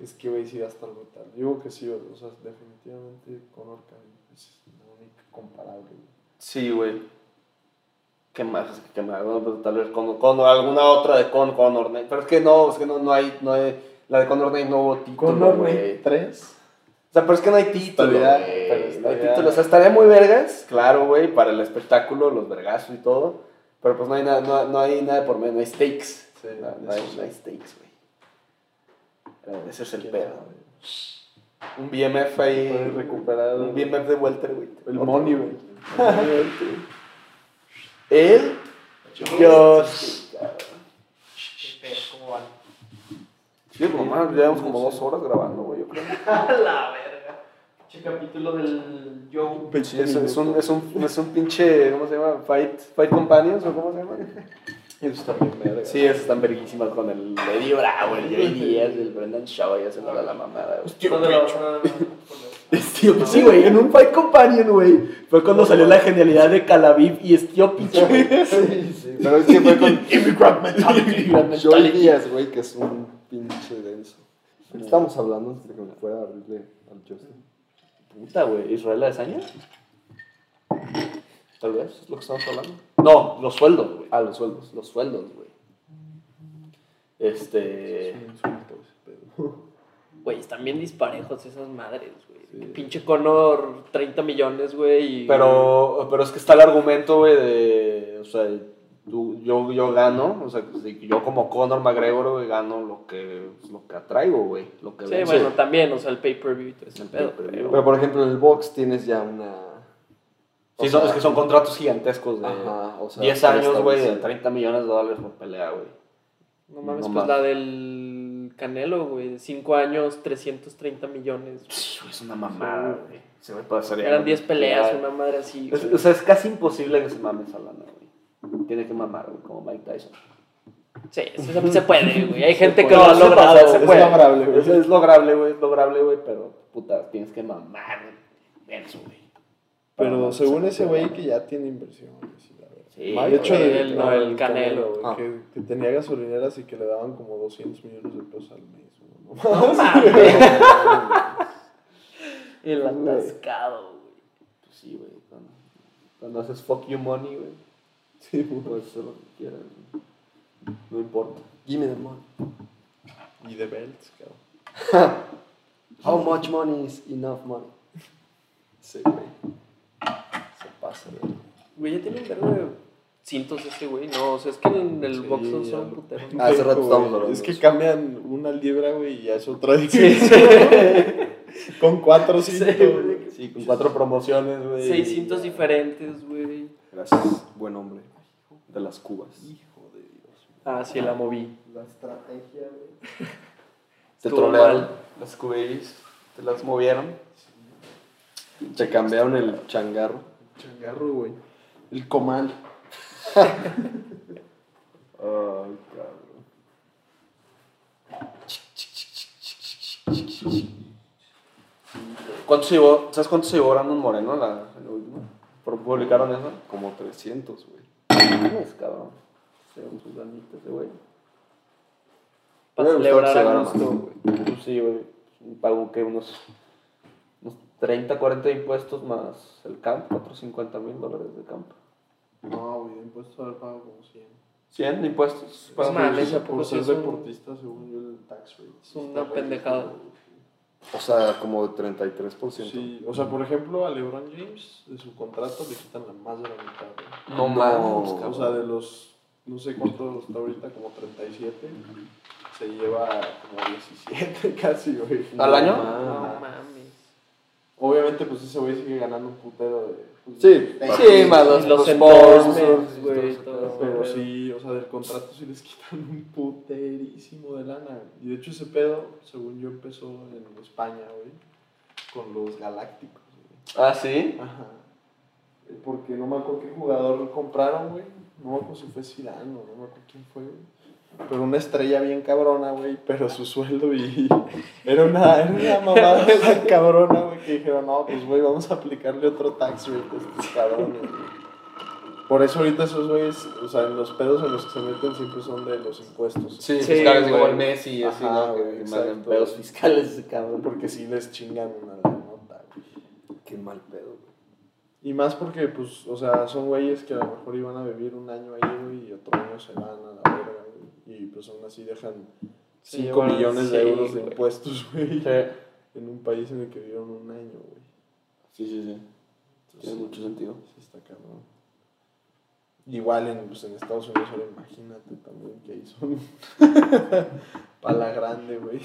A: Es que, güey, sí va a estar brutal. Digo que sí, güey. O sea, definitivamente Conor Khabib pues, es la única comparable, güey.
B: Sí, güey. ¿Qué más? ¿Qué más? No, pues, tal vez con, con alguna otra de con Conor Knight. Pero es que no, es que no, no hay, no hay. La de Conor Knight no hubo título, güey. O
A: 3.
B: sea, pero es que no hay título,
A: Pero ya,
B: güey.
A: pero está
B: No hay
A: ya.
B: título. O sea, estaría muy vergas, claro, güey, para el espectáculo, los vergazos y todo. Pero pues no hay nada, no, no hay nada por medio, no hay stakes.
A: Sí,
B: no, no
A: eso
B: hay,
A: sí.
B: no hay stakes, güey. Eh, Ese es el pedo. Un BMF ahí.
A: Puedes recuperar
B: Un
A: el-
B: BMF de welterweight.
A: El
B: Otro,
A: money, güey.
B: Él. Dios.
D: Qué pedo, ¿cómo van?
B: Sí, pues, nomás llevamos como dos horas grabando, güey, yo creo.
D: A la verga. Che capítulo del Joe.
B: Sí, es, es un, es, un, es un pinche, ¿cómo se llama? Fight, fight Companions, ¿o cómo se llama?
A: Eso está bien verga.
B: Sí, esas están verguísimas con el Eddie Bravo, el Joey Díaz, el Brendan Shaw, ya se me da la mamada, güey.
D: ¿Dónde lo vas a-
B: Tío, pues sí, güey, en un Fight Companion, güey, fue cuando salió la genialidad de Calaviv y Estiopich, güey.
A: Sí, sí.
C: Pero es que fue con
B: Immigrant mentality.
C: Joey Díaz, güey, que es un pinche denso. Estamos hablando antes de que me fuera a abrirle al Justin.
B: Puta, güey, Israel Adesanya. Tal vez, es lo que estamos hablando. No, los sueldos, güey.
C: Ah, los sueldos.
B: Los sueldos, güey. Este.
A: Es un insulto ese pedo.
D: Güey, están bien disparejos esas madres, güey. Que Pinche Conor, 30 millones, güey. y-
B: Pero, pero es que está el argumento, güey, de. O sea, tú- yo, yo gano, o sea, si yo como Conor McGregor, güey, gano lo que, lo que atraigo, güey. Lo que
D: Sí,
B: vendo.
D: bueno, también, o sea, el pay-per-view y todo ese
B: El
D: pedo.
B: pay-per-view.
D: pero-
C: Pero por ejemplo, en el box tienes ya una.
B: Sí,
C: o
B: son-
C: sea,
B: es que son contratos gigantescos de
C: Ajá, o sea,
B: 10
C: para
B: años, güey, de
C: establecer.
B: 30 millones de dólares por pelea, güey.
D: No mames,
B: No
D: pues
B: más.
D: la del Canelo, güey. 5 años, 330 millones.
B: Sí, güey, Es una mamada, güey. Se me pasaría.
D: Eran 10 peleas, una madre así.
B: Es-
D: güey.
B: o sea, es casi imposible que se mame esa lana, güey. Tiene que mamar, güey, como Mike Tyson.
D: Sí, eso se- se puede, güey. Hay gente que
B: No,
D: lo ha
B: se pasa,
D: logrado.
B: se
D: güey.
B: puede.
A: lograble, güey.
B: Es, es lograble, güey, es lograble, güey, pero puta, tienes que mamar, güey. Denso, güey.
A: Pero según ese güey que ya tiene inversiones. y la verga.
B: Sí,
A: De
B: güey,
A: hecho,
D: el-
A: el,
D: no, el Canelo,
A: güey,
C: ah.
A: que, que tenía gasolineras y que le daban como 200 millones de pesos al mes. güey, ¿no?
D: No mames. El atascado, güey.
B: Pues sí, güey. Cuando, cuando haces fuck you money, güey,
A: Sí, güey.
B: puedes hacer lo que quieras, güey. No importa.
C: Give me the money.
A: Y de belts, cabrón.
C: How much money is enough money?
A: Sí, güey. Se pasa, güey.
D: Güey, ya tiene un verbo de cintos este güey. No, o sea, es que en el
A: Sí,
D: box no
A: ya
D: son
A: lo-
D: puteros.
C: Ah, hace rato estábamos hablando
A: Es
C: de
A: que
C: eso.
A: cambian una libra, güey, y ya es otra diferencia. Con cuatro,
D: Sí,
A: cinco.
D: güey.
A: güey.
B: Sí, con cuatro promociones, güey.
D: Seis cintos diferentes, güey.
C: Gracias, buen hombre. De las cubas.
A: Hijo de Dios.
D: Ah, sí, la moví.
A: La estrategia, güey.
C: Te
D: Estuvo
C: trolearon.
D: mal.
B: Las cuberis, te las movieron.
C: Te cambiaron el changarro.
A: Changarro, güey. El comal.
C: Ay, cabrón.
B: ¿Cuánto se llevó, ¿Sabes cuánto se llevó Brandon Moreno en la, en la última? ¿Por- ¿Publicaron eso?
C: Como 300, güey.
B: ¿Cómo es, cabrón? Se llevó sus ganitas ese güey.
D: Para
C: Me hubiera gustado que se llevara
D: celebrar a gusto.
C: más, güey.
B: Pues sí, güey. Pagó que unos, unos 30, 40 impuestos más el camp, otros 50 mil dólares de camp.
A: No, güey, impuesto haber pagado como 100.
B: 100 de impuestos.
D: Pues
B: Pagó-
D: mames, ¿a poco
A: por
D: sí
A: ser
D: es un-
A: deportista, según yo, el tax rate.
D: es una pendejada.
C: O sea, como de 33%.
A: Sí, o sea, por ejemplo, a LeBron James, de su contrato le quitan la más de la mitad. güey.
C: No.
B: no mames,
A: O
B: cabrón.
A: sea, de los, no sé cuánto está ahorita, como 37, se lleva como 17 casi, güey.
B: ¿Al año?
A: Ajá.
D: No mames.
A: Obviamente, pues ese güey sigue ganando un putero de... pues,
C: Sí,
A: de-
B: Sí, más los,
D: Y los
B: los
D: endorsements,
B: sponsors,
D: güey,
B: todo
D: todo.
B: eso.
A: Pero
D: Pero-
A: sí, o sea, del contrato sí les quitan un puterísimo de lana. güey. Y de hecho ese pedo, según yo, empezó en España, güey, con los Galácticos, güey.
B: Ah, sí.
A: Ajá. Eh, Porque no me acuerdo qué jugador compraron, güey. No me acuerdo si fue Zidane o no me acuerdo quién fue, güey. Pero una estrella bien cabrona, güey, pero su sueldo y... Era una, era una mamada tan cabrona, güey, que dijeron, no, pues, güey, vamos a aplicarle otro tax rate a estos cabrones, güey". Por eso ahorita esos güeyes, o sea, en los pedos en los que se meten siempre son de los impuestos.
B: Sí,
D: Sí,
B: fiscales
D: güey.
B: igual Messi y así,
A: Ajá,
B: ¿no?
A: güey,
B: Que mandan
A: exacto.
B: pedos fiscales ese cabrón.
A: Porque sí les chingan una la nota, güey.
C: Qué mal pedo, güey.
A: Y más porque, pues, o sea, son güeyes que a lo mejor iban a vivir un año ahí, güey, y otro año se van a la verga, güey. Y pues aún así dejan
D: Se
A: 5
D: llevan-
A: millones de
D: sí,
A: euros de
D: güey.
A: impuestos, güey,
B: Sí,
A: en un país en el que vivieron un año, güey. pues,
B: sí, sí. sí. Tiene mucho sentido.
A: Sí, está cabrón. Igual en, pues, en Estados Unidos, ahora imagínate también que ahí son. Pala grande, güey.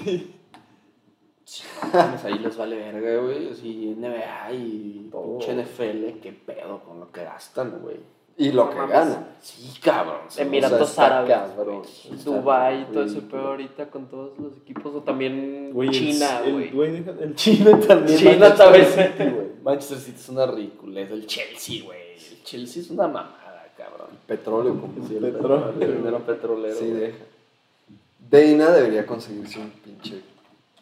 B: Pues ahí les vale verga, güey. Así NBA y
A: Todo.
B: pinche NFL, qué pedo con lo que gastan, güey.
C: Y lo
D: No
C: que
D: mames.
C: ganan.
B: Sí, cabrón. sí,
D: Emiratos
B: o sea, está
D: Árabes,
B: cabrón,
D: güey.
B: está
D: Dubái y todo ese
B: ridículo.
D: pedo ahorita con todos los equipos. O también
A: Güey, el-
D: China,
A: el-
D: güey.
A: güey, deja- El China también.
B: China
A: Manchester
B: también.
A: City, güey.
B: Manchester City es una ridiculez. El Chelsea, güey. El Chelsea es una mamada, cabrón.
C: Petróleo, como
A: Sí,
C: si el
A: petróleo.
B: El dinero petrolero.
C: Sí,
B: güey.
C: deja. Deina debería conseguirse un pinche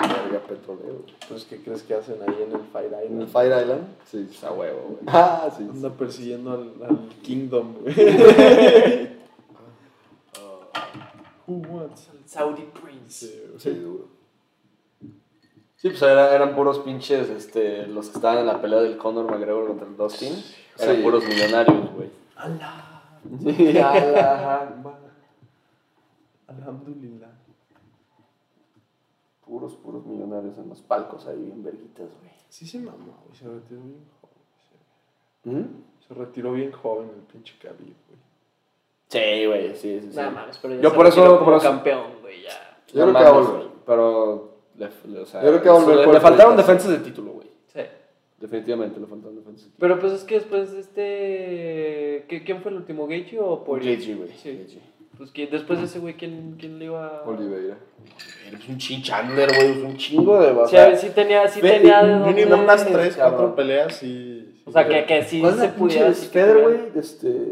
C: verga petrolero. güey.
A: Pues, ¿qué crees que hacen ahí en el Fire Island?
C: ¿En el Fire Island? Sí.
B: Está huevo, güey.
C: Ah, sí.
A: Anda persiguiendo al, al Kingdom, güey. Who wants
D: El Saudi Prince.
C: Sí, duro.
B: Sí, pues era- eran puros pinches, este, los que estaban en la pelea del Conor McGregor contra el Dustin. Eran
C: Sí.
B: puros millonarios, güey.
A: Allah,
B: Sí,
A: alhamdulillah.
B: puros, puros millonarios en los palcos ahí, bien verguitas, güey.
A: Sí se mamó, güey. Se retiró bien joven.
C: ¿Mm?
A: Se retiró bien joven el pinche Khabib, güey.
B: Sí, güey, sí, sí, sí.
D: Nada mames, pero ya
B: Yo
D: se
B: por eso-
D: retiró como
B: por eso-
D: campeón, güey, ya.
C: Yo creo
B: No
C: que va a
B: mames,
C: volver.
B: güey, Pero, le, le- o sea,
C: Yo creo que va a volver
B: le- Le,
C: fuerte
B: faltaron
C: ahorita,
B: defensas de título, güey.
D: Sí.
B: Definitivamente le faltaron defensas de título.
D: Pero pues es que después de este... ¿qué- ¿Quién fue el último? ¿Gaethje o Poirier?
B: JG, güey.
D: Sí.
B: JG.
D: Pues que después de ese güey, ¿quién, quién le iba...?
C: Oliveira.
B: Eres un chin Chandler, güey, es un chingo de... o
D: Sí,
B: sea,
D: a ver, sí tenía, sí
B: Ve-
D: tenía de dónde-
A: Mínimo unas
B: mames,
A: 3,
B: cabrón.
A: 4 peleas y.
D: O sea, que, que sí
B: ¿Cuál es
D: se
B: la pinche
D: pudiera... sí que
B: Federer,
D: tuviera-
B: güey? Este...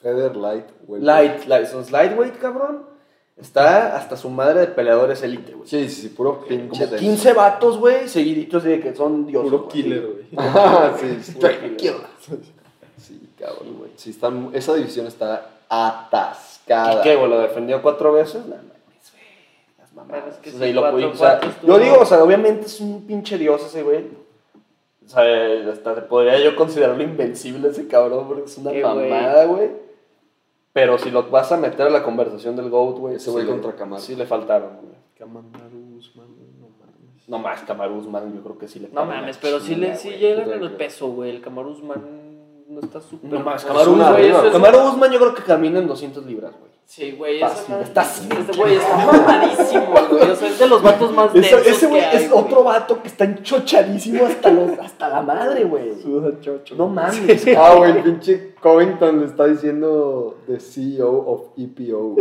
C: Feder Light, güey.
B: Light, light, son lightweight, cabrón. Está hasta su madre de peleadores elite, güey.
C: Sí, sí, sí, puro pinche
B: Como
C: de
B: 15 vatos, güey, seguiditos de que son dioses.
A: Puro
B: güey.
A: killer, güey.
C: Ah, sí, sí,
B: Puro
C: sí,
B: killer.
C: sí,
B: Sí,
C: cabrón,
B: güey.
C: güey. Sí, están- esa división está atascada.
B: ¿Y qué, güey? ¿Lo defendió cuatro veces? No mames, güey. Las mamadas.
D: Bueno, es que
B: O sea,
D: sí,
B: y lo
D: cuatro,
B: pudi- o sea,
D: cuatro estuvo-
B: yo digo, o sea, obviamente es un pinche dios ese, güey. O sea, eh, hasta te podría yo considerarlo invencible ese cabrón, porque es una
D: Qué güey.
B: mamada, güey. Pero si lo vas a meter a la conversación del GOAT, güey.
C: Ese güey
B: sí le-
C: contra Kamaru.
B: Sí le faltaron, güey.
A: Kamandaru Usman, güey, no mames.
B: No más, Kamaru Usman, yo creo que sí le
D: No
B: pega
D: mames,
B: una
D: pero sí, le,
B: chingada,
D: sí
B: güey.
D: llegan
C: creo
D: en el
C: que-
D: peso, güey. El Kamaru Usman no está súper...
B: No mames,
D: Kamaru
B: Kamaru
C: una
B: Usman.
D: güey, eso
C: arriba.
D: es-
B: Kamaru Usman yo creo que camina en 200 libras, güey.
D: Sí, güey, esa
B: Fácil,
D: madre-
B: está así.
D: Este güey está mamadísimo, güey. O sea, es de los vatos más
B: Ese-
D: densos
B: ese
D: que
B: güey
D: hay,
B: es otro vato que está enchochadísimo hasta, los, hasta la madre, güey.
A: Suda chocho.
B: No mames.
C: Ah, güey, el pinche Covington le está diciendo The CEO of E EPO.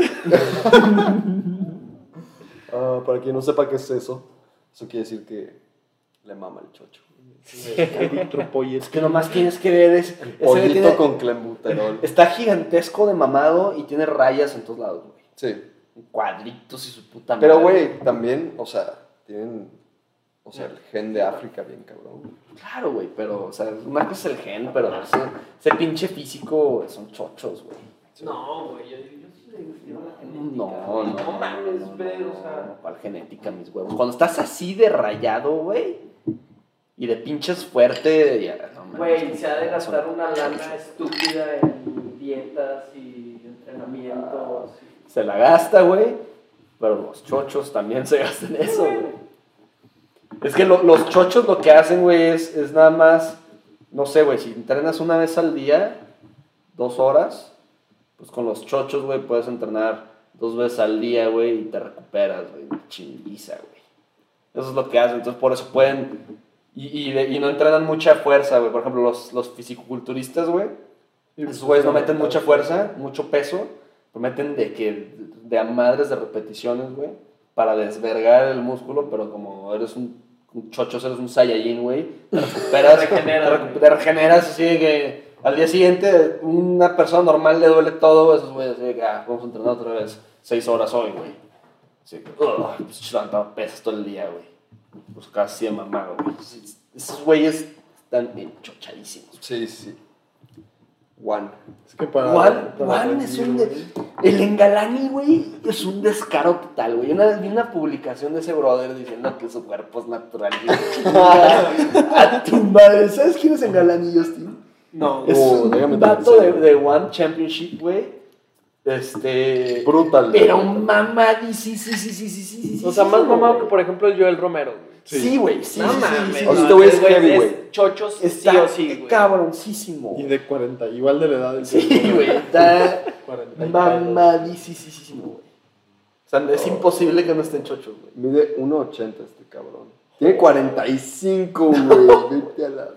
C: Ah, para quien no sepa qué es eso, eso quiere decir que le mama el chocho.
A: Calitro Poyet.
B: Es que nomás tienes que ver. Es, ese güey
C: Pollito
B: tiene-
C: con clenbuterol.
B: Está gigantesco de mamado y tiene rayas en todos lados, güey.
C: Sí.
B: Cuadritos y su puta madre.
C: Pero, güey, también, o sea, tienen O sea, el gen de África, bien cabrón.
B: Claro, güey, pero, o sea, una cosa es el gen, pero ese, ese pinche físico son chochos, güey.
D: No, güey, yo, yo sí le creo a la genética.
B: No, no,
D: no mames,
B: no, no,
D: ve,
B: no,
D: o sea.
B: no, ¿Cuál genética, mis huevos? Cuando estás así de rayado, güey, y de pinches fuerte, ya, no mames,
D: Güey, se ha de gastar
B: son
D: una lana
B: chochos.
D: estúpida en dietas y entrenamientos.
B: Se la gasta, güey, pero los chochos también se gastan eso, güey. Es que lo- los chochos lo que hacen, güey, es, es nada más, no sé, güey, si entrenas una vez al día, dos horas, pues con los chochos, güey, puedes entrenar dos veces al día, güey, y te recuperas, güey, una chinguiza, güey. Eso es lo que hacen, entonces por eso pueden, y, y de- y no entrenan mucha fuerza, güey, por ejemplo, los, los fisicoculturistas, güey, esos pues, güeyes no meten mucha fuerza, mucho peso, pero meten de que, de a madres de repeticiones, güey, para desvergar el músculo, pero como eres un, un chocho, eres un saiyajin, güey, te recuperas, te,
D: Regeneras,
B: recu-
D: güey.
B: te regeneras, así de que al día siguiente una persona normal le duele todo, esos güeyes, así de que, ah, vamos a entrenar otra vez, seis horas hoy, güey. Así que, ugh, pues levantaba pesas todo el día, güey. Pues casi de mamado, güey. Esos- Esos güeyes están enchochadísimos.
C: Sí, sí. One.
A: Es que para.
B: Juan,
A: para
B: Juan es
A: rendir,
B: un...
A: güey.
B: El engalani, güey, es un descaro total, güey. Una vez vi una publicación de ese brother diciendo que su cuerpo es natural. y chinga a tu madre. ¿Sabes quién es engalani, Justin?
D: No,
B: Es
C: Oh, déjame
B: un
C: te
B: vato de,
C: enseño.
B: de One Championship, güey. Este...
C: Brutal.
B: Pero mamadísimo, sí, sí, sí, sí, sí, sí, sí.
D: O sea, más
B: sí,
D: mamado
B: güey.
D: que, por ejemplo, el Joel Romero. güey.
B: Sí, güey, sí,
D: no
B: sí, sí,
D: mames.
B: sí,
C: O sea,
B: sí.
C: este güey es
D: ese
C: heavy,
D: es
C: güey.
D: Chochos
B: Está
D: sí o sí, güey.
B: cabroncísimo.
A: Y
B: güey.
A: de 40, igual de la edad del
B: Sí,
A: señor,
B: güey, está...
A: 40 y pedos.
B: Mamadísimo, güey. O sea, es imposible que no estén chochos, güey.
C: Mide 1.80 este cabrón. Tiene 45, güey. Vete a la verga.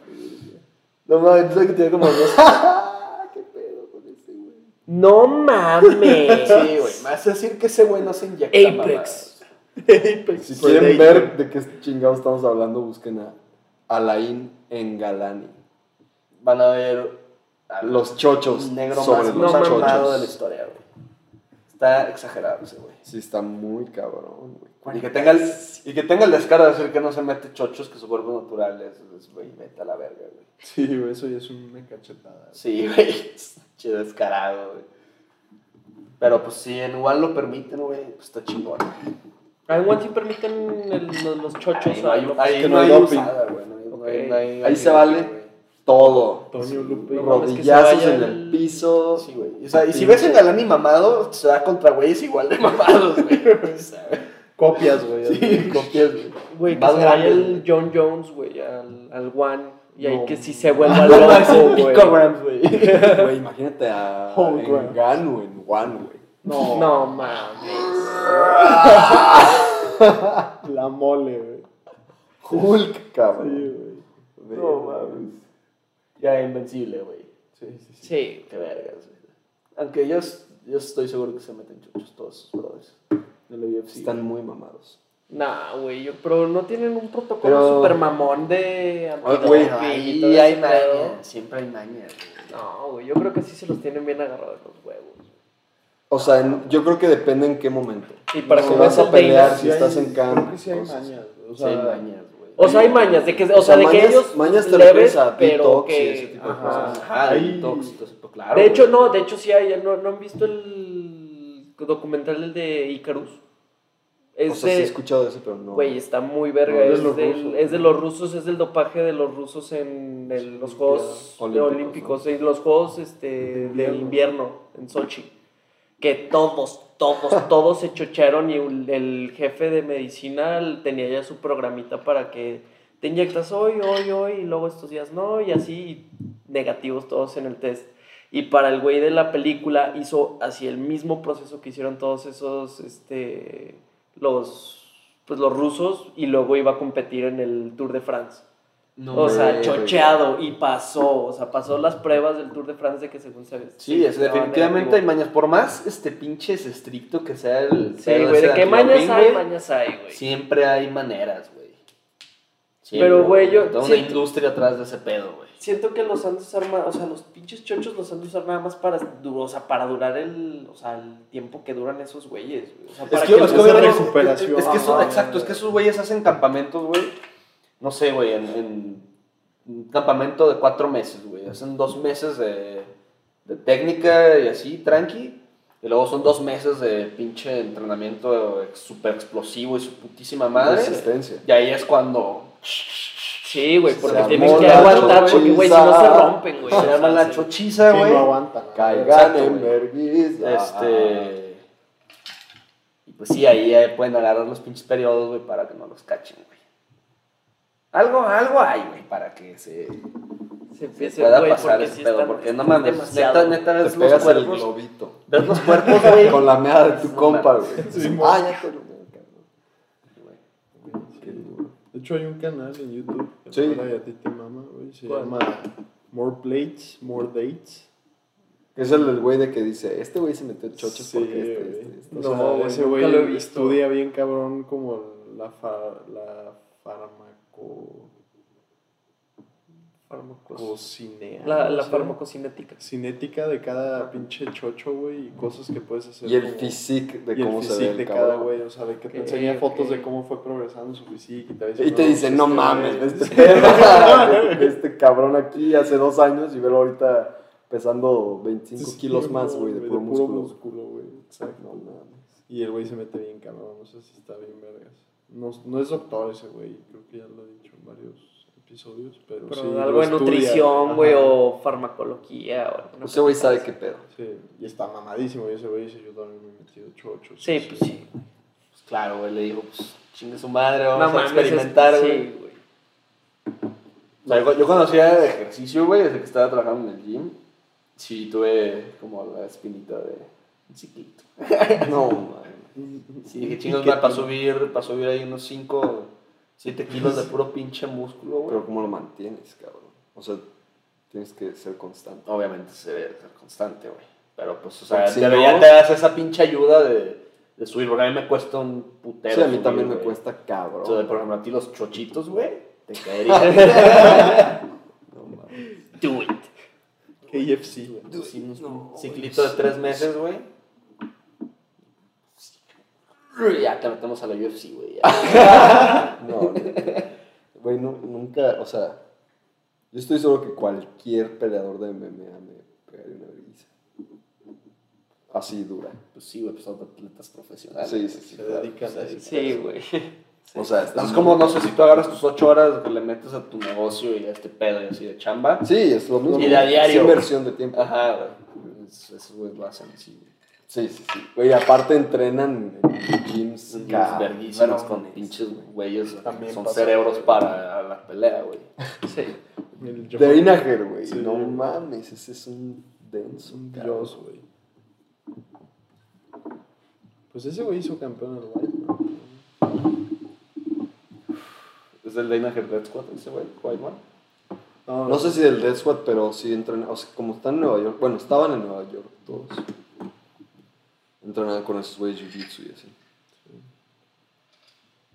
B: No mames, tú sabes que tenía como dos.
C: ¿Qué pedo con ese, güey?
D: No mames.
B: Sí, güey. Me hace decir que ese güey no se inyecta.
D: Apex.
C: Si
A: Pues,
C: quieren
A: de ahí,
C: ver de qué chingados estamos hablando, busquen a Alain Engalani.
B: mamadas. Van a ver a
C: Los chochos.
B: negro
C: sobre
B: más
C: los
B: no mamado de la
C: chochos.
B: historia, güey. Está exagerado ese güey.
C: Sí, está muy cabrón, güey.
B: Y que, tenga el, y que tenga el descaro de decir que no se mete chochos, que su cuerpo es natural es, es, pues, güey, vete a la verga, güey.
A: Sí, güey, eso ya es una cachetada.
B: Sí, güey. Che descarado, güey. Pero pues si en igual lo permiten, güey, pues está chingón.
D: ¿Alguien sí permiten el- los, los chochos?
B: Ahí no hay,
D: a-
B: ahí
C: que
B: no
C: no
B: hay
C: hay
B: usada, güey, no hay- no hay- no hay-
C: Ahí se vale.
B: güey.
C: Todo.
A: Antonio Lupe.
D: Pues, no mames, que se
C: Rodillazos
D: vaya
C: en
D: el-
C: el piso.
B: Sí, güey. O sea, y si ves en Galán y mamado, se da contra güeyes igual de mamados, güey.
A: Copias, güey.
B: Sí, copias, güey.
D: Güey, que
B: Más
D: se vaya
B: grande,
D: el
B: güey.
D: John Jones, güey, al, al One. Y ahí
A: No.
D: que sí se
B: Ah,
D: vuelva loco, güey.
B: picograms, güey.
C: Güey, imagínate a
A: Whole
C: en Ganu, en One, güey.
A: No,
D: No mames.
A: La mole, güey.
C: Hulk,
A: Sí,
C: cabrón.
A: güey.
B: No mames. Ya invencible, güey.
A: Sí, sí, sí.
D: Sí.
B: Qué vergas, güey. Aunque yo, es- yo estoy seguro que se meten chuchos todos esos brothers. De la UFC.
C: Están muy mamados.
D: Nah, güey, yo- pero no tienen un protocolo
C: Pero-
D: super mamón de
B: Pero,
C: güey,
D: antidoping y
B: ahí
D: todo
B: hay
D: ese pedo.
B: maña. Siempre hay maña, güey.
D: No, güey, yo creo que sí se los tienen bien agarrados los huevos.
C: O sea, en- yo creo que depende en qué momento.
D: Y para
A: No,
D: que
A: si
D: veas
A: vas a
D: el Dana.
C: pelear, si estás
A: hay-
C: en campo,
A: Creo que sí hay
C: cosas.
A: mañas, güey. O
B: Sí hay
A: sea,
B: mañas, güey.
D: O sea, hay mañas, de que, o sea,
C: O sea,
D: de que
C: mañas-
D: ellos
C: mañas te
D: leves,
C: refieres a
D: pero
C: detox y
D: que...
C: ese tipo de
D: Ajá.
C: cosas.
B: Ajá,
A: Ahí-
B: detox, todo eso, pues, claro.
D: De hecho,
B: güey.
D: no, de hecho sí hay, ¿no, no han visto el documental el de Icarus?
C: O sea, sí he
D: Ese,
C: escuchado de eso, pero no.
D: güey, está muy verga,
A: No, es de
D: es,
A: los
D: del-
A: rusos.
D: es de los rusos, es del dopaje de los rusos en el- los Juegos
C: Olímpicos,
D: Olímpicos, y los Juegos este, de
A: invierno.
D: invierno en Sochi, que todos, todos, todos se chocharon y un- el jefe de medicina tenía ya su programita para que te inyectas hoy, hoy, hoy, y luego estos días no, y así negativos todos en el test. Y para el güey de la película hizo así el mismo proceso que hicieron todos esos, este, los, pues los rusos, y luego iba a competir en el Tour de France. o sea,
C: güey.
D: chocheado, y pasó, o sea, pasó las pruebas del Tour de France de que según se ve.
B: Sí, es, definitivamente hay
D: mañas.
B: mañas. Por más este pinche es estricto que sea el.
D: Sí,
B: pedo
D: güey,
B: ese
D: de que
B: antidoping,
D: mañas hay,
B: güey,
D: mañas hay, güey.
B: Siempre hay maneras, güey. Siempre,
D: Pero, güey, yo
B: Toda una
D: siento-
B: industria atrás de ese pedo, güey.
D: Siento que los han de usar más, o sea, los pinches chochos los han de usar nada más para, du- o sea, para durar el, o sea, el tiempo que duran esos güeyes, güey. O sea, para
A: que- es que
D: no se
A: obviamente-
D: re-
A: recuperación.
B: Es que eso,
D: Ajá.
B: exacto, es que esos güeyes hacen campamentos, güey. no sé, güey, en, en un campamento de cuatro meses, güey. Hacen dos meses de, de técnica y así, tranqui. Y luego son dos meses de pinche entrenamiento ex- súper explosivo y su putísima madre.
C: Resistencia.
B: Y ahí es cuando
D: Sí, güey, porque
C: Se
D: tienes
C: armó
D: que
C: la
D: aguantar, porque, güey, si no se
C: chochiza.
D: rompen, güey.
B: se llama la
D: chocha.
B: chochiza,
A: Sí,
B: güey.
A: no aguantan.
C: Caigan
B: Exacto,
C: en
B: güey.
C: vergüenza.
B: Este. Y pues sí, ahí eh, pueden agarrar los pinches periodos, güey, para que no los cachen, güey. Algo, algo hay, güey, para que se
D: Se empieza,
B: pueda
D: güey,
B: pasar
D: porque
B: ese
D: sí
B: pedo.
D: están-
B: porque no
D: están
B: mames, neta,
D: demasiado.
B: neta,
C: Te
B: ves los
C: pegas el
B: cuerpos.
C: globito.
B: Ves los cuerpos, güey.
C: Con la meada de tu
B: No
C: compa, güey.
A: Sí, mo-
C: ah, ya te lo veo, cabrón.
A: Sí.
C: Qué duro.
A: De hecho, hay un canal en YouTube que
C: Sí.
A: habla de a ti te mama, güey. Se
D: ¿Cuál?
A: llama More Plates, More Dates.
C: Es el del güey de que dice, este güey se metió chocho
A: Sí,
C: porque este,
A: güey.
C: este, este".
A: O
D: No,
A: sea,
D: güey,
A: ese
D: nunca
A: güey
D: lo he visto.
A: estudia bien cabrón como la, fa- la farmaco...
D: Fármacos.
A: Cocinea.
D: La, la
A: ¿sí?
D: farmacocinética.
A: Cinética de cada pinche chocho, güey, y cosas que puedes hacer.
C: Y el
A: como-
C: physique de
A: y el
C: cómo se ve
A: physique
C: el
A: de
C: cabrón.
A: cada güey, o sea, de que te
D: Ok,
A: enseña
D: ok.
A: fotos de cómo fue progresando su física y te va
C: Y
A: diciendo,
C: te dice, no
A: este
C: mames,
A: güey".
C: ve este, ve este cabrón aquí hace dos años y velo ahorita pesando 25
A: Sí,
C: kilos más, güey, de puro músculo.
A: músculo, güey. Exacto.
C: No mames.
A: Y el güey se mete bien cabrón, no sé si está bien vergas. No, no es doctor ese güey, creo que ya lo he dicho en varios episodios, pero,
D: Pero
A: sí. lo
D: algo de
A: estudia,
D: nutrición, güey,
A: ajá.
D: o farmacología. O
B: Pues
D: alguna
C: Ese güey
D: cosa
C: sabe
D: así.
C: qué pedo.
A: Sí, y está mamadísimo, y ese güey dice, yo también me he metido chocho.
D: Sí, pues sí.
B: Pues claro, güey, le dijo, pues chingue su madre, vamos
D: No
B: a
D: mames, es-
B: experimentar, güey.
D: Sí, güey.
B: O sea, yo, yo conocía el ejercicio, güey, desde que estaba trabajando en el gym. Sí, tuve como la espinita de un ciclito.
C: No mames.
B: Sí, dije, chingos, para subir, para subir ahí unos 5, 7 kilos de puro pinche músculo, güey.
C: Pero ¿cómo lo mantienes, cabrón? O sea, tienes que ser constante.
B: Obviamente se debe ser constante, güey. Pero pues, o sea,
C: Porque si
B: pero
C: no-
B: ya te das esa pinche ayuda de, de subir, porque a mí me cuesta un putero.
C: Sí, a mí
B: subir,
C: también me
B: güey.
C: cuesta cabrón.
B: Entonces, por ejemplo, a ti los chochitos, güey, te caerían.
C: No mames.
D: Do it.
A: KFC, güey.
B: Sí, unos-
C: No,
B: un ciclito de tres meses, güey. Ya te metemos a la UFC, güey. ya.
C: No, neta. güey, nu- nunca, o sea, yo estoy seguro que cualquier peleador de MMA me pegaría una brisa. Así dura.
B: Pues sí, güey, pues son atletas profesionales.
C: Sí, sí, sí.
A: Se dedican a eso.
D: Sí, güey.
C: O sea,
B: Entonces,
C: está
B: es como,
C: muy-
B: no sé, si tú agarras tus ocho horas que le metes a tu negocio y a este pedo y así de chamba.
C: Sí, es lo mismo.
B: Y de a diario.
C: Es inversión de tiempo.
B: Ajá, güey. Es- Esos güeyes lo hacen así, güey.
C: Sí, sí, sí. Güey, aparte entrenan en gyms.
B: Son
C: cabrón.
B: verguísimos con
C: Bueno,
B: pinches güeyes.
A: También
B: Son
A: pasa.
B: cerebros para la pelea, güey.
D: Sí.
A: El
C: De Vinager, güey.
A: Sí.
C: No mames, ese es un
A: Es
C: denso.
A: un
C: cabrón.
A: dios, güey. Pues ese güey hizo campeón al White, ¿no?
B: Es del Danaher Red Squad, ese güey, Whiteman.
C: No sé si del Death Squad, pero sí entrenan. O sea, como están en Nueva York. Bueno, estaban en Nueva York todos. Entrenaban con esos güeyes de Jiu-Jitsu y así.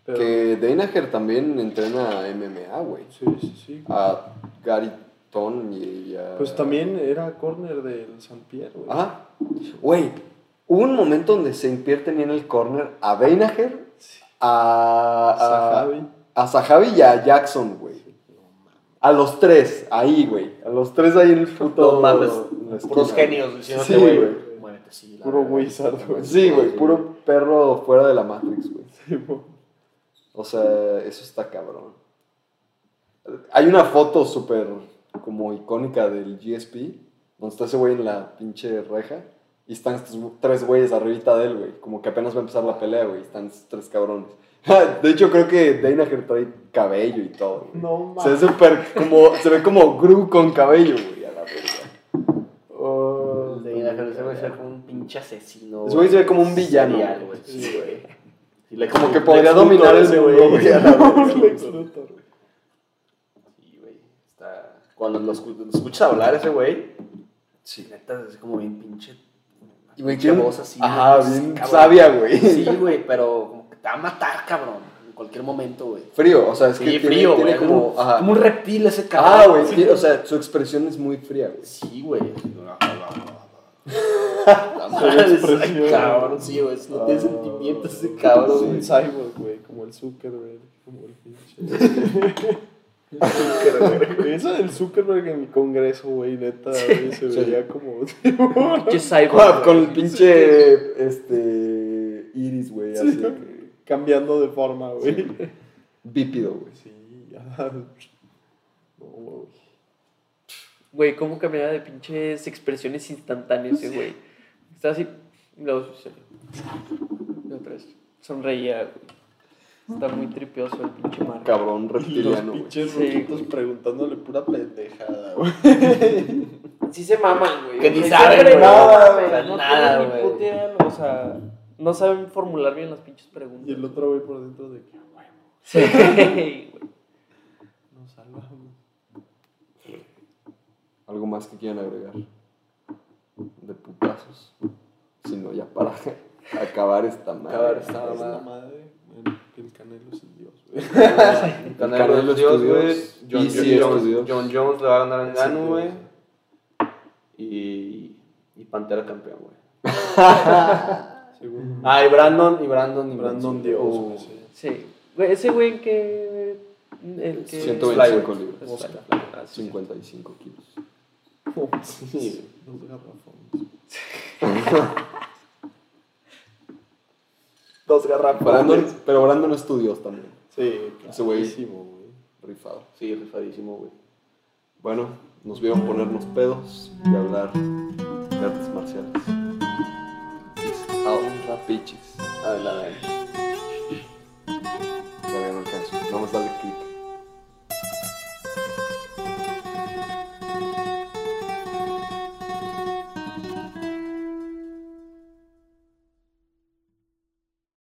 A: pero-
C: Que Deinager también entrena MMA, güey.
A: Sí, sí, sí.
C: A Gary Ton y a.
A: Pues también era corner del San Pierre, güey.
C: Ajá. Güey, hubo un momento donde se invierte en el corner a Deinager,
A: Sí. Ah,
C: a.
A: Sahabi.
C: A, a Sahabi y a Jackson, güey. A los tres, ahí, güey. A los tres ahí en el puto.
B: No mames,
C: en la
B: Puros
C: esquina,
B: genios diciéndote,
C: Sí,
B: güey.
C: güey.
B: muévete, sí, la
A: Puro
B: verga.
A: wizard, güey.
C: Sí, güey, puro perro fuera de la Matrix, güey.
A: Sí, mo-
C: O sea, eso está cabrón. Hay una foto súper como icónica del GSP, donde está ese güey en la pinche reja y están estos tres güeyes arribita de él, güey. Como que apenas va a empezar la pelea, güey. Están estos tres cabrones. De hecho, creo que Deinager trae cabello y todo, güey.
A: No
C: Se ve
A: mames.
C: súper como, se ve como Gru con cabello, güey, a la verga.
A: Oh,
B: Sí, la gente se ve como un pinche asesino.
C: Ese güey se ve como un villano.
B: Serial, güey.
A: Sí,
B: Sí, güey. Y le-
C: Como que podría dominar
B: Luthor
C: el mundo, güey, a la verga.
A: Lex Luthor, güey.
B: Sí, güey. Está... Cuando lo escu- lo escuchas hablar ese güey,
C: Sí.
B: neta, es como bien pinche.
C: Y güey,
B: pinche
C: tiene un-
B: voz así.
C: Ajá,
B: güey,
C: bien
B: cabrón.
C: sabia, güey.
B: Sí, güey, pero como que te va a matar, cabrón. En cualquier momento, güey.
C: Frío, o sea, es que
B: Sí,
C: tiene,
B: frío,
C: tiene
B: güey.
C: como...
B: Como,
C: ajá.
B: como un reptil ese cabrón.
C: Ah, güey, sí, o sea, su expresión es muy fría, güey.
B: Sí, güey.
A: expresión.
D: cabrón, sí, güey. No tiene
A: Ah,
D: sentimientos ese cabrón,
A: Es
D: güey.
A: un cyborg, güey, como el Zuckerberg, como el pinche. Eso del Zuckerberg en mi congreso, güey, neta, güey, se veía como.
D: Pinche
C: Con,
D: cyborg.
C: con el pinche este iris, güey, así de que
A: cambiando de forma, güey.
C: bípido, güey.
A: Sí, ya. No, güey.
D: Güey, cómo cambiaba de pinches expresiones instantáneas, ese güey. Estaba así, y luego se- y otra vez. Sonreía, güey. Está muy tripioso el pinche mar.
C: Cabrón
A: Y los
C: reptiliano, güey.
A: pinches
D: Sí,
A: ruquitos preguntándole pura pendejada, güey.
D: Sí se maman, güey.
B: Que ni
D: Siempre
B: saben, güey.
D: nada,
B: O sea,
D: güey. No
B: nada,
D: tienen ni
B: güey.
D: puta idea, o sea, no saben formular bien las pinches preguntas.
A: Y el otro, güey, por dentro de que, güey,
D: Sí, güey.
A: nos salvamos.
C: Algo más que quieran agregar. De putazos. Sino ya para acabar esta madre.
B: Acabar esta
A: Es la
B: mamada.
A: madre, bueno, que el canelo es el dios, güey.
B: Canelo
C: Canelo
B: Studios, güey.
C: Studios.
B: John,
C: Easy
B: John-
C: Studios.
B: John Jones le va a ganar a
A: Ese
B: Gano,
A: dios.
B: güey. Y, y Pantera campeón, güey.
A: Según
B: Ah, y Brandon, y Brandon,
A: Brandon
B: y Brandon.
A: Dios,
B: Oh,
A: güey, sí.
D: Sí. Güey, ese güey en que. El que
C: 125 libras.
D: Es
B: Oscar.
D: Flyweight. Ah, sí,
C: 55 kilos.
A: Sí, dos garrafones.
B: Dos garrapas.
C: Brandon, pero Brandon Studios también.
A: Sí,
C: Ese güey.
A: clarísimo, güey.
C: Rifado.
B: Sí, rifadísimo, güey.
C: Bueno, nos vieron ponernos pedos y hablar de artes marciales. Peace out, la pichis.
B: Adelante.
C: Todavía no alcanzo. Vamos a darle clic.